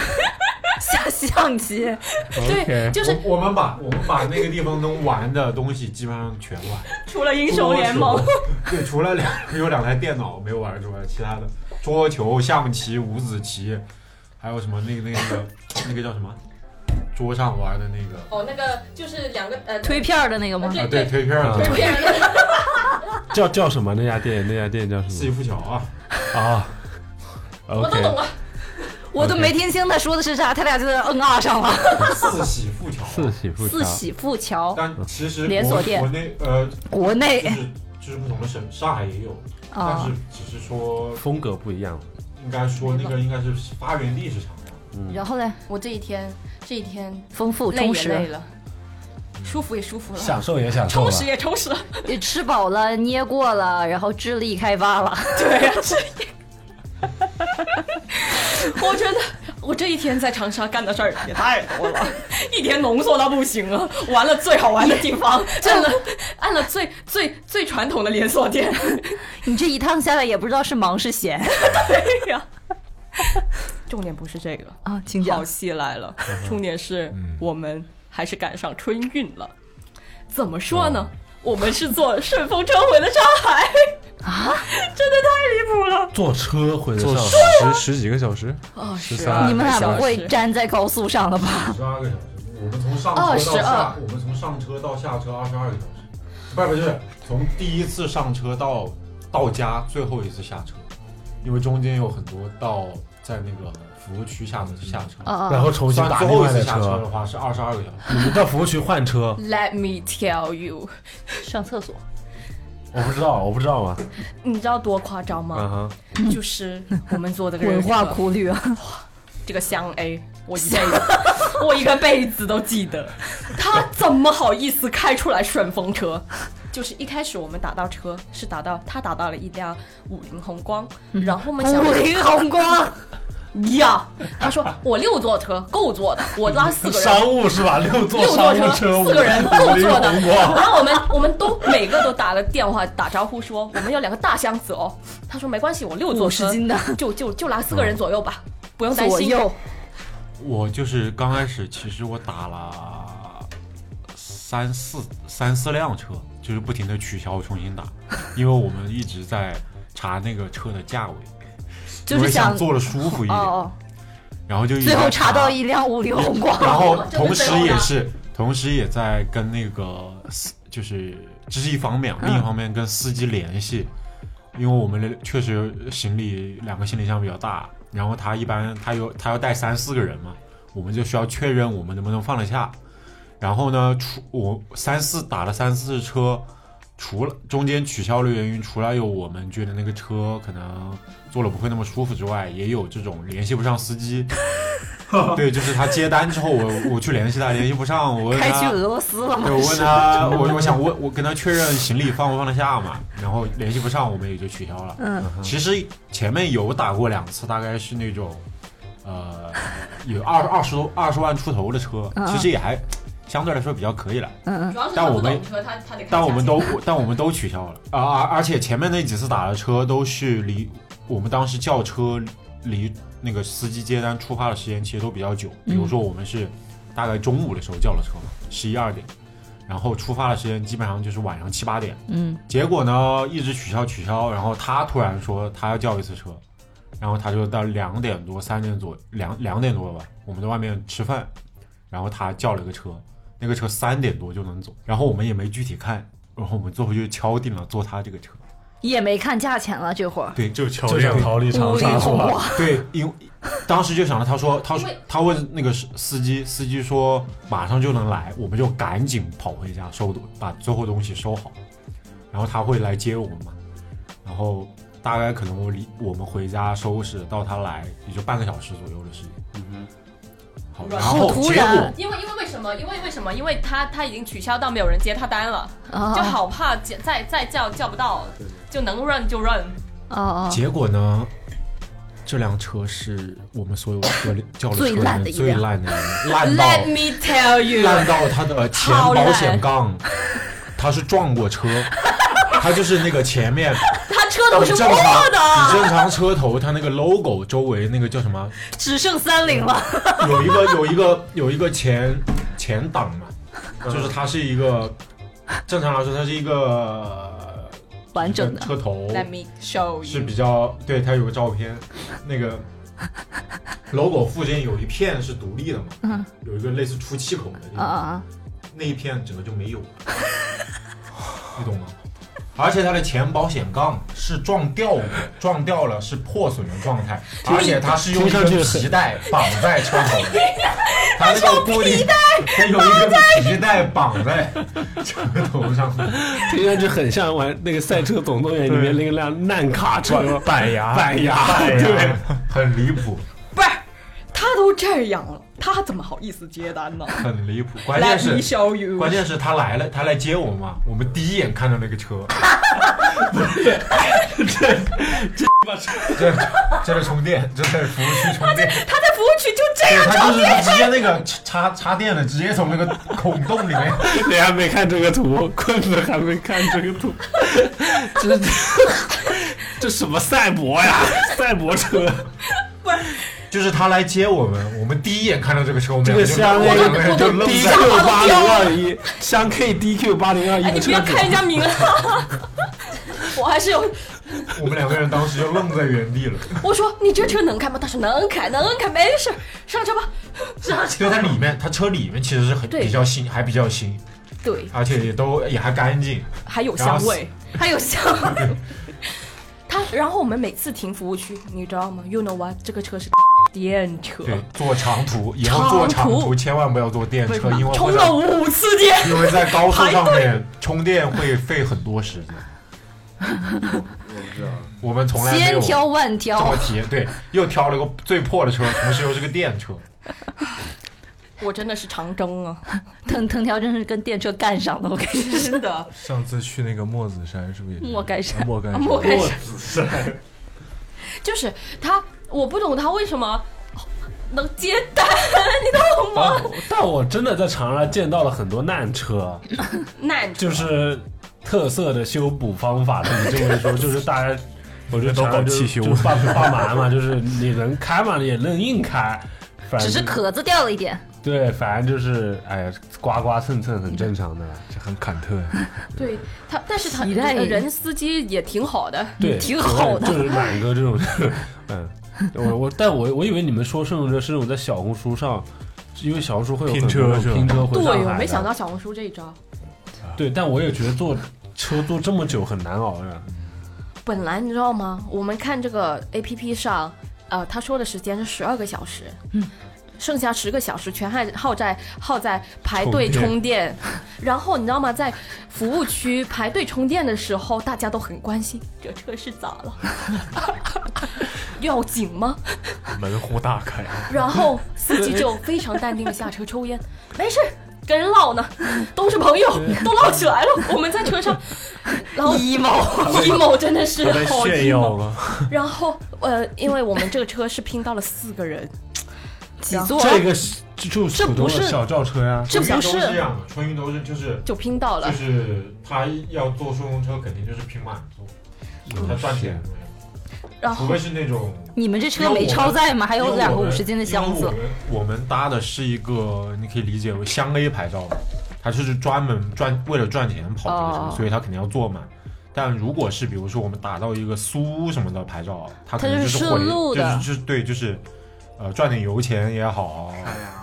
Speaker 4: 下象棋，
Speaker 2: 对，就是
Speaker 8: 我们把我们把那个地方能玩的东西基本上全玩，
Speaker 2: 除了英雄联盟，
Speaker 8: (laughs) 对，除了两 (laughs) 有两台电脑没有玩之外，其他的桌球、象棋、五子棋，还有什么那个那个那个那个叫什么，桌上玩的那个
Speaker 2: 哦，那个就是两个呃
Speaker 4: 推片儿的那个吗？
Speaker 2: 对
Speaker 8: 啊，对，推片儿
Speaker 2: 推
Speaker 8: 的
Speaker 2: 片儿的
Speaker 3: 叫叫什么那家店？那家店叫
Speaker 8: 四
Speaker 3: 什
Speaker 8: 季富桥啊，
Speaker 3: 么啊
Speaker 2: 我都懂
Speaker 3: ？OK，
Speaker 2: 了，
Speaker 4: 我都没听清他说的是啥，他俩就在嗯啊上了。
Speaker 8: 四喜富桥啊，
Speaker 3: 四喜富
Speaker 4: 四
Speaker 3: 桥，
Speaker 4: 喜富桥，
Speaker 8: 但其实
Speaker 4: 连锁
Speaker 8: 国
Speaker 4: 店哎
Speaker 8: 国内呃
Speaker 4: 国内
Speaker 8: 就是就是不同的省，上海也有，但
Speaker 4: 啊
Speaker 8: 是，只是说
Speaker 3: 风格不一样。
Speaker 8: 应该说那个应该是发源地是长沙，
Speaker 4: 然后嘞，
Speaker 2: 我这一天这一天
Speaker 4: 丰富
Speaker 2: 累
Speaker 4: 充
Speaker 2: 也累
Speaker 4: 实，
Speaker 2: 了，舒服也舒服了。
Speaker 7: 享受也享受啊
Speaker 2: 充
Speaker 7: 了，
Speaker 2: 实也充实了，
Speaker 4: 也吃饱了，捏过了，然后智力开发了， (laughs)
Speaker 2: 对啊，这 (laughs) 我觉得我这一天在长沙干的事儿也太多了， (laughs) 一天浓缩到不行了。玩了最好玩的地 (laughs) 方，按了按了最最最传统的连锁 (laughs) 店，
Speaker 4: 你这一趟下来也不知道是忙是闲
Speaker 2: 对哎呀、重点不是这个，
Speaker 4: 啊，请
Speaker 2: 好
Speaker 4: 讲。
Speaker 2: 戏来了，重点是我们还是赶上春运了。怎么说呢？我们是坐顺风车回的上海啊， (laughs) 真的太离谱了。
Speaker 7: 坐车回的
Speaker 6: 坐
Speaker 7: 上海。
Speaker 4: 啊
Speaker 6: 十十几个小时，
Speaker 2: 哦，
Speaker 6: 十
Speaker 2: 是
Speaker 4: (laughs)
Speaker 6: 三
Speaker 4: 你们俩
Speaker 2: 小
Speaker 4: 不会
Speaker 2: 时
Speaker 4: 粘在高速上了吧？
Speaker 8: 十二个小时，我们从上
Speaker 2: 哦
Speaker 8: 车到
Speaker 2: 12，
Speaker 8: 下我们从上车到下车二十二个小时，不是不是，从第一次上车到到家最后一次下车，因为中间有很多到在那个服务区下的下车，
Speaker 4: 啊
Speaker 7: 然
Speaker 4: 啊！
Speaker 7: 后重新
Speaker 8: 算
Speaker 7: 打
Speaker 8: 最
Speaker 7: 另
Speaker 8: 后一
Speaker 7: 外
Speaker 8: 次
Speaker 7: 的
Speaker 8: 下车
Speaker 7: 车
Speaker 8: 的，话是二十二个小时。
Speaker 7: 你们到服务区换车。
Speaker 2: Let me tell you，
Speaker 4: (laughs) 上厕所，
Speaker 7: 我不知道，我不知道啊嘛。
Speaker 2: 你知道多夸张
Speaker 7: 嗯
Speaker 2: 吗？
Speaker 7: 哼，
Speaker 2: 就是我们坐的这个
Speaker 4: (laughs) 文化苦旅啊！
Speaker 2: 这个香 A，我一辈
Speaker 4: (laughs)
Speaker 2: 子，我一个辈子都记得。他怎么好意思开出来顺风车？就是一开始我们打到车
Speaker 4: 嗯
Speaker 2: 是打到他打到了一辆五菱宏光，然后我们想
Speaker 4: 五菱宏光，
Speaker 2: 呀，他说我六座车够坐的，我拉四
Speaker 7: (laughs)
Speaker 2: 个人，
Speaker 7: 商务是吧？六座
Speaker 2: 六
Speaker 7: 商
Speaker 2: 座
Speaker 7: 务
Speaker 2: 车，
Speaker 7: 车，
Speaker 2: 四个人 (laughs) 够
Speaker 7: 五菱
Speaker 2: 坐的
Speaker 7: 宏。光
Speaker 2: 然后我们我们都每个都打了电话打招呼说我们有两个大箱子哦。他说没关系，我六座
Speaker 4: 五十
Speaker 2: 车
Speaker 4: 斤的，
Speaker 2: (laughs) 就就就拉四
Speaker 8: 嗯
Speaker 2: 个人左右吧，不用担
Speaker 4: 左
Speaker 2: 心。
Speaker 4: 右
Speaker 8: 我就是刚开始，其实我打了三四三四辆车，就是不停的取消重新打，因为我们一直在查那个车的价位，
Speaker 4: 就是
Speaker 8: 因为
Speaker 4: 想
Speaker 8: 想坐的舒服一
Speaker 4: 哦
Speaker 8: 点，
Speaker 4: 哦，
Speaker 8: 然后就一直
Speaker 4: 最后
Speaker 8: 在
Speaker 4: 查到一辆五菱宏光，
Speaker 8: 然后
Speaker 2: 这不
Speaker 8: 同
Speaker 2: 是
Speaker 8: 时
Speaker 2: 最后
Speaker 8: 也
Speaker 2: 的
Speaker 8: 是，同时也在跟那个司，就是这是一方面，
Speaker 4: 嗯
Speaker 8: 另一方面跟司机联系，因为我们的确实行李两个行李箱比较大，然后他一般他有他要带三四个人嘛，我们就需要确认我们能不能放得下。然后呢，除我三四打了三四次车，除了中间取消的原因，除了有我们觉得那个车可能坐了不会那么舒服之外，也有这种联系不上
Speaker 4: (laughs)
Speaker 8: 司机。对，就是他接单之后，我我去联系他，联系不上，我问
Speaker 4: 开去
Speaker 8: 他，
Speaker 4: 俄罗斯了吗
Speaker 8: 对，？我问他，我我想问，我跟他确认行李放不放得下嘛，然后联系不上，我们也就取消了。
Speaker 4: 嗯，
Speaker 8: 其实前面有打过两次，大概是那种，呃，有二二十多二十万出头的车，
Speaker 4: 嗯嗯
Speaker 8: 其实也还相对来说比较可以了。
Speaker 2: 主要是
Speaker 8: 但我们
Speaker 2: 车，他他得看
Speaker 8: 但我
Speaker 2: 价钱
Speaker 8: 们都但我们都取消了啊！而而且前面那几次打的车都是离我们当时叫车离那个司机接单出发的时间其实都比较久，比
Speaker 2: 嗯
Speaker 8: 如说我们是大概中午的时候叫了车嘛，十一二点，然后出发的时间基本上就是晚上七八点。
Speaker 4: 嗯，
Speaker 8: 结果呢一直取消取消，然后他突然说他要叫一次车，然后他就到两点多三点左两两点多吧，我们在外面吃饭，然后他叫了个车，那个车三点多就能走，然后我们也没具体看，然后我们最后就敲定了坐他这个车。
Speaker 4: (laughs) 也没看价钱了，这会儿
Speaker 8: 对，就
Speaker 7: 就想逃离长
Speaker 4: 五
Speaker 7: 沙
Speaker 4: 菱
Speaker 7: 是
Speaker 4: 宏
Speaker 7: 吧？
Speaker 4: 光，
Speaker 8: (laughs) 对，因为当时就想着他说他说
Speaker 2: 因为
Speaker 8: 他问那个司司机，司机说马上就能来，我们就赶紧跑回家收把最后东西收好，然后他会来接我们嘛，然后大概可能我离我们回家收拾到他来也就半个小时左右的时间。嗯好，然
Speaker 4: 好
Speaker 8: 后
Speaker 4: 突
Speaker 8: 结
Speaker 4: 然
Speaker 8: 果
Speaker 2: 因为因为为什么？因为为什么？因为他他已经取消到没有人接他单了，
Speaker 4: 哦
Speaker 2: 就好怕接再再叫叫不到，就能 run 就 run。
Speaker 4: 哦哦，
Speaker 8: 结果呢，这辆车是我们所有车里叫的车
Speaker 4: 最
Speaker 8: 里面
Speaker 4: 烂的一
Speaker 8: 最
Speaker 4: 辆
Speaker 8: 烂的一辆，烂到
Speaker 2: Let me tell you，
Speaker 8: 烂到他的前保险杠，他是撞
Speaker 2: (laughs)
Speaker 8: 过车，他就是那个前面
Speaker 2: 他车都
Speaker 8: 你
Speaker 2: 是
Speaker 8: 正
Speaker 2: 破
Speaker 8: 常你
Speaker 2: 的，
Speaker 8: 正常车头，它那个 logo 周围那个叫什么？
Speaker 4: 只剩三菱了，
Speaker 8: 有一个有一个有一个前前挡嘛，就是它是一个正常来说它是一个
Speaker 4: 完整 (laughs) 的
Speaker 8: 车头
Speaker 2: Let me show
Speaker 8: 是
Speaker 2: you。
Speaker 8: 比较对，它有个照片，那个 logo 附近有一片是独立的嘛，有一个类似出气孔的地
Speaker 4: 啊
Speaker 8: 方。
Speaker 4: 啊
Speaker 8: 那一片整个就没有了， (laughs) 你懂吗？而且它的前保险杠是撞掉过，撞掉了是破损的状态，而且它是用一
Speaker 7: 听上去
Speaker 8: 根
Speaker 7: 很
Speaker 8: 皮带绑在车头 (laughs) 的，它那个固定，它有一根皮带绑在车 (laughs) 头上的，
Speaker 7: 听上去很像玩那个《赛车总动员》里面那辆烂卡车，
Speaker 6: 板牙
Speaker 7: 板牙，
Speaker 8: 对，啊很离谱，
Speaker 2: 不是，他都这样了，他怎么好意思接单
Speaker 8: (laughs)
Speaker 2: 呢
Speaker 8: 很离谱。关键
Speaker 2: ？Let me
Speaker 8: 是，
Speaker 2: show you。
Speaker 8: 关键是他来了，他来接我嘛，我们第一眼看到那个车，这这这这在充电，这在服务区充电。
Speaker 2: 他在服务区就这
Speaker 8: 对，
Speaker 2: 样
Speaker 8: 他
Speaker 2: 照
Speaker 8: 就是
Speaker 2: 片。
Speaker 8: 直接那个插插电的，直接从那个孔洞里面。
Speaker 7: 你还没看这个图，坤子还没看这个图，这这这什么赛博呀？赛博车，
Speaker 8: 就是他来接我们，我们第一眼看到这个车，我们两个
Speaker 7: 这
Speaker 8: 就
Speaker 7: 个香
Speaker 8: 我两个
Speaker 2: 我
Speaker 8: 人
Speaker 2: 都
Speaker 8: 就愣在
Speaker 7: DQ 八零二一，像 KDQ 八零二一
Speaker 2: 哎，
Speaker 7: 的
Speaker 2: 你不
Speaker 7: 车
Speaker 2: 要
Speaker 7: 主，
Speaker 2: 哎开人家名了，
Speaker 8: (laughs)
Speaker 2: 我还是有。
Speaker 8: 我们两个人当时就愣在原地了。
Speaker 2: 我说你这车能开吗？他说能开，能开，没事儿，上车吧，
Speaker 8: (laughs)
Speaker 2: 上车。
Speaker 8: 因为它里面，它车里面其实是很
Speaker 2: 对
Speaker 8: 比较新，还比较新，
Speaker 2: 对，
Speaker 8: 而且也都也还干净。
Speaker 2: 还有香味，还有香味。他，然后我们每次停服务区，你知道吗？You know what？这个车是电车，
Speaker 8: 对，坐长途以后坐
Speaker 2: 哦长
Speaker 8: 长
Speaker 2: 途
Speaker 8: 途千万不要坐电车，因为
Speaker 2: 充
Speaker 8: 会
Speaker 2: 了
Speaker 8: 在
Speaker 2: 五次电。
Speaker 8: (laughs) 因为在高速上面充电会费很多时间。我们从来没
Speaker 4: 千
Speaker 8: 有
Speaker 4: 挑万
Speaker 8: 这
Speaker 4: 挑
Speaker 8: 么，体验，对，又挑了个最破的车，同时又是个电车。
Speaker 2: 我真的是长征啊，
Speaker 4: 藤藤条真是跟电车干上了，我跟你说。
Speaker 2: 真的。
Speaker 6: 上次去那个墨子山是不是也是
Speaker 4: 莫干山
Speaker 6: 莫干
Speaker 2: 啊莫干山
Speaker 6: 山
Speaker 2: 就是他我不懂他为什么能接单，你懂吗？
Speaker 3: 但我但我真的在长沙见到了很多烂车，
Speaker 2: 难处
Speaker 3: 就是特色的修补方法，对你这么一
Speaker 6: (laughs)
Speaker 3: 说，就是大家。我觉得
Speaker 6: 都搞
Speaker 3: 长沙就
Speaker 6: 汽修
Speaker 3: 就帮帮忙嘛，就是你能开嘛，你也能硬开，反
Speaker 4: 只是
Speaker 3: 正
Speaker 4: 壳子掉了一点。
Speaker 3: 对，反正就是哎呀，刮刮蹭蹭很正常的啦。
Speaker 6: 这很忐忑呀。
Speaker 2: 对他，但是他
Speaker 4: 期待
Speaker 2: 人司机也挺好的，
Speaker 3: 对，
Speaker 4: 挺好的
Speaker 3: 就是满哥这种，嗯，我我，但我我以为你们说顺风车是那种在小红书上，因为小红书会有
Speaker 6: 拼
Speaker 3: 很多
Speaker 6: 车
Speaker 3: 那种
Speaker 6: 是吧
Speaker 3: 拼车回
Speaker 2: 对，
Speaker 3: 上海
Speaker 2: 我
Speaker 3: 的
Speaker 2: 没想到小红书这一招。
Speaker 3: 对，但我也觉得坐车坐这么久很难熬呀。
Speaker 2: 本来你知道吗？我们看这个 A P P 上，呃，他说的时间是十二个小时，嗯，剩下十个小时全耗耗在耗在排队充
Speaker 3: 充
Speaker 2: 电。然后你知道吗？在服务区排队充电的时候，大家都很关心这车是咋了， (laughs) 要紧吗？
Speaker 6: 门户大开，
Speaker 2: 然后司机就非常淡定的下车抽烟，没事。跟人唠呢，都是朋友，都唠起来了。我们在车上，
Speaker 6: (laughs)
Speaker 2: 然
Speaker 4: 哦
Speaker 2: 后 emo，emo 真的是
Speaker 6: 他在
Speaker 2: 好
Speaker 6: 炫
Speaker 2: emo
Speaker 6: 耀。吗？
Speaker 2: 然后呃，因为我们这个车是拼到了四个人，
Speaker 4: 几
Speaker 2: 然后
Speaker 4: 座？
Speaker 3: 这个是就是普通
Speaker 2: 这不
Speaker 3: 的
Speaker 2: 是
Speaker 3: 小轿车呀，
Speaker 2: 这
Speaker 8: 春
Speaker 2: 不
Speaker 8: 运都这
Speaker 2: 是
Speaker 8: 样的，春运都是就是
Speaker 2: 就拼到
Speaker 8: 就
Speaker 2: 了。
Speaker 8: 是他要坐顺风车，肯定就是拼满座，他赚钱的，
Speaker 2: 然
Speaker 8: 除
Speaker 2: 后
Speaker 8: 非是那种
Speaker 4: 你们这车没超载吗？还有两个五十斤的箱
Speaker 8: 因为
Speaker 4: 子
Speaker 8: 我，们我们搭的是一个，你可以理解为湘 A 牌照，它就是专门赚为了赚钱跑这个车，
Speaker 4: 哦
Speaker 8: 所以它肯定要坐满。但如果是比如说我们打到一个苏什么的牌照，啊它
Speaker 4: 它
Speaker 8: 可能
Speaker 4: 就是是
Speaker 8: 回
Speaker 4: 顺路的
Speaker 8: 就是就是对，就是呃赚点油钱也好，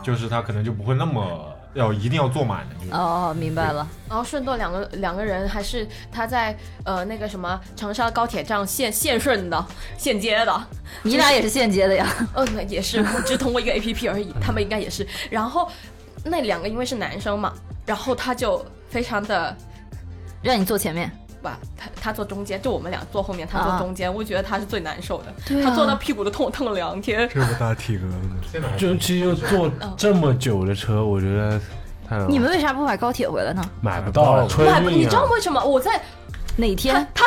Speaker 8: 就是它可能就不会那么要一定要坐满的，就是
Speaker 4: 哦，明白了，
Speaker 2: 然后顺道两个两个人还是他在呃那个什么长沙高铁站现现顺的现接的，
Speaker 4: 你俩也是现接的呀？
Speaker 2: 嗯，也是，我只通过一个 A P P 而已，他们应该也是。然后那两个因为是男生嘛，然后他就非常的
Speaker 4: 让你坐前面，
Speaker 2: 吧，他他坐中间，就我们俩坐后面，他坐
Speaker 4: 啊
Speaker 2: 中间，我觉得他是最难受的，
Speaker 4: 对啊
Speaker 2: 他坐到屁股都痛痛了两天。
Speaker 6: 这么大体格子，
Speaker 8: 现在还
Speaker 3: 就其实就坐这么久的车，我觉得太难
Speaker 4: 你们为啥不买高铁回来呢？
Speaker 3: 买不到了，春
Speaker 2: 哇，你
Speaker 3: 运
Speaker 2: 知道
Speaker 3: 啊，
Speaker 2: 为什么我在
Speaker 4: 哪
Speaker 2: 他
Speaker 4: 天？
Speaker 2: 他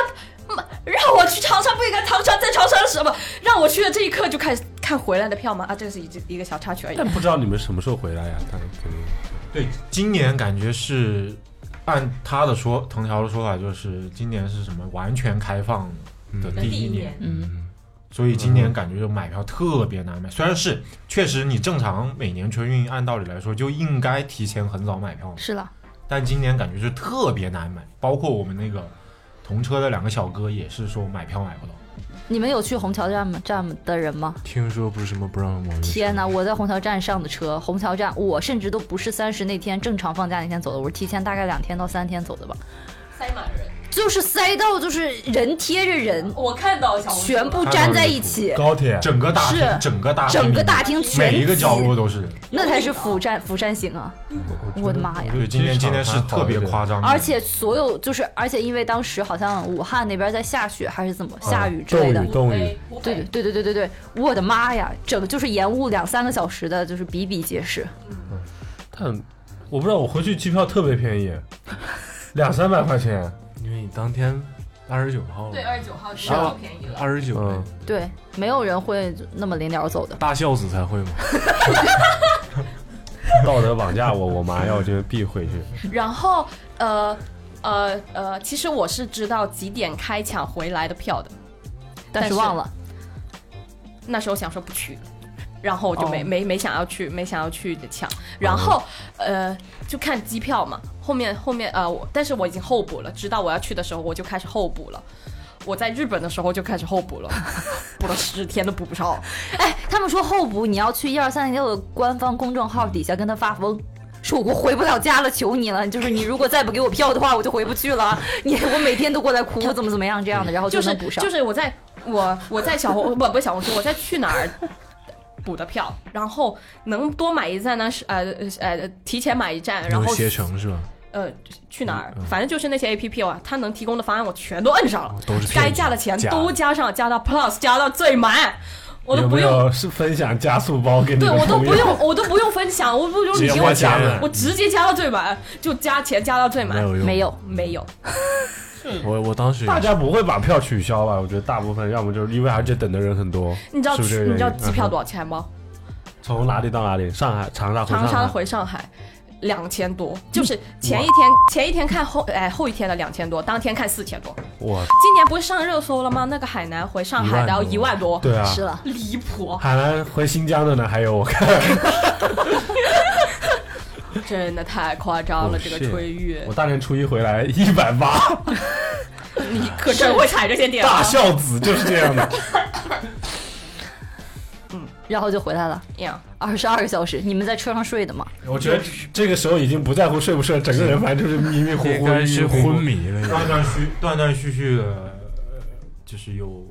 Speaker 2: 妈让我去长沙不应该长沙在长沙是什么？让我去的这一刻就开始看回来的票吗？啊，这是一一个小插曲而已
Speaker 3: 但。不知道你们什么时候回来呀？他肯定
Speaker 8: 对，今年感觉是按他的说，藤条的说法就是今年是什么完全开放的第一年，
Speaker 4: 嗯，
Speaker 8: 所以今年感觉就买票特别难买。虽然是确实你正常每年春运按道理来说就应该提前很早买票，
Speaker 4: 是了，
Speaker 8: 但今年感觉就特别难买。包括我们那个同车的两个小哥也是说买票买不到，
Speaker 4: 你们有去虹桥站吗？站的人吗？
Speaker 6: 听说不是什么不让网约车
Speaker 4: 天哪！我在虹桥站上的车，虹桥站我甚至都不是三十那天正常放假那天走的，我是提前大概两天到三天走的吧，
Speaker 2: 塞满人，
Speaker 4: 就是塞到就是人贴着人，
Speaker 2: 我看到小红书
Speaker 4: 全部粘在一起，
Speaker 3: 高铁
Speaker 8: 整个大
Speaker 4: 是
Speaker 8: 厅，整个大厅
Speaker 4: 整个大
Speaker 8: 里
Speaker 4: 厅
Speaker 8: 面
Speaker 4: 全
Speaker 8: 每一个
Speaker 4: 挤
Speaker 8: 角落都是人。
Speaker 4: 那才是釜山釜山行啊！我的妈呀！
Speaker 8: 对，今年今年是特别夸
Speaker 2: 嗯
Speaker 8: 张的，
Speaker 4: 而且所有就是，而且因为当时好像武汉那边在下雪还是怎么下雨之类的，
Speaker 3: 冻雨，
Speaker 4: 对对对对对对对，我的妈呀，整个就是延误两三个小时的，就是比比皆是。
Speaker 3: 但我不知道，我回去机票特别便
Speaker 2: (laughs)
Speaker 3: 宜，两三百块钱。
Speaker 6: 因为你当天二十九号，
Speaker 2: 对，二十九号
Speaker 4: 是啊
Speaker 2: 超便宜了。
Speaker 6: 二十九
Speaker 3: 嗯，
Speaker 4: 对，没有人会那么临了走的。
Speaker 6: 大孝子才会嘛。
Speaker 3: 道德绑架我，我妈要就必回去。
Speaker 2: (laughs) 然后呃呃呃，其实我是知道几点开抢回来的票的，
Speaker 4: 但
Speaker 2: 是
Speaker 4: 是忘了，
Speaker 2: 那时候想说不去，然后我就没、
Speaker 4: 哦
Speaker 2: 没没想要去，没想要去抢，然后、呃就看机票嘛，后面后面呃，我但是我已经候补了，知道我要去的时候我就开始候补了。我在日本的时候就开始候补了， (laughs) 补了十天都补不上。
Speaker 4: 哎，他们说候补你要去一二三零六的官方公众号底下跟他发疯。说我回不了家了，求你了！就是你如果再不给我票的话，我就回不去了。 (laughs) 你我每天都过来哭，怎么怎么样这样的，然后
Speaker 2: (laughs) 就
Speaker 4: 能
Speaker 2: 是
Speaker 4: 补上。
Speaker 2: 就是我在我我在小红不不是小红书，我在去哪儿补的票，然后能多买一站呢是呃呃提前买一站，然
Speaker 6: 有
Speaker 2: 后
Speaker 6: 携程是吧？
Speaker 2: 呃去哪
Speaker 6: 嗯
Speaker 2: 儿，反正就是那些 A P P 啊，它能提供的方案我全都摁上了，
Speaker 6: 哦都是骗子
Speaker 2: 该加的钱
Speaker 6: 假的
Speaker 2: 都加上，加到 Plus 加到最满，我都
Speaker 3: 有
Speaker 2: 不
Speaker 3: 没
Speaker 2: 用。
Speaker 3: 有是分享加速包给你
Speaker 2: 对
Speaker 3: 的
Speaker 2: 我都
Speaker 3: 朋友
Speaker 2: 不用，我都不用分享，我不用
Speaker 6: 直
Speaker 2: 你
Speaker 6: 接
Speaker 2: 给我
Speaker 6: 花钱
Speaker 2: 我直接加到最满，就加钱加到最满
Speaker 6: 没，有用，
Speaker 4: 没有，
Speaker 2: 没有，
Speaker 6: 我我当时
Speaker 3: 大家不会把票取消吧？我觉得大部分要么就是因为而且等的人很多。
Speaker 2: 你知道
Speaker 3: 是不是这个
Speaker 2: 你知道
Speaker 6: 嗯
Speaker 3: 原因嗯
Speaker 2: 机票多少钱吗？
Speaker 3: 从哪里到哪里？上海、长沙回
Speaker 2: 长
Speaker 6: 啊
Speaker 3: 海
Speaker 2: 沙回上海两千多，就是
Speaker 6: 嗯
Speaker 2: 前一天前一天看后哎后一天的两千多，当天看四千多。
Speaker 3: 哇，
Speaker 2: 今年不是上热搜了吗？那个海南回上海的要一
Speaker 3: 一
Speaker 2: 万多，
Speaker 3: 对啊，
Speaker 4: 是了，
Speaker 2: 离谱，
Speaker 3: 海南回新疆的呢，还有我
Speaker 8: (laughs)
Speaker 3: 看
Speaker 2: 真的太夸张了，这个吹玉，
Speaker 3: 我大年初一回来一百八，
Speaker 2: 你可真会 (laughs) 踩这些点
Speaker 3: 大
Speaker 2: 啊！
Speaker 3: 孝子就是这样的。
Speaker 4: 然后就回来了，
Speaker 2: 呀，
Speaker 4: 二十二个小时，你们在车上睡的吗？
Speaker 3: 我觉得这个时候已经不在乎睡不睡，整个人反正就是迷迷糊糊，
Speaker 6: 应该
Speaker 3: 迷
Speaker 6: 是
Speaker 3: 迷糊糊
Speaker 6: 昏。迷了
Speaker 8: 断，断续断断续续的，呃就是有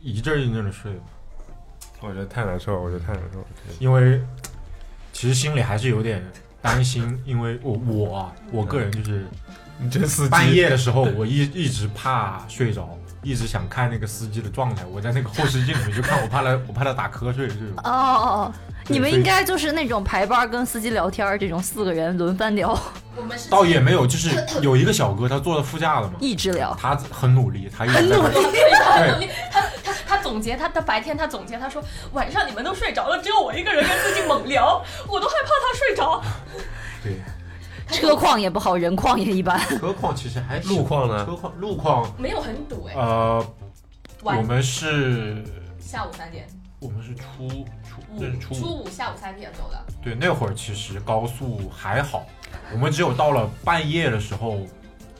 Speaker 8: 一阵儿一阵儿的睡吧，
Speaker 3: 我觉得太难受了，我觉得太难受了。
Speaker 8: 因为其实心里还是有点担心，因为我我啊我个人就是
Speaker 3: 你这司
Speaker 8: 半
Speaker 3: 机，
Speaker 8: 夜的时候，我一一直怕睡着，一直想看那个司机的状态，我在那个后视镜里面就看，我 (laughs) 怕他我怕他打瞌睡这种。
Speaker 4: 哦哦哦，
Speaker 8: 对
Speaker 4: 你们
Speaker 8: 所以
Speaker 4: 应该就是那种排班跟司机聊天儿这种，四个人轮番聊，
Speaker 8: 倒也没有，啊就是有一个小哥他坐在副驾了嘛，
Speaker 4: 一直聊。
Speaker 8: 他 (laughs) 很努力，他一直在
Speaker 2: 努力
Speaker 8: 那，
Speaker 2: 他努力，他他 (laughs) 他总结他的白天，他总结他说晚上你们都睡着了，只有我一个人跟自己猛聊， (laughs) 我都害怕他睡着。
Speaker 8: 对，
Speaker 4: 车况也不好，人况也一般。
Speaker 8: 车况其实还行
Speaker 3: 哎路况呢
Speaker 8: 车况哎路况
Speaker 2: 没有很堵哎，
Speaker 8: 呃，
Speaker 2: 晚
Speaker 8: 我们是
Speaker 2: 下午三点，
Speaker 8: 我们是初初
Speaker 2: 五
Speaker 8: 那是初五
Speaker 2: 初五下午三点走的，
Speaker 8: 对那会儿其实高速还好，我们只有到了半夜的时候，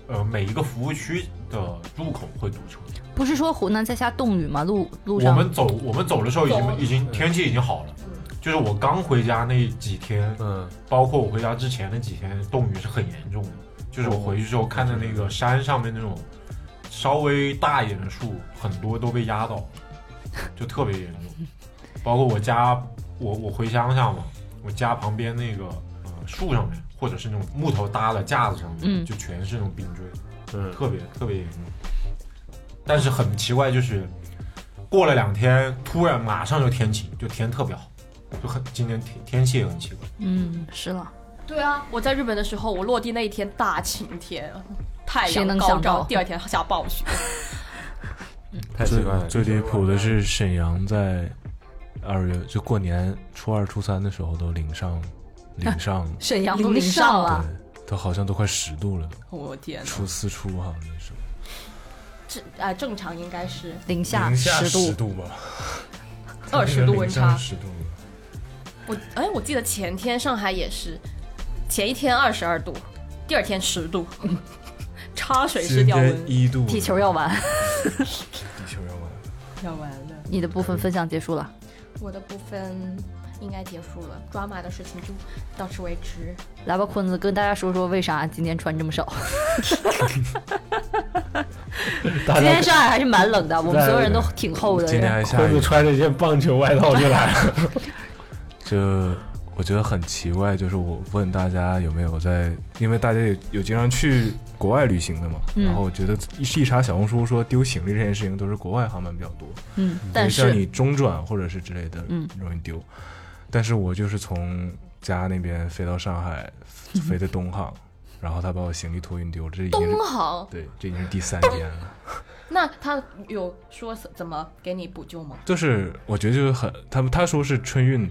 Speaker 8: 呃每一个服务区的入口会堵车。
Speaker 4: 不是说湖南在下冻雨吗？路路
Speaker 8: 我
Speaker 4: 上
Speaker 8: 们走，我们走的时候已
Speaker 2: 走
Speaker 8: 经已经天气已经好了，就是我刚回家那几天，
Speaker 3: 嗯，
Speaker 8: 包括我回家之前那几天，冻雨是很严重的。就是我回去之后看到那个山上面那种稍微大一点的树，很多都被压到，就特别严重。包括我家，我我回乡下嘛，我家旁边那个呃树上面，或者是那种木头搭的架子上面，
Speaker 4: 嗯
Speaker 8: 就全是那种冰锥。
Speaker 3: 嗯，
Speaker 8: 特别特别严重。但是很奇怪，就是过了两天，突然马上就天晴，就天特别好，就很今天天天气也很奇怪。
Speaker 4: 嗯是了，
Speaker 2: 对啊，我在日本的时候，我落地那一天大晴天，太
Speaker 4: 谁
Speaker 2: 阳
Speaker 4: 能
Speaker 2: 高
Speaker 4: 想
Speaker 2: 照
Speaker 4: 到，
Speaker 2: 第二天下暴雪。
Speaker 3: 太奇
Speaker 6: 最
Speaker 3: 怪了。
Speaker 6: 最离谱的是沈阳在二月就过年初二初三的时候都零上零上，
Speaker 4: 沈阳都
Speaker 2: 零
Speaker 4: 零
Speaker 2: 上
Speaker 4: 上
Speaker 2: 了
Speaker 4: 了，
Speaker 6: 对，都好像都快十度了，
Speaker 2: 我天哪，
Speaker 6: 初四初五好像那时候
Speaker 2: 正啊正常应该是
Speaker 4: 零下
Speaker 6: 零下
Speaker 4: 十
Speaker 6: 十
Speaker 4: 度。
Speaker 6: 度吧，
Speaker 2: 二十度温差。
Speaker 6: 十度了，
Speaker 2: 我哎，我记得前天上海也是，前一天二十二度，第二天十度， (laughs) 插水式
Speaker 6: 今
Speaker 2: 掉
Speaker 6: 天
Speaker 2: 温，
Speaker 6: 一度了，
Speaker 4: 地球要完，
Speaker 6: 地球要完了。
Speaker 2: 要完了。
Speaker 4: 你的部分分享结束了。
Speaker 2: 我的部分应该结束了，抓马的事情就到此为止。
Speaker 4: 来吧，坤子，跟大家说说为啥今天穿这么少？
Speaker 3: 大
Speaker 4: 今
Speaker 3: 家
Speaker 4: 天上海还是蛮冷的，我们所有人都挺厚的。
Speaker 6: 今天还下
Speaker 3: 坤
Speaker 6: 雨
Speaker 3: 子，穿着一件棒球外套就来了。
Speaker 6: 这我觉得很奇怪，就是我问大家有没有在，因为大家有有经常去国外旅行的嘛，
Speaker 4: 嗯
Speaker 6: 然后我觉得一一查小红书说丢行李这件事情都是国外航班比较多，
Speaker 4: 嗯，但
Speaker 6: 所以像
Speaker 4: 是
Speaker 6: 你中转或者是之类的
Speaker 4: 嗯
Speaker 6: 容易丢，但是我就是从家那边飞到上海，
Speaker 2: (laughs)
Speaker 6: 飞的东航，然后他把我行李托运丢了，这已经
Speaker 2: 东
Speaker 6: 是
Speaker 2: 航，
Speaker 6: 对，这已经是第三件了。
Speaker 2: 那他有说怎么给你补救吗？
Speaker 6: 就是我觉得就是很，他们他说是春运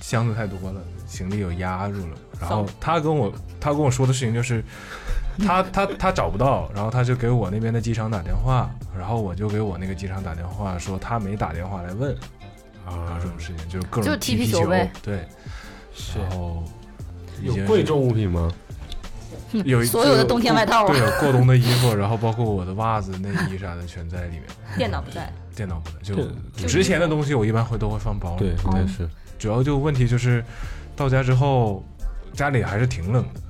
Speaker 6: 箱子太多了，行李有压住了。然后他跟我他跟我说的事情就是，他他他找不到，然后他就给我那边的机场打电话，然后我就给我那个机场打电话说他没打电话来问，然后这种事情就是各种
Speaker 4: 就是踢
Speaker 6: 踢
Speaker 4: 皮
Speaker 6: 皮
Speaker 4: 球呗
Speaker 6: 对，
Speaker 3: 是
Speaker 6: 然后已
Speaker 3: 有
Speaker 6: 经
Speaker 3: 贵重物品吗？
Speaker 6: 有一
Speaker 4: 所有的冬天外套啊
Speaker 6: 对，有过冬的衣服，然后包括我的袜子、内衣啥的全在里面，
Speaker 2: 电脑不在，
Speaker 6: 电脑不在，就
Speaker 3: 对
Speaker 6: 不值钱的东西我一般会都会放包里。
Speaker 3: 对，应该是。
Speaker 6: 主要就问题就是，到家之后，家里还是挺冷的。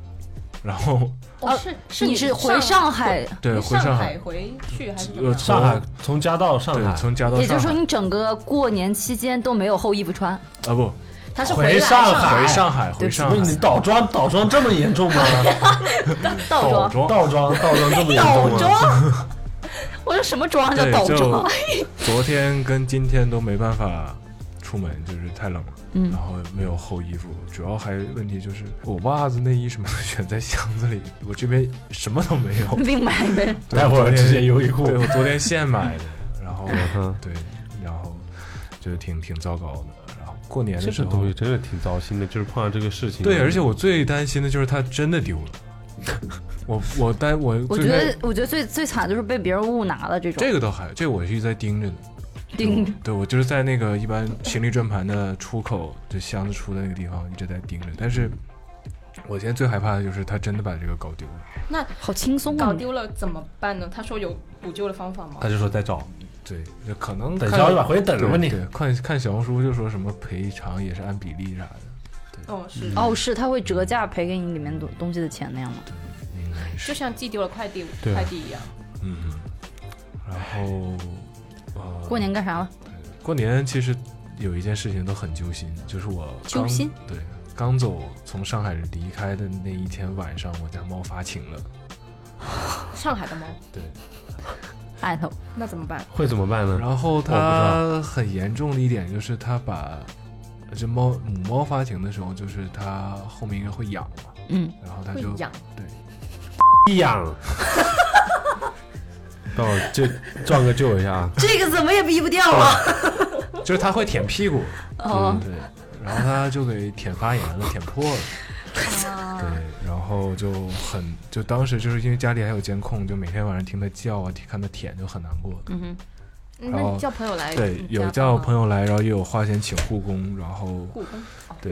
Speaker 6: 然后
Speaker 2: 哦是是
Speaker 4: 你是回上海，
Speaker 6: (laughs) 对回
Speaker 2: 海
Speaker 6: 上海，
Speaker 2: 回去还是怎么
Speaker 6: 呃
Speaker 2: 样？
Speaker 3: 上海从家到上
Speaker 6: 对
Speaker 3: 海，
Speaker 6: 从家到
Speaker 4: 也就
Speaker 6: 上
Speaker 4: 是说
Speaker 6: 海
Speaker 4: 你整个过年期间都没有厚衣服穿。
Speaker 6: 啊不
Speaker 2: 他是
Speaker 3: 回
Speaker 2: 来上
Speaker 3: 上海
Speaker 6: 回上
Speaker 4: 对
Speaker 6: 海回
Speaker 4: 不起
Speaker 6: 上
Speaker 3: 不是你
Speaker 6: 海
Speaker 3: 倒装倒装这么严重吗？
Speaker 4: 倒装，
Speaker 6: 装
Speaker 3: 倒装倒装这么严
Speaker 2: 啊
Speaker 3: 重吗？
Speaker 4: 装。 (laughs) 我说什么装叫
Speaker 6: 对
Speaker 4: 倒
Speaker 6: 就
Speaker 4: 装？
Speaker 6: 昨天跟今天都没办法出门，就是太冷了。
Speaker 4: 嗯
Speaker 6: 然后没有厚衣服，主要还问题就是我袜子、内衣什么的全在箱子里，我这边什么都没
Speaker 4: (laughs)
Speaker 6: 有。
Speaker 4: (laughs) 另买
Speaker 2: (laughs)
Speaker 4: 呗。
Speaker 6: 对
Speaker 7: 待会
Speaker 6: 我
Speaker 7: 儿
Speaker 6: 昨天
Speaker 7: 直接优衣库
Speaker 6: 对我昨天现买的，然后
Speaker 3: 哼
Speaker 6: 对，然后就挺挺糟糕的。然后过年
Speaker 3: 这
Speaker 6: 的时
Speaker 3: 种
Speaker 6: 候，
Speaker 3: 东西真的挺糟心的，就是碰到这个
Speaker 7: 嗯
Speaker 3: 事情。
Speaker 6: 对，而且我最担心的就是它真的丢了。我我担我
Speaker 4: 我
Speaker 6: 最
Speaker 4: 觉
Speaker 6: 开
Speaker 4: 得，我觉得最最惨就是被别人误拿了这种。
Speaker 6: 这个倒还，这个我一直在盯着呢。
Speaker 4: 盯着
Speaker 6: 对，我就是在那个一般行李转盘的出口，就箱子出的那个地方一直在盯着。但是，我现在最害怕的就是他真的把这个搞丢了。
Speaker 2: 那
Speaker 4: 好轻松啊！
Speaker 2: 搞丢了怎么办呢？他说有补救的方法吗
Speaker 3: 他？就说再找，
Speaker 6: 对，就可能
Speaker 7: 等
Speaker 6: 看
Speaker 7: 消息吧，回去等着吧
Speaker 6: 对
Speaker 7: 你。
Speaker 6: 对，看看小红书就说什么赔偿也是按比例啥的，
Speaker 2: 哦，是，
Speaker 6: 嗯
Speaker 4: 哦，是他会折价赔给你里面东东西的钱那样吗？
Speaker 6: 应该是
Speaker 2: 就。像寄丢了快递
Speaker 6: 对啊
Speaker 2: 快递一样。
Speaker 6: 嗯，然后呃，
Speaker 4: 过年干啥了？
Speaker 6: 过年其实有一件事情都很揪心，就是我刚
Speaker 4: 揪心
Speaker 6: 对刚走从上海离开的那一天晚上，我家猫发情了。
Speaker 2: 上海的猫，
Speaker 6: 对，
Speaker 4: 艾特我
Speaker 2: 那怎么办？
Speaker 3: 会怎么办呢？
Speaker 6: 然后
Speaker 3: 嗯我
Speaker 6: 它很严重的一点就是它把这猫母猫发情的时候，就是它后面应该会痒嘛，
Speaker 4: 嗯，
Speaker 6: 然后它
Speaker 2: 会
Speaker 6: 就
Speaker 2: 痒，
Speaker 6: 对，
Speaker 3: 一啊痒，帮我救壮哥救我一下啊！
Speaker 4: 这个怎么也避不掉啊！
Speaker 6: 就是它会舔屁股，
Speaker 4: 哦，
Speaker 6: 对，然后它就给舔发炎了，舔破了。
Speaker 4: 啊
Speaker 6: 对，然后就很就当时就是因为家里还有监控，就每天晚上听它叫啊，听看它舔就很难过。
Speaker 4: 嗯哼，
Speaker 2: 嗯
Speaker 6: 然
Speaker 2: 那
Speaker 6: 后
Speaker 2: 你叫朋友来，
Speaker 6: 对，有叫
Speaker 2: 叫
Speaker 6: 朋友来，然后也有花钱请护工，然后
Speaker 2: 故宫，哦
Speaker 6: 对，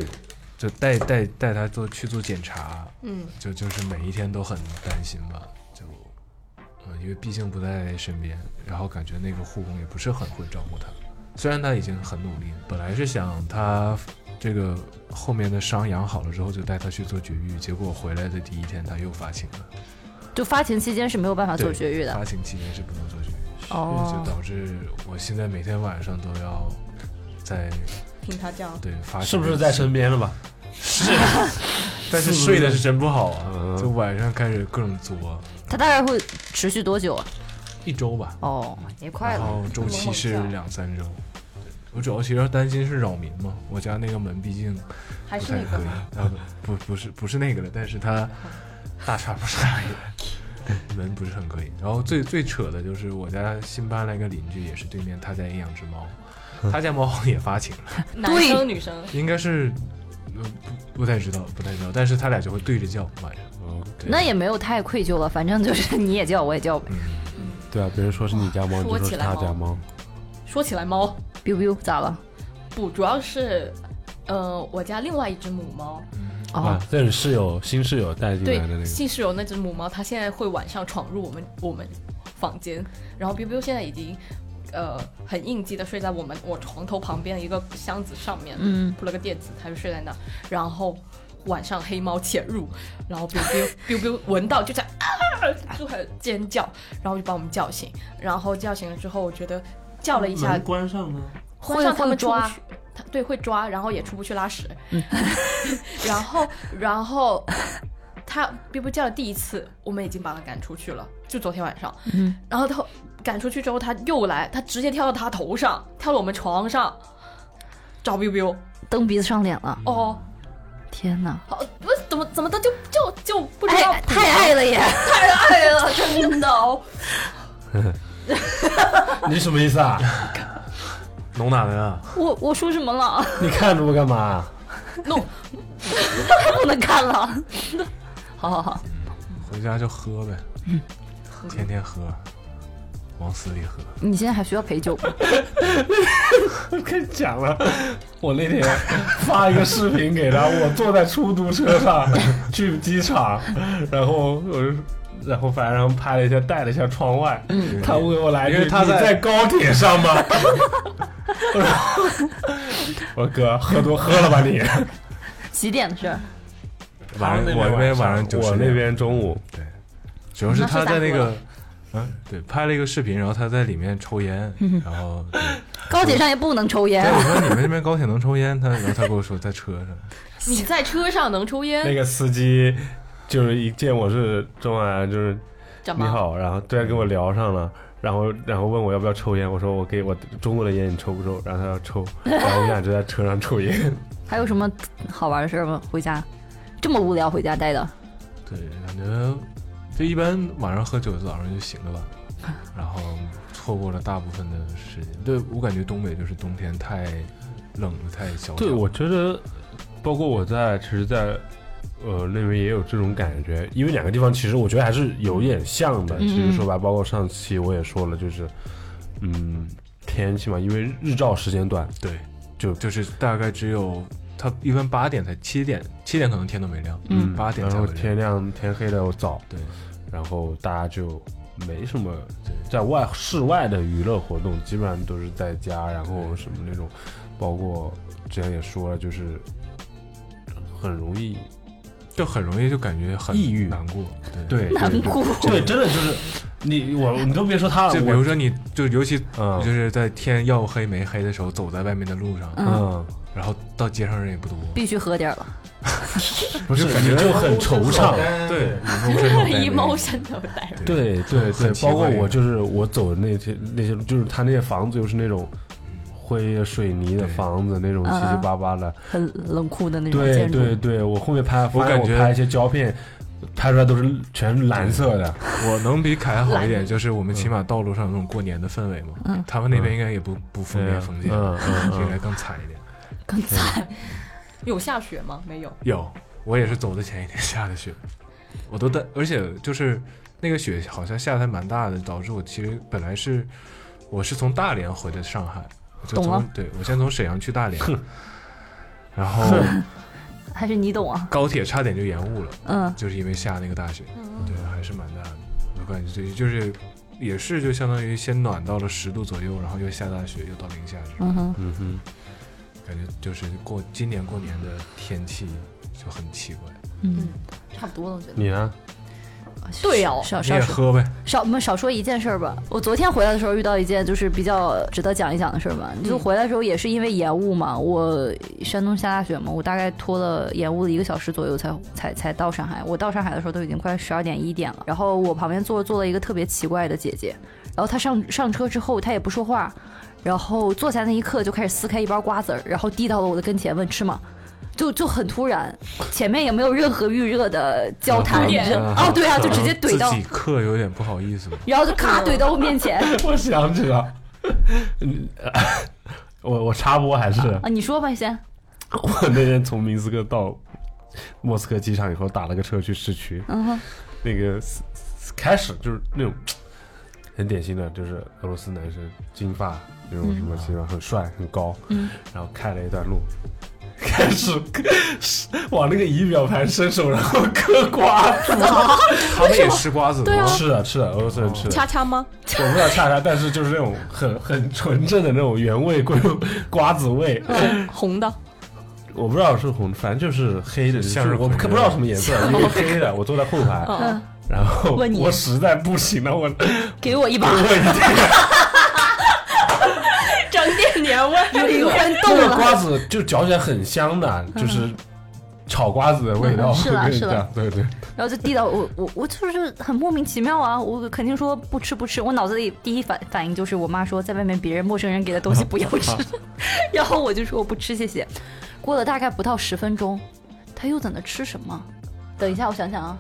Speaker 6: 就带带带它做去做检查，
Speaker 2: 嗯，
Speaker 6: 就就是每一天都很担心吧，就，嗯，因为毕竟不在身边，然后感觉那个护工也不是很会照顾他，虽然他已经很努力了，本来是想他这个后面的伤养好了之后就带他去做绝育，结果回来的第一天他又发情了，
Speaker 4: 就发情期间是没有办法
Speaker 6: 对
Speaker 4: 啊做绝育的
Speaker 6: 发情期间是不能做绝育，就
Speaker 4: 哦。
Speaker 6: 导致我现在每天晚上都要在
Speaker 2: 听他叫，
Speaker 6: 对发情
Speaker 7: 是不是在身边了吧？
Speaker 6: 但是
Speaker 7: 是不是
Speaker 6: 睡的是真不好啊
Speaker 3: 嗯，
Speaker 6: 就晚上开始各种作，
Speaker 4: 它大概会持续多久啊？
Speaker 6: 一周吧。
Speaker 4: 哦，也快
Speaker 6: 然
Speaker 2: 啊
Speaker 4: 了。
Speaker 6: 后周期是两三周。我主要其实担心是扰民嘛，我家那个门毕竟
Speaker 2: 还
Speaker 6: 不
Speaker 2: 是
Speaker 6: 太
Speaker 2: 那
Speaker 6: 可
Speaker 2: 个
Speaker 6: 以，啊不不不是不是那个了，但是它大差不差 (laughs) 也，对门不是很可以。然后最最扯的就是我家新搬来个邻居，也是对面他家也养只猫，他家猫也发情了，
Speaker 2: 男生女生，
Speaker 6: 应该是。呃不不太知道，不太知道，但是他俩就会对着叫，晚上。对
Speaker 4: 那也没有太愧疚了，反正就是你也叫我也叫呗
Speaker 6: 嗯，
Speaker 3: 对啊，别人说是你家猫，你就
Speaker 2: 说
Speaker 3: 说
Speaker 2: 起
Speaker 3: 是
Speaker 2: 来
Speaker 3: 他家猫，
Speaker 2: 说起来猫，
Speaker 4: ，biu biu 咋了？
Speaker 2: 不主要是，呃，我家另外一只母猫，
Speaker 4: 哦
Speaker 3: 啊，，这是室友新室友带进
Speaker 2: 对
Speaker 3: 来的那，个，
Speaker 2: 新室友那只母猫，它现在会晚上闯入我们我们房间，然后 biu biu 现在已经。呃，很应激的睡在我们我床头旁边的一个箱子上面，
Speaker 4: 嗯，
Speaker 2: 铺了个垫子，它就睡在那儿。然后晚上黑猫潜入，然后 biu biu biu biu 闻到就在啊，就很尖叫，然后就把我们叫醒。然后叫醒了之后，我觉得叫了一下，
Speaker 7: 关上呢？
Speaker 2: 会让他
Speaker 4: 会
Speaker 2: 们出不
Speaker 4: 抓嗯
Speaker 2: 去，他对会抓，然后也出不去拉屎， (laughs) 然后然后他 biu biu 叫了第一次，我们已经把他赶出去了，就昨天晚上，
Speaker 4: 嗯
Speaker 2: 然后他赶出去之后，他又来，他直接跳到他头上，跳到我们床上。找哦 biu biu
Speaker 4: 蹬鼻子上脸了，
Speaker 2: 哦，
Speaker 4: 天哪！
Speaker 2: 好，不是怎么怎么的就就就不知道、
Speaker 4: 哎，太爱了也，
Speaker 2: 太爱了，真的哦，
Speaker 7: 你什么意思啊？
Speaker 6: 弄哪的呀？
Speaker 4: 我我说什么了？ (laughs)
Speaker 7: 你看着我干嘛？
Speaker 4: 不能看了。 (laughs) 好好好，
Speaker 6: 回家就喝呗，天天喝，往死里喝。
Speaker 4: 你现在还需要陪酒吗？ (laughs)
Speaker 7: 跟你讲了，我那天 (laughs) 发一个视频给他，我坐在出租车上 (laughs) 去机场，然后我就。然后反正拍了一下，带了一下窗外。他问我来一句，
Speaker 6: 因为他
Speaker 7: 你
Speaker 6: 在
Speaker 7: 在高铁上吗？我说我说哥，喝多喝了吧你？
Speaker 4: 几点的事儿？
Speaker 6: 晚上我那边晚上九
Speaker 3: 我
Speaker 6: 十
Speaker 3: 那
Speaker 6: 点，
Speaker 3: 边中午
Speaker 6: 主要是他在
Speaker 2: 那
Speaker 6: 那
Speaker 2: 是咋喝
Speaker 6: 个，嗯，对，拍了一个视频，然后他在里面抽烟，然后对，
Speaker 4: 高铁上也不能抽烟
Speaker 6: 哎，。我说你们那边高铁能抽烟？他然后他跟我说在车上，
Speaker 2: 你在车上能抽
Speaker 3: (laughs) 那
Speaker 2: 烟？
Speaker 3: 个司机就是一见我是中安，就是
Speaker 2: 怎
Speaker 3: 你
Speaker 2: 么？
Speaker 3: 好，然后突然跟我聊上了，然后然后问我要不要抽烟，我说我给我中国的烟你抽不抽？然后他要抽，然后我们俩就在车上抽烟。
Speaker 4: 还有什么好玩的事儿吗？回家这么无聊，回家待的，
Speaker 6: 对，感觉就一般晚上喝酒，早上就醒了吧，然后错过了大部分的时间。对我感觉东北就是冬天太冷了，太萧条。
Speaker 3: (laughs) 对，我觉得包括我在其实在，呃那边也有这种感觉，因为两个地方其实我觉得还是有点像的。
Speaker 4: 嗯
Speaker 3: 其实说白，包括上期我也说了，就是嗯天气嘛，因为日照时间短，
Speaker 6: 对，
Speaker 3: 就
Speaker 6: 就是大概只有它一般八点才七点，七点可能天都没亮，
Speaker 4: 嗯
Speaker 6: 八点
Speaker 3: 然
Speaker 6: 才
Speaker 3: 后
Speaker 6: 会亮
Speaker 3: 天。亮天黑的早，
Speaker 6: 对，
Speaker 3: 然后大家就没什么
Speaker 6: 对
Speaker 3: 在外室外的娱乐活动，基本上都是在家，然后什么那种，包括之前也说了，就是很容易
Speaker 6: 就很容易就感觉很
Speaker 3: 抑郁
Speaker 6: 难过。对，
Speaker 3: 对
Speaker 4: 难过。
Speaker 3: 对，真的就是你我你都别说他了，
Speaker 6: 就比
Speaker 3: 我
Speaker 6: 如说你就尤其就
Speaker 3: 嗯
Speaker 6: 是在天要黑没黑的时候，走在外面的路上，
Speaker 4: 嗯，
Speaker 3: 嗯，
Speaker 6: 然后到街上人也不多，
Speaker 4: 必须喝点儿了。
Speaker 3: 不是感觉嗯就很惆怅，
Speaker 6: (laughs) 对，无声无
Speaker 4: (laughs)
Speaker 6: 泪
Speaker 2: emotional 代入
Speaker 3: 对对对
Speaker 6: 很，奇怪
Speaker 3: 包括我就是我走的那些那些，就是他那些房子又是那种灰水泥的
Speaker 6: 对
Speaker 3: 房子，那种七七八八的。
Speaker 4: 很冷酷的那种
Speaker 3: 对
Speaker 4: 建筑。
Speaker 3: 对对，我后面拍，发现
Speaker 6: 感觉
Speaker 3: 我拍一些胶片，拍出来都是全是蓝色的。
Speaker 6: 我能比凯好一点，就是我
Speaker 3: 嗯
Speaker 6: 们起码道路上有那种过年的氛围嘛。
Speaker 4: 嗯
Speaker 6: 他们那边应该也不不封
Speaker 3: 对
Speaker 6: 闭封建，
Speaker 3: 嗯嗯
Speaker 6: 应该
Speaker 3: 嗯，
Speaker 6: 更惨一点。
Speaker 4: 更惨。
Speaker 2: 有下雪吗？没有。
Speaker 6: 有，我也是走的前一天下的雪，我都带，而且就是那个雪好像下的还蛮大的，导致我其实本来是我是从大连回的上海，我就
Speaker 4: 懂
Speaker 6: 从
Speaker 4: 了
Speaker 6: 对我先从沈阳去
Speaker 4: (laughs)
Speaker 6: 大连，然后
Speaker 4: 还是你懂啊？
Speaker 6: 高铁差点就延误了。
Speaker 4: 嗯，
Speaker 6: 就是因为下那个大雪，对，还是蛮大的。我感觉对，就是也是就相当于先暖到了十度左右，然后又下大雪，又到零下这种，
Speaker 4: 嗯哼，
Speaker 3: 嗯哼，
Speaker 6: 感觉就是过今年过年的天气就很奇怪。
Speaker 4: 嗯，
Speaker 2: 差不多了，我觉得。
Speaker 3: 你 (laughs) 呢？
Speaker 2: 对哦
Speaker 4: 少
Speaker 6: 你
Speaker 4: 少
Speaker 6: 也
Speaker 4: 说
Speaker 6: 喝呗，
Speaker 4: 少，我们少说一件事儿吧。我昨天回来的时候遇到一件就是比较值得讲一讲的事儿吧。就回来的时候也是因为延误嘛，我山东下大雪嘛，我大概拖了延误了一个小时左右才才才到上海。我到上海的时候都已经快十二点一点了。然后我旁边坐坐了一个特别奇怪的姐姐，然后她上上车之后她也不说话，然后坐下那一刻就开始撕开一包瓜子儿，然后递到了我的跟前问吃吗？就就很突然，前面也没有任何预热的交谈，
Speaker 2: 点
Speaker 4: 就哦对啊，就直接
Speaker 6: 自
Speaker 4: 怼到
Speaker 6: 己嗑有点不好意思嘛。
Speaker 4: 然后就咔怼到我面前
Speaker 7: 我想起了，
Speaker 3: 嗯呃 (laughs) 我我插播还是
Speaker 4: 啊！你说吧，先，
Speaker 3: 我 (laughs) 那天从明斯克到莫斯科机场以后，打了个车去市区，
Speaker 4: 嗯哼，
Speaker 3: 那个斯斯开始就是那种很典型的，就是俄罗斯男生，金发那种什么形象，很帅很高，
Speaker 4: 嗯，
Speaker 3: 然后开了一段路， (laughs)
Speaker 7: 开始往那个仪表盘伸手，然后嗑瓜子。
Speaker 6: 他们也吃瓜子
Speaker 2: 对啊
Speaker 6: 吗？
Speaker 3: 吃的吃的，俄罗斯人吃的，
Speaker 2: 恰恰吗？
Speaker 3: 我不知道恰恰，但是就是那种很很纯正的那种原味 (laughs) 瓜瓜子味，
Speaker 2: 红红的，
Speaker 3: 我不知道是红，反正就是黑的，
Speaker 6: 向
Speaker 3: 就是
Speaker 6: 日葵
Speaker 3: 我不不知道什么颜色，因为黑的。我坐在后排，
Speaker 2: 嗯，
Speaker 3: 然后
Speaker 4: 哦问你
Speaker 3: 我实在不行了，我
Speaker 4: (laughs) 给我一把， (laughs)
Speaker 2: 整点年味，灵魂
Speaker 3: 那个瓜子就嚼起来很香的，就是炒瓜子的味道。
Speaker 4: 嗯是啦
Speaker 3: 我跟你
Speaker 4: 是啦
Speaker 3: 讲，对对，
Speaker 4: 然后就递到我，我我就是很莫名其妙啊！我肯定说不吃不吃，我脑子里第一反反应就是我妈说在外面别人陌生人给的东西不要吃，然后我就说我不吃谢谢。过了大概不到十分钟，他又在那吃什么？等一下，我想想啊。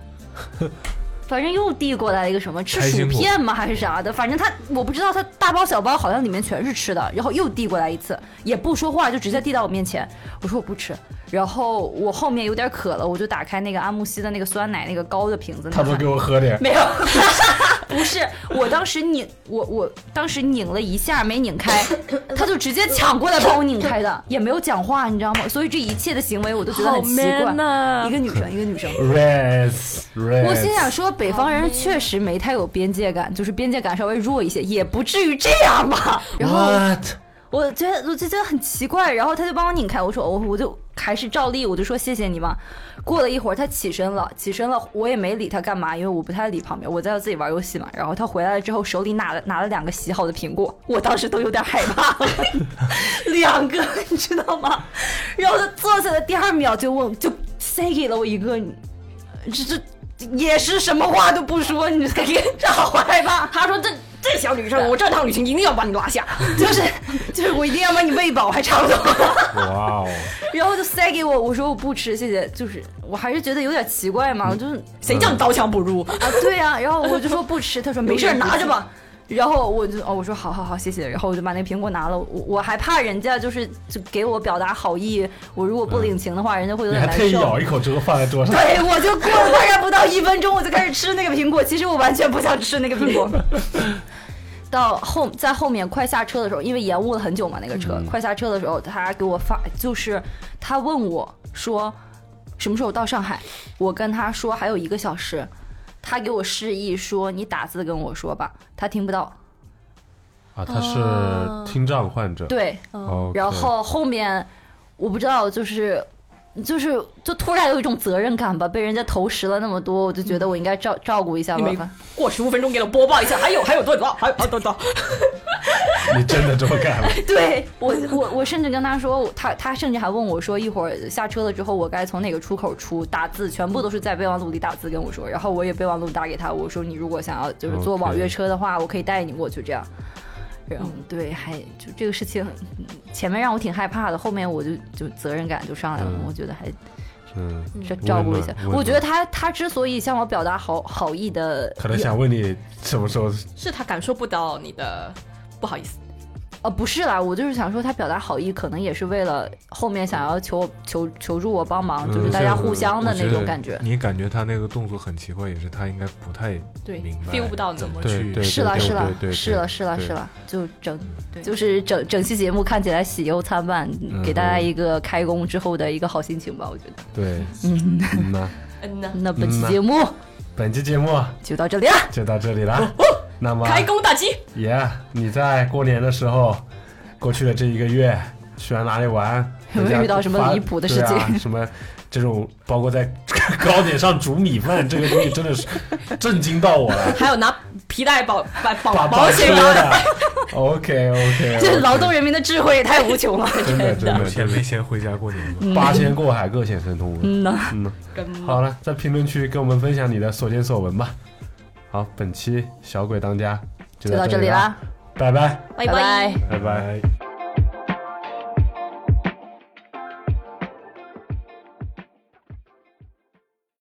Speaker 4: 反正又递过来一个什么吃
Speaker 6: 开心
Speaker 4: 薯
Speaker 6: 果
Speaker 4: 片吗还是啥的，反正他我不知道他大包小包好像里面全是吃的，然后又递过来一次，也不说话就直接递到我面前，我说我不吃，然后我后面有点渴了，我就打开那个阿慕希的那个酸奶那个高的瓶子，
Speaker 3: 他说给我喝点，
Speaker 4: 没有， (laughs) 不是，我当时拧我我当时拧了一下没拧开，他就直接抢过来帮我拧开的，也没有讲话，你知道吗？所以这一切的行为我都觉得
Speaker 2: 好
Speaker 4: 很奇怪。
Speaker 2: man 啊呐
Speaker 4: 一！个女生，一个女生。
Speaker 3: Rest,
Speaker 4: 我心
Speaker 3: rest，
Speaker 4: 想说，北方人确实没太有边界感，就是边界感稍微弱一些，也不至于这样吧。然后
Speaker 3: What？
Speaker 4: 我觉得我就觉得很奇怪，然后他就帮我拧开，我说我哦我就还是照例，我就说谢谢你嘛。过了一会儿，他起身了，起身了，我也没理他干嘛，因为我不太理旁边，我在自己玩游戏嘛。然后他回来了之后，手里拿了拿了两个洗好的苹果，我当时都有点害怕，两个你知道吗？然后他坐下的第二秒就问，就塞给了我一个，这这也是什么话都不说，你这个让我害怕。
Speaker 2: 他说这这小女生，我这趟旅行一定要把你拉下，就是就是我一定要把你喂饱，还差不多。
Speaker 8: 哇
Speaker 6: (laughs)
Speaker 8: 哦，
Speaker 4: 然后就塞给我，我说我不吃，谢谢。就是我还是觉得有点奇怪嘛，我就是
Speaker 2: 谁叫你刀枪不入？
Speaker 4: 啊，对呀、然后我就说不吃，他说
Speaker 2: 没事
Speaker 4: 事，
Speaker 2: 拿着。吧。
Speaker 4: (laughs) 然后我就哦，我说好好好，谢谢。然后我就把那苹果拿了，我我还怕人家就是就给我表达好意，我如果不领情的话，人家会
Speaker 3: 嗯
Speaker 4: 有
Speaker 3: 你
Speaker 4: 点
Speaker 3: 还
Speaker 4: 难
Speaker 3: 特意
Speaker 4: 受
Speaker 3: 咬。一口，之后放在桌上。
Speaker 4: (laughs) 对，我就过了大概不到一分钟，我就开始吃那个苹果。其实我完全不想吃那个苹果。到后在后面快下车的时候，因为延误了很久嘛，那个车、快下车的时候，他给我发，就是他问我说什么时候到上海，我跟他说还有一个小时，他给我示意说你打字跟我说吧，他听不到。
Speaker 9: 啊，他
Speaker 4: 哦
Speaker 9: 是听障患者，
Speaker 4: 对，
Speaker 6: 哦
Speaker 9: OK，
Speaker 4: 嗯然后后面我不知道，就是就是就突然有一种责任感吧，被人家投食了那么多，我就觉得我应该照照顾一下
Speaker 2: 你
Speaker 4: 吧
Speaker 2: 没。
Speaker 4: 反
Speaker 2: 过十五分钟给我播报一下，还有还有多少？还有还有多少？
Speaker 3: 你真的这么干了？ (laughs)
Speaker 4: (laughs) 对我我我甚至跟他说，我他他甚至还问我说，一会儿下车了之后我该从哪个出口出？打字全部都是在备忘录里打字跟我说，然后我也备忘录打给他，我说你如果想要就是坐
Speaker 9: OK
Speaker 4: 网约车的话，我可以带你过去这样。嗯，对，还就这个事情，嗯前面让我挺害怕的，后面我就就责任感就上来了，
Speaker 9: 嗯
Speaker 4: 我觉得还
Speaker 9: 嗯，
Speaker 4: 照照顾一下
Speaker 9: 温。暖
Speaker 4: 我觉得他他之所以向我表达好好意的，
Speaker 3: 可能想问你什么时候
Speaker 2: (laughs) 是他感受不到你的不好意思。
Speaker 4: 呃不是啦，我就是想说他表达好意，可能也是为了后面想要求我求求助我帮
Speaker 6: 呃
Speaker 4: 忙，
Speaker 6: 嗯
Speaker 4: 就是大家互相的那种感觉。
Speaker 6: 你感觉他那个动作很奇怪，也是他应该不太
Speaker 2: 对
Speaker 6: 明白
Speaker 2: ，feel 不到你
Speaker 6: 怎么
Speaker 9: 对
Speaker 6: 去
Speaker 9: 对
Speaker 4: 是啦
Speaker 9: 对
Speaker 4: 是啦
Speaker 9: 对对对
Speaker 4: 是啦是啦
Speaker 6: 对
Speaker 4: 是啦，就整
Speaker 2: 对
Speaker 4: 就是整整期节目看起来喜忧参半，给大家一个开工之后的一个好心情吧，我觉得。
Speaker 3: 对，
Speaker 9: 嗯呐，
Speaker 2: 嗯呐，
Speaker 4: 那本期节目
Speaker 3: 本期节目
Speaker 4: 就到这里了，
Speaker 3: 就到这里了。
Speaker 4: 哦
Speaker 3: 那么，
Speaker 2: 开工大吉！
Speaker 3: 爷，你在过年的时候，过去的这一个月去了哪里玩？
Speaker 4: 有没
Speaker 3: 回
Speaker 4: 有
Speaker 3: 家
Speaker 4: 遇到什么
Speaker 3: 发
Speaker 4: 离谱的事
Speaker 3: 对啊
Speaker 4: 情 (laughs)
Speaker 3: 什么这种，包括在 (laughs) 高点上煮米饭， (laughs) 这个东西真的是震惊到我
Speaker 4: (laughs) 哦
Speaker 3: 了。
Speaker 2: 还有拿皮带保把
Speaker 3: 把
Speaker 2: 保保
Speaker 3: 车
Speaker 2: 险啊刀的，
Speaker 3: 的，OK OK，
Speaker 4: (laughs) 这劳动人民的智慧也太无穷了。
Speaker 3: 真的真
Speaker 6: 有
Speaker 3: 的
Speaker 6: 钱
Speaker 3: 真
Speaker 6: 没
Speaker 3: 的，
Speaker 6: 钱回家过年吗？
Speaker 3: 八仙过海各显神通。
Speaker 4: 嗯呐，
Speaker 2: 跟
Speaker 3: 好了，在评论区跟我们分享你的所见所闻吧。好，本期小鬼当家就
Speaker 4: 就到
Speaker 3: 这
Speaker 4: 这里啦，
Speaker 3: 拜拜，
Speaker 4: 拜拜。
Speaker 3: 拜拜。